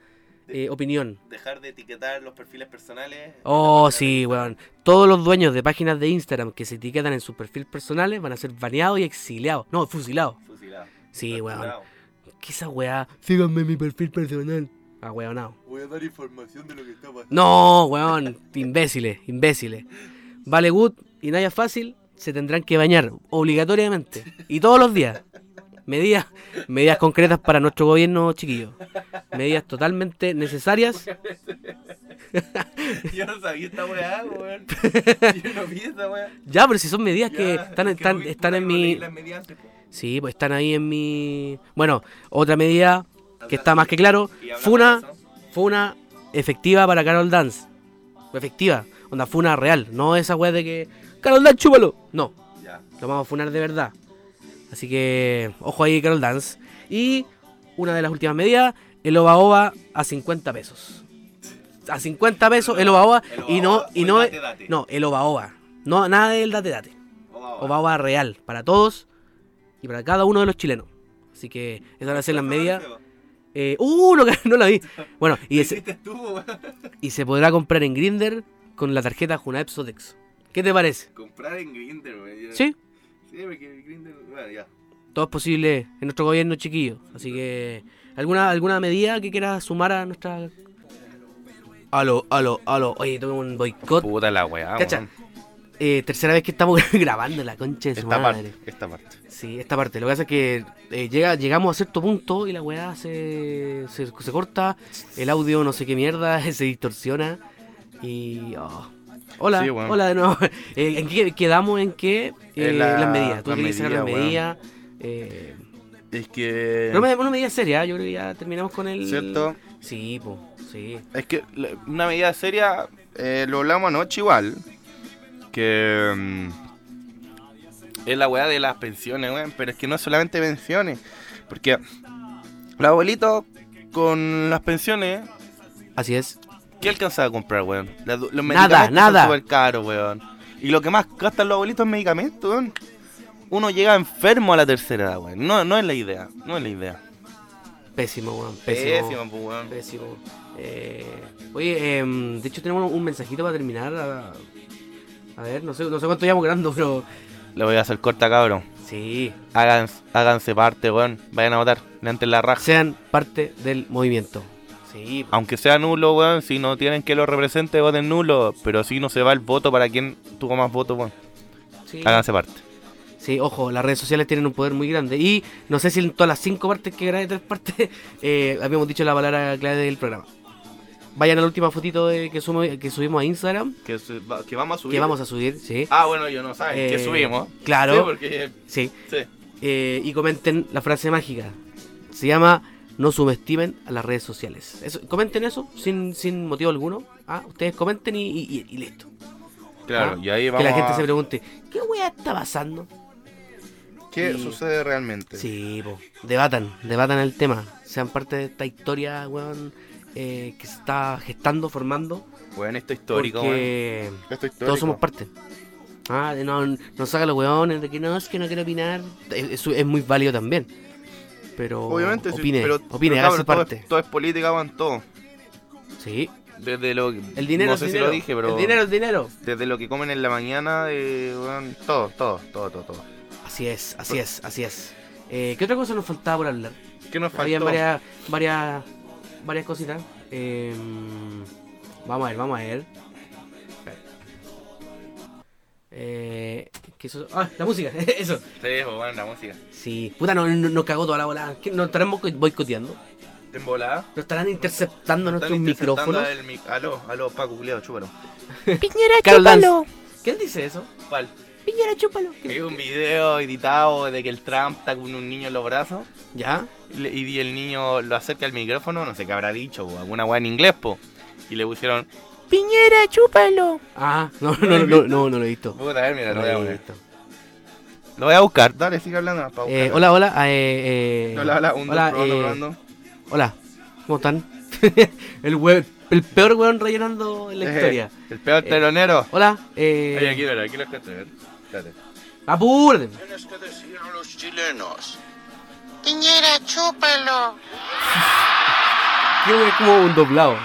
[SPEAKER 1] eh, opinión.
[SPEAKER 2] Dejar de etiquetar los perfiles personales.
[SPEAKER 1] Oh, sí, weón. Todos los dueños de páginas de Instagram que se etiquetan en sus perfiles personales van a ser baneados y exiliados. No, fusilados.
[SPEAKER 2] Fusilado.
[SPEAKER 1] Sí, weón.
[SPEAKER 2] Torturado.
[SPEAKER 1] ¿Qué esa weá? Síganme en mi perfil personal. Ah, weonado.
[SPEAKER 2] Voy a dar información de lo que está pasando.
[SPEAKER 1] No, weón, imbéciles, imbéciles. Vale Good y Naya Fácil se tendrán que bañar obligatoriamente y todos los días. Medidas, medidas concretas para nuestro gobierno, chiquillo. Medidas totalmente necesarias.
[SPEAKER 2] [LAUGHS] Yo no sabía esta weá,
[SPEAKER 1] [LAUGHS]
[SPEAKER 2] weón. Yo no vi esta weá.
[SPEAKER 1] Ya, pero si son medidas
[SPEAKER 2] Ya,
[SPEAKER 1] que están,
[SPEAKER 2] es que
[SPEAKER 1] están,
[SPEAKER 2] no vi-
[SPEAKER 1] están
[SPEAKER 2] puta,
[SPEAKER 1] en
[SPEAKER 2] que no leí
[SPEAKER 1] mi.
[SPEAKER 2] las medidas antes, po.
[SPEAKER 1] Sí, pues están ahí en mi. Bueno, otra medida que está más que claro.
[SPEAKER 2] Y hablamos
[SPEAKER 1] Funa,
[SPEAKER 2] de eso.
[SPEAKER 1] funa efectiva para Carol Dance. Efectiva. Onda, funa real. No esa weá de que. Carol Dance, chúpalo. No.
[SPEAKER 2] Ya.
[SPEAKER 1] lo vamos a funar de verdad. Así que, ojo ahí, Carol Dance. Y una de las últimas medidas, el Oba Oba a 50 pesos. A 50 pesos el Oba Oba
[SPEAKER 2] El Oba
[SPEAKER 1] y no,
[SPEAKER 2] Oba
[SPEAKER 1] y
[SPEAKER 2] o
[SPEAKER 1] no,
[SPEAKER 2] el Date Date.
[SPEAKER 1] no, el Oba Oba. No, nada del Date Date.
[SPEAKER 2] Oba, oba.
[SPEAKER 1] Oba Oba real, para todos y para cada uno de los chilenos. Así que esas van a ser las medidas. Eh, ¡Uh! No, [LAUGHS] no la vi. Bueno, y, se,
[SPEAKER 7] hiciste tú,
[SPEAKER 2] [LAUGHS]
[SPEAKER 7] weón?
[SPEAKER 1] y se podrá comprar en Grinder con la tarjeta Junaep Sodex. ¿Qué te parece?
[SPEAKER 7] Comprar en Grindr, weón. Yo-
[SPEAKER 1] ¿Sí?
[SPEAKER 7] Sí, porque Grindr. Bueno, ya.
[SPEAKER 1] Todo es posible en nuestro gobierno, chiquillo. Así que, ¿alguna, alguna medida que quieras sumar a nuestra... Aló, aló, aló. Oye, tuve un boicot.
[SPEAKER 2] Puta la weá.
[SPEAKER 1] Cacha.
[SPEAKER 2] weón.
[SPEAKER 1] Eh, tercera vez que estamos [LAUGHS] grabando la concha de su
[SPEAKER 2] Esta
[SPEAKER 1] madre.
[SPEAKER 2] parte, esta parte.
[SPEAKER 1] Sí, esta parte. Lo que pasa es que eh, llega, llegamos a cierto punto y la weá se, se, se corta, el audio no sé qué mierda, [LAUGHS] se distorsiona y... oh. Hola,
[SPEAKER 2] Sí, weón.
[SPEAKER 1] hola de nuevo. [LAUGHS] Eh, ¿En qué quedamos? ¿En qué? Eh,
[SPEAKER 2] En la-
[SPEAKER 1] las medidas. Tú
[SPEAKER 2] las
[SPEAKER 1] querías sacar las medidas.
[SPEAKER 2] medidas,
[SPEAKER 1] eh,
[SPEAKER 2] Es que.
[SPEAKER 1] no me, una medida seria, ¿eh? yo creo que ya terminamos con el...
[SPEAKER 2] Eh. ¿Cierto?
[SPEAKER 1] Sí, po, sí.
[SPEAKER 2] Es que la- una medida seria, eh, lo hablamos anoche igual, que mm, es la weá de las pensiones, weón, pero es que no es solamente pensiones, porque los abuelitos con las pensiones,
[SPEAKER 1] Así es.
[SPEAKER 2] ¿qué alcanzaba a comprar, weón? La- los
[SPEAKER 1] Nada,
[SPEAKER 2] medicamentos
[SPEAKER 1] nada.
[SPEAKER 2] son súper caros, weón. Y lo que más gastan los abuelitos es medicamentos, weón. Uno llega enfermo a la tercera edad, weón. No, no es la idea, no es la idea.
[SPEAKER 1] Pésimo, weón. Pésimo.
[SPEAKER 2] Pésimo, pues, weón.
[SPEAKER 1] Pésimo. Eh, oye, em, de hecho tenemos un mensajito para terminar. A, a ver, no sé, no sé cuánto llevamos grabando, pero...
[SPEAKER 2] Le voy a hacer corta, cabrón.
[SPEAKER 1] Sí,
[SPEAKER 2] Háganse, háganse parte, weón. Vayan a votar. Levanten la raja.
[SPEAKER 1] sean parte del movimiento. Sí, po.
[SPEAKER 2] Aunque sea nulo, weón. Si no tienen que lo represente, voten nulo. Pero si no se va el voto para quien tuvo más votos, weón.
[SPEAKER 1] sí.
[SPEAKER 2] Háganse parte.
[SPEAKER 1] Sí, ojo, las redes sociales tienen un poder muy grande. Y no sé si en todas las cinco partes que grabé, tres partes, [LAUGHS] eh, habíamos dicho la palabra clave del programa. Vayan a la última fotito de- que, sumo- que subimos a Instagram,
[SPEAKER 2] Que, vamos a subir.
[SPEAKER 1] que vamos a subir, sí.
[SPEAKER 2] Ah, bueno, yo no saben.
[SPEAKER 1] Eh,
[SPEAKER 2] que subimos.
[SPEAKER 1] claro.
[SPEAKER 2] Sí, porque.
[SPEAKER 1] Sí.
[SPEAKER 2] Sí.
[SPEAKER 1] Eh, y comenten la frase mágica. Se llama No subestimen a las redes sociales. Eso- comenten eso sin, sin motivo alguno. Ah, ustedes comenten y, y- y listo.
[SPEAKER 2] Claro,
[SPEAKER 1] Ah,
[SPEAKER 2] y ahí
[SPEAKER 1] que
[SPEAKER 2] vamos.
[SPEAKER 1] la gente
[SPEAKER 2] a-
[SPEAKER 1] se pregunte, ¿qué weá está pasando?
[SPEAKER 2] ¿Qué
[SPEAKER 1] y-
[SPEAKER 2] sucede realmente?
[SPEAKER 1] Sí, po. debatan, debatan el tema. Sean parte de esta historia, weón, eh, que se está gestando, formando.
[SPEAKER 2] Weón, esto es histórico, weón.
[SPEAKER 1] porque
[SPEAKER 2] Esto es histórico.
[SPEAKER 1] todos somos parte. Ah, de no, no saca los weones de que no, es que no quiero opinar. Es, es- es muy válido también. Pero
[SPEAKER 2] Obviamente, sí,
[SPEAKER 1] opine,
[SPEAKER 2] pero,
[SPEAKER 1] opine,
[SPEAKER 2] pero,
[SPEAKER 1] hágase
[SPEAKER 2] cabrón, todo es-
[SPEAKER 1] parte.
[SPEAKER 2] Todo, es política, weón, todo.
[SPEAKER 1] Sí,
[SPEAKER 2] Desde lo
[SPEAKER 1] el dinero
[SPEAKER 2] No
[SPEAKER 1] es
[SPEAKER 2] sé
[SPEAKER 1] dinero.
[SPEAKER 2] si lo dije, pero.
[SPEAKER 1] El dinero es dinero.
[SPEAKER 2] Desde lo que comen en la mañana, eh, weón, todo, todo, todo, todo, todo.
[SPEAKER 1] Así es, así es, así es. Eh, ¿Qué otra cosa nos faltaba por hablar?
[SPEAKER 2] ¿Qué nos
[SPEAKER 1] Había
[SPEAKER 2] faltó?
[SPEAKER 1] varias, varias, varias cositas. Eh, vamos a ver, vamos a ver. Eh, ¿qué eso? Ah, la música, [LAUGHS] eso.
[SPEAKER 2] Sí, pues, bueno, la música.
[SPEAKER 1] Sí, puta, no- no- nos cagó toda la bola. ¿Qué? ¿Nos estarán boic- boicoteando?
[SPEAKER 2] ¿En volada?
[SPEAKER 1] ¿Nos estarán interceptando
[SPEAKER 2] Están
[SPEAKER 1] nuestros
[SPEAKER 2] interceptando eh.
[SPEAKER 1] micrófonos?
[SPEAKER 2] el mic- aló, aló, Paco, culiao, chúpalo.
[SPEAKER 3] Piñera,
[SPEAKER 1] Carol Dance.
[SPEAKER 3] chúpalo.
[SPEAKER 1] ¿Quién dice eso?
[SPEAKER 2] ¿Cuál?
[SPEAKER 3] Piñera, chúpalo.
[SPEAKER 2] Hay un video editado de que el Trump está con un niño en los brazos
[SPEAKER 1] ¿Ya?
[SPEAKER 2] y le- y el niño lo acerca al micrófono, no sé qué habrá dicho, o alguna weá en inglés, po. Y le pusieron,
[SPEAKER 3] Piñera, chúpalo.
[SPEAKER 1] Ah, no, no, no, no, no, lo he visto.
[SPEAKER 2] puta, a ver, mira,
[SPEAKER 1] No lo
[SPEAKER 2] lo voy a
[SPEAKER 1] he
[SPEAKER 2] poner.
[SPEAKER 1] visto.
[SPEAKER 2] Lo voy a buscar, eh, dale, sigue hablando. pa' buscarlo.
[SPEAKER 1] Eh, hola, hola. ah, eh, eh,
[SPEAKER 2] Hola, hola, un, dos, probando,
[SPEAKER 1] eh,
[SPEAKER 2] probando.
[SPEAKER 1] Hola, ¿cómo están? [LAUGHS] el, hue- el peor weón rellenando la historia.
[SPEAKER 2] El peor telonero.
[SPEAKER 1] Hola, eh.
[SPEAKER 2] Eh. Oye, aquí, mira, aquí lo escucho, a ver. Espérate.
[SPEAKER 1] apúrate.
[SPEAKER 4] Tienes que decir a los chilenos.
[SPEAKER 3] Piñera, chúpalo.
[SPEAKER 1] Qué weón, como un doblado.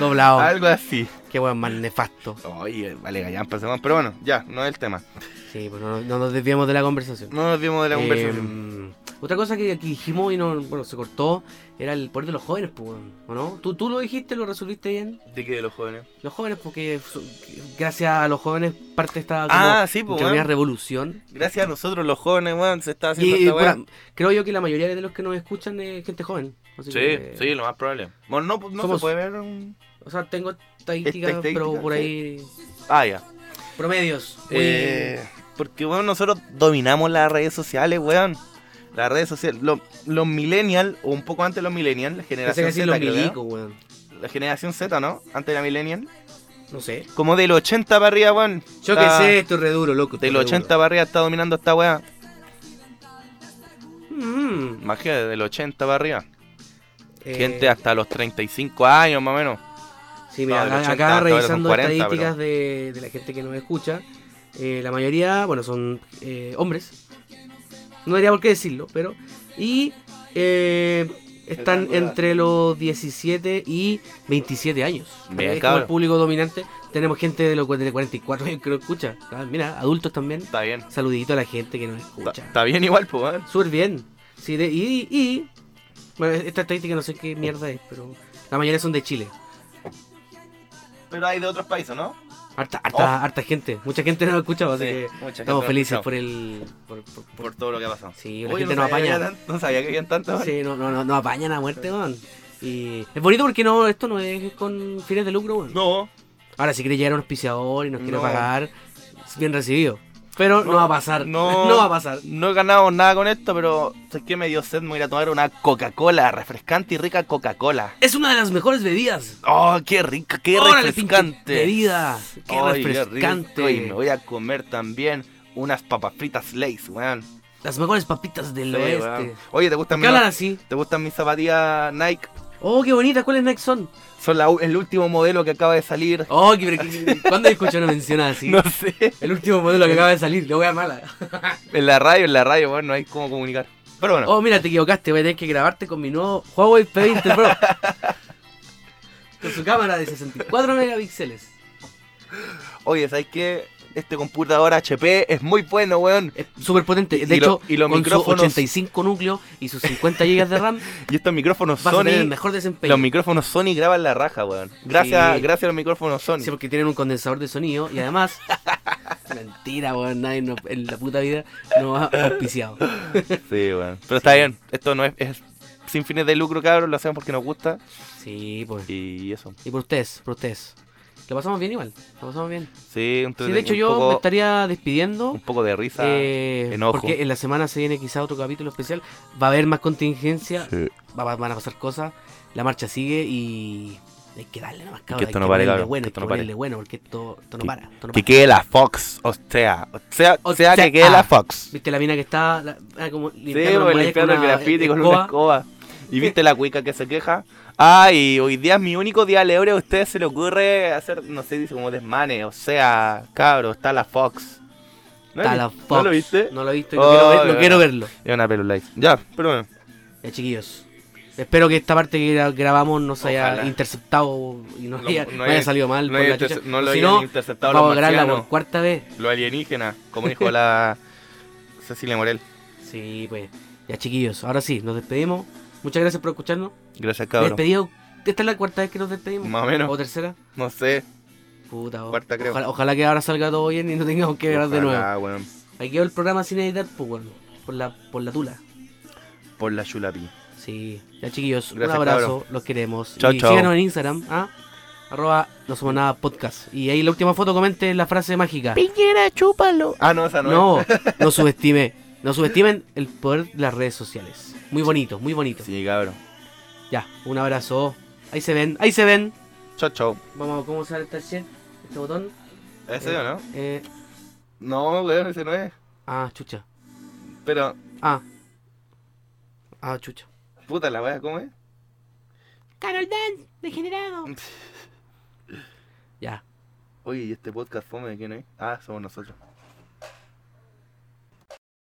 [SPEAKER 1] Doblado.
[SPEAKER 2] Algo así.
[SPEAKER 1] Qué weón más nefasto.
[SPEAKER 2] Oye, vale, Gallán, pasemos. Pero bueno, ya, no es el tema.
[SPEAKER 1] Sí, pues no, no nos desviamos de la conversación.
[SPEAKER 2] No nos vimos de la conversación.
[SPEAKER 1] Eh, otra cosa que, que dijimos y no, bueno, se cortó era el poder de los jóvenes, pues, weón, ¿o no? ¿Tú, tú lo dijiste, lo resolviste bien.
[SPEAKER 2] ¿De qué de los jóvenes?
[SPEAKER 1] Los jóvenes, porque su- gracias a los jóvenes parte de esta como,
[SPEAKER 2] Ah, sí, pues,
[SPEAKER 1] entre comillas,
[SPEAKER 2] weón.
[SPEAKER 1] revolución.
[SPEAKER 2] Gracias a nosotros los jóvenes, weón, se está haciendo
[SPEAKER 1] Y
[SPEAKER 2] esta weá.
[SPEAKER 1] bueno, creo yo que la mayoría de los que nos escuchan es gente joven. así
[SPEAKER 2] Sí,
[SPEAKER 1] que-
[SPEAKER 2] sí, lo más probable. Bueno, no, no
[SPEAKER 1] Somos-
[SPEAKER 2] se puede ver un...
[SPEAKER 1] O sea, tengo estadísticas,
[SPEAKER 2] Esta-
[SPEAKER 1] pero
[SPEAKER 2] estadística,
[SPEAKER 1] por
[SPEAKER 2] sí.
[SPEAKER 1] ahí.
[SPEAKER 2] Ah, ya.
[SPEAKER 1] Promedios. muy-
[SPEAKER 2] Eh, porque, weón, nosotros dominamos las redes sociales, weón. Las redes sociales. Los, los millennial, o un poco antes de los millennial, la
[SPEAKER 1] pensé que
[SPEAKER 2] generación
[SPEAKER 1] decían
[SPEAKER 2] Z,
[SPEAKER 1] los
[SPEAKER 2] creo, ¿no?
[SPEAKER 1] milicos, weón.
[SPEAKER 2] La generación Z, ¿no? Antes de la millennial.
[SPEAKER 1] No sé.
[SPEAKER 2] Como del 80 para arriba, weón.
[SPEAKER 1] Yo
[SPEAKER 2] Está-
[SPEAKER 1] que sé, esto es re duro, loco. esto es
[SPEAKER 2] Del
[SPEAKER 1] re
[SPEAKER 2] 80 para arriba está dominando esta weá.
[SPEAKER 1] duro. Mm,
[SPEAKER 2] Magia, del 80 para arriba.
[SPEAKER 1] eh,
[SPEAKER 2] Gente hasta los 35 años, más o menos.
[SPEAKER 1] Sí, mira,
[SPEAKER 2] no, del
[SPEAKER 1] acá,
[SPEAKER 2] 80
[SPEAKER 1] acá
[SPEAKER 2] hasta ahora son
[SPEAKER 1] revisando
[SPEAKER 2] 40,
[SPEAKER 1] estadísticas de, de la gente que nos escucha, eh, la mayoría, bueno, son eh, hombres. No diría por qué decirlo, pero. Y eh, están
[SPEAKER 7] Espectacular.
[SPEAKER 1] entre los 17 y 27 años.
[SPEAKER 2] Bien,
[SPEAKER 1] Es como
[SPEAKER 2] cabrón.
[SPEAKER 1] el público dominante. Tenemos gente de los cu- de 44 años que lo escucha. Ah, Mira, adultos también.
[SPEAKER 2] Está bien.
[SPEAKER 1] Saludito a la gente que nos
[SPEAKER 2] Está,
[SPEAKER 1] escucha.
[SPEAKER 2] está bien igual, pues, weón.
[SPEAKER 1] Súper bien. Sí, de- y, y- bueno, esta estadística no sé qué mierda es, pero la mayoría son de Chile.
[SPEAKER 2] Pero hay de otros países, ¿no?
[SPEAKER 1] Harta, harta, harta gente. Mucha gente nos ha escuchado, así
[SPEAKER 2] Oh. Sí,
[SPEAKER 1] que
[SPEAKER 2] mucha gente
[SPEAKER 1] estamos
[SPEAKER 2] nos
[SPEAKER 1] felices
[SPEAKER 2] escucha.
[SPEAKER 1] por el. Por, por- por-
[SPEAKER 2] Por todo lo que ha pasado.
[SPEAKER 1] Sí, la
[SPEAKER 2] Oye,
[SPEAKER 1] gente
[SPEAKER 2] no
[SPEAKER 1] nos
[SPEAKER 2] sabía que
[SPEAKER 1] apaña.
[SPEAKER 2] había tan- no sabía que habían tantos, weón.
[SPEAKER 1] Sí, no, no, no, nos apañan a muerte, weón. Y es bonito porque no, esto no es con fines de lucro, weón.
[SPEAKER 2] No,
[SPEAKER 1] Ahora, si quiere llegar a un auspiciador y nos quiere
[SPEAKER 2] No.
[SPEAKER 1] pagar, es bien recibido. Pero no, va a pasar. [LAUGHS] No,
[SPEAKER 2] no.
[SPEAKER 1] va a pasar.
[SPEAKER 2] no he ganado nada con esto, pero sé que me dio sed, me voy a ir a tomar una Coca-Cola, refrescante y rica Coca-Cola.
[SPEAKER 1] Es una de las mejores bebidas.
[SPEAKER 2] ¡Oh, qué rica, qué
[SPEAKER 1] Órale, pinche
[SPEAKER 2] refrescante!
[SPEAKER 1] Bebida. Qué
[SPEAKER 2] Ay,
[SPEAKER 1] refrescante.
[SPEAKER 2] rico. Y me voy a comer también unas papas fritas Lays, weón.
[SPEAKER 1] Las mejores papitas del
[SPEAKER 2] Sí,
[SPEAKER 1] oeste.
[SPEAKER 2] weón. Oye, ¿te gustan,
[SPEAKER 1] ¿Por ¿Qué hablan
[SPEAKER 2] mis,
[SPEAKER 1] así?
[SPEAKER 2] ¿te gustan mis zapatillas Nike?
[SPEAKER 1] Oh, qué bonitas. ¿Cuáles Nike son?
[SPEAKER 2] Son la u- el último modelo que acaba de salir.
[SPEAKER 1] Oh, qué, qué- ¿cuándo he escuchado una mención así?
[SPEAKER 2] No sé.
[SPEAKER 1] El último modelo que acaba de salir, lo voy a mala.
[SPEAKER 2] En la radio, en la radio, weón, no hay cómo comunicar. Pero bueno,
[SPEAKER 1] Oh, mira, te equivocaste, voy a tener que grabarte con mi nuevo Huawei P20 Pro. con su cámara de 64 megapíxeles.
[SPEAKER 2] oye, ¿sabes qué? Este computador HP es muy bueno, weón.
[SPEAKER 1] Es súper potente. De
[SPEAKER 2] Y
[SPEAKER 1] hecho,
[SPEAKER 2] lo- y los
[SPEAKER 1] con
[SPEAKER 2] micrófonos-
[SPEAKER 1] sus 85 núcleos y sus 50 GB de RAM,
[SPEAKER 2] Y estos micrófonos
[SPEAKER 1] vas a tener
[SPEAKER 2] Sony.
[SPEAKER 1] el mejor desempeño.
[SPEAKER 2] Los micrófonos Sony graban la raja, weón. Gracias,
[SPEAKER 1] Sí.
[SPEAKER 2] gracias a los micrófonos Sony.
[SPEAKER 1] Sí, porque tienen un condensador de sonido y además. [LAUGHS] mentira, weón. Nadie no- en la puta vida nos ha auspiciado.
[SPEAKER 2] Sí, weón. Pero está bien. Esto no es, es sin fines de lucro, cabrón. Lo hacemos porque nos gusta.
[SPEAKER 1] Sí, pues.
[SPEAKER 2] Y eso.
[SPEAKER 1] Y por ustedes, por ustedes. Lo pasamos bien igual. Lo pasamos bien.
[SPEAKER 2] Sí, un,
[SPEAKER 1] Sí, de hecho,
[SPEAKER 2] un
[SPEAKER 1] yo
[SPEAKER 2] poco,
[SPEAKER 1] me estaría despidiendo.
[SPEAKER 2] un poco de risa.
[SPEAKER 1] eh,
[SPEAKER 2] enojo.
[SPEAKER 1] Porque en la semana se viene quizá otro capítulo especial. Va a haber más contingencia.
[SPEAKER 2] Sí.
[SPEAKER 1] va- va- van a pasar cosas. La marcha sigue y. Hay que darle nomás, cabrón.
[SPEAKER 2] esto
[SPEAKER 1] hay
[SPEAKER 2] no pare,
[SPEAKER 1] ponerle
[SPEAKER 2] cabrón,
[SPEAKER 1] Bueno,
[SPEAKER 2] que
[SPEAKER 1] hay que
[SPEAKER 2] esto no pare.
[SPEAKER 1] ponerle bueno porque esto, esto no
[SPEAKER 2] Que-
[SPEAKER 1] para. Esto no
[SPEAKER 2] Que
[SPEAKER 1] para.
[SPEAKER 2] quede la Fox. O sea, o sea, o sea,
[SPEAKER 1] sea,
[SPEAKER 2] que quede
[SPEAKER 1] ah.
[SPEAKER 2] la Fox.
[SPEAKER 1] ¿Viste la mina que está la- ah, como
[SPEAKER 2] Sí,
[SPEAKER 1] limpiando los
[SPEAKER 2] weón,
[SPEAKER 1] muelles
[SPEAKER 2] limpiando el grafiti con una
[SPEAKER 1] escoba?
[SPEAKER 2] escoba. ¿Y viste la cuica que se queja? Ah, y hoy día es mi único día libre. A ustedes se le ocurre hacer, no sé, dice como desmane. O sea, cabro, está la Fox. ¿No
[SPEAKER 1] Está
[SPEAKER 2] vi-
[SPEAKER 1] la
[SPEAKER 2] ¿No
[SPEAKER 1] Fox.
[SPEAKER 2] lo viste?
[SPEAKER 1] No lo he visto y
[SPEAKER 2] Oh,
[SPEAKER 1] no, quiero, ver- no
[SPEAKER 2] ya.
[SPEAKER 1] quiero verlo.
[SPEAKER 2] Es una pelula. Ya, pero bueno.
[SPEAKER 1] Ya, chiquillos. Espero que esta parte que gra- grabamos no se haya
[SPEAKER 2] Ojalá.
[SPEAKER 1] interceptado y no,
[SPEAKER 2] No-
[SPEAKER 1] haya,
[SPEAKER 2] no
[SPEAKER 1] no
[SPEAKER 2] haya-
[SPEAKER 1] haya salido mal.
[SPEAKER 2] no
[SPEAKER 1] por
[SPEAKER 2] haya
[SPEAKER 1] la
[SPEAKER 2] interce-
[SPEAKER 1] chucha.
[SPEAKER 2] no lo
[SPEAKER 1] si
[SPEAKER 2] hayan
[SPEAKER 1] no,
[SPEAKER 2] interceptado
[SPEAKER 1] vamos a
[SPEAKER 2] los
[SPEAKER 1] grabarla por
[SPEAKER 2] marcianos.
[SPEAKER 1] cuarta vez.
[SPEAKER 2] Lo alienígena, como dijo la [LAUGHS] Cecilia Morel.
[SPEAKER 1] Sí, pues. Ya, chiquillos. Ahora sí, nos despedimos. Muchas gracias por escucharnos.
[SPEAKER 2] Gracias, cabrón.
[SPEAKER 1] Despedido. Esta es la cuarta vez que nos despedimos.
[SPEAKER 2] Más o menos.
[SPEAKER 1] O tercera.
[SPEAKER 2] No sé.
[SPEAKER 1] Puta, oh.
[SPEAKER 2] Cuarta, creo.
[SPEAKER 1] Ojalá, ojalá que ahora salga todo bien y no tengamos que grabar de nuevo.
[SPEAKER 2] Ojalá, weón.
[SPEAKER 1] Aquí quedó el programa sin editar, pues, bueno, por la, por la tula.
[SPEAKER 2] Por la chulapi.
[SPEAKER 1] Sí, ya chiquillos,
[SPEAKER 2] Gracias,
[SPEAKER 1] un abrazo,
[SPEAKER 2] cabrón.
[SPEAKER 1] los queremos.
[SPEAKER 2] Chao,
[SPEAKER 1] y
[SPEAKER 2] chao.
[SPEAKER 1] síganos en Instagram, ¿ah? arroba no somos nada podcast. Y ahí la última foto comente la frase mágica.
[SPEAKER 3] Piñera, chúpalo.
[SPEAKER 2] Ah, no, esa no,
[SPEAKER 1] No, [LAUGHS] no subestime, no subestimen el poder de las redes sociales. Muy bonito, muy bonito.
[SPEAKER 2] es. Sí, cabrón.
[SPEAKER 1] Ya, un abrazo. Ahí se ven, ahí se ven.
[SPEAKER 2] Chao, chao.
[SPEAKER 1] Vamos, ¿cómo sale este, shit? este botón?
[SPEAKER 2] ¿Ese
[SPEAKER 1] Eh,
[SPEAKER 2] o no?
[SPEAKER 1] eh,
[SPEAKER 2] No, weón, ese no es.
[SPEAKER 1] ah, chucha.
[SPEAKER 2] Pero,
[SPEAKER 1] Ah. Ah, chucha.
[SPEAKER 2] puta la weá, ¿cómo es?
[SPEAKER 3] Carol Dan, degenerado.
[SPEAKER 1] Ya.
[SPEAKER 2] Oye, ¿y este podcast fome de quién es? Ah, somos nosotros.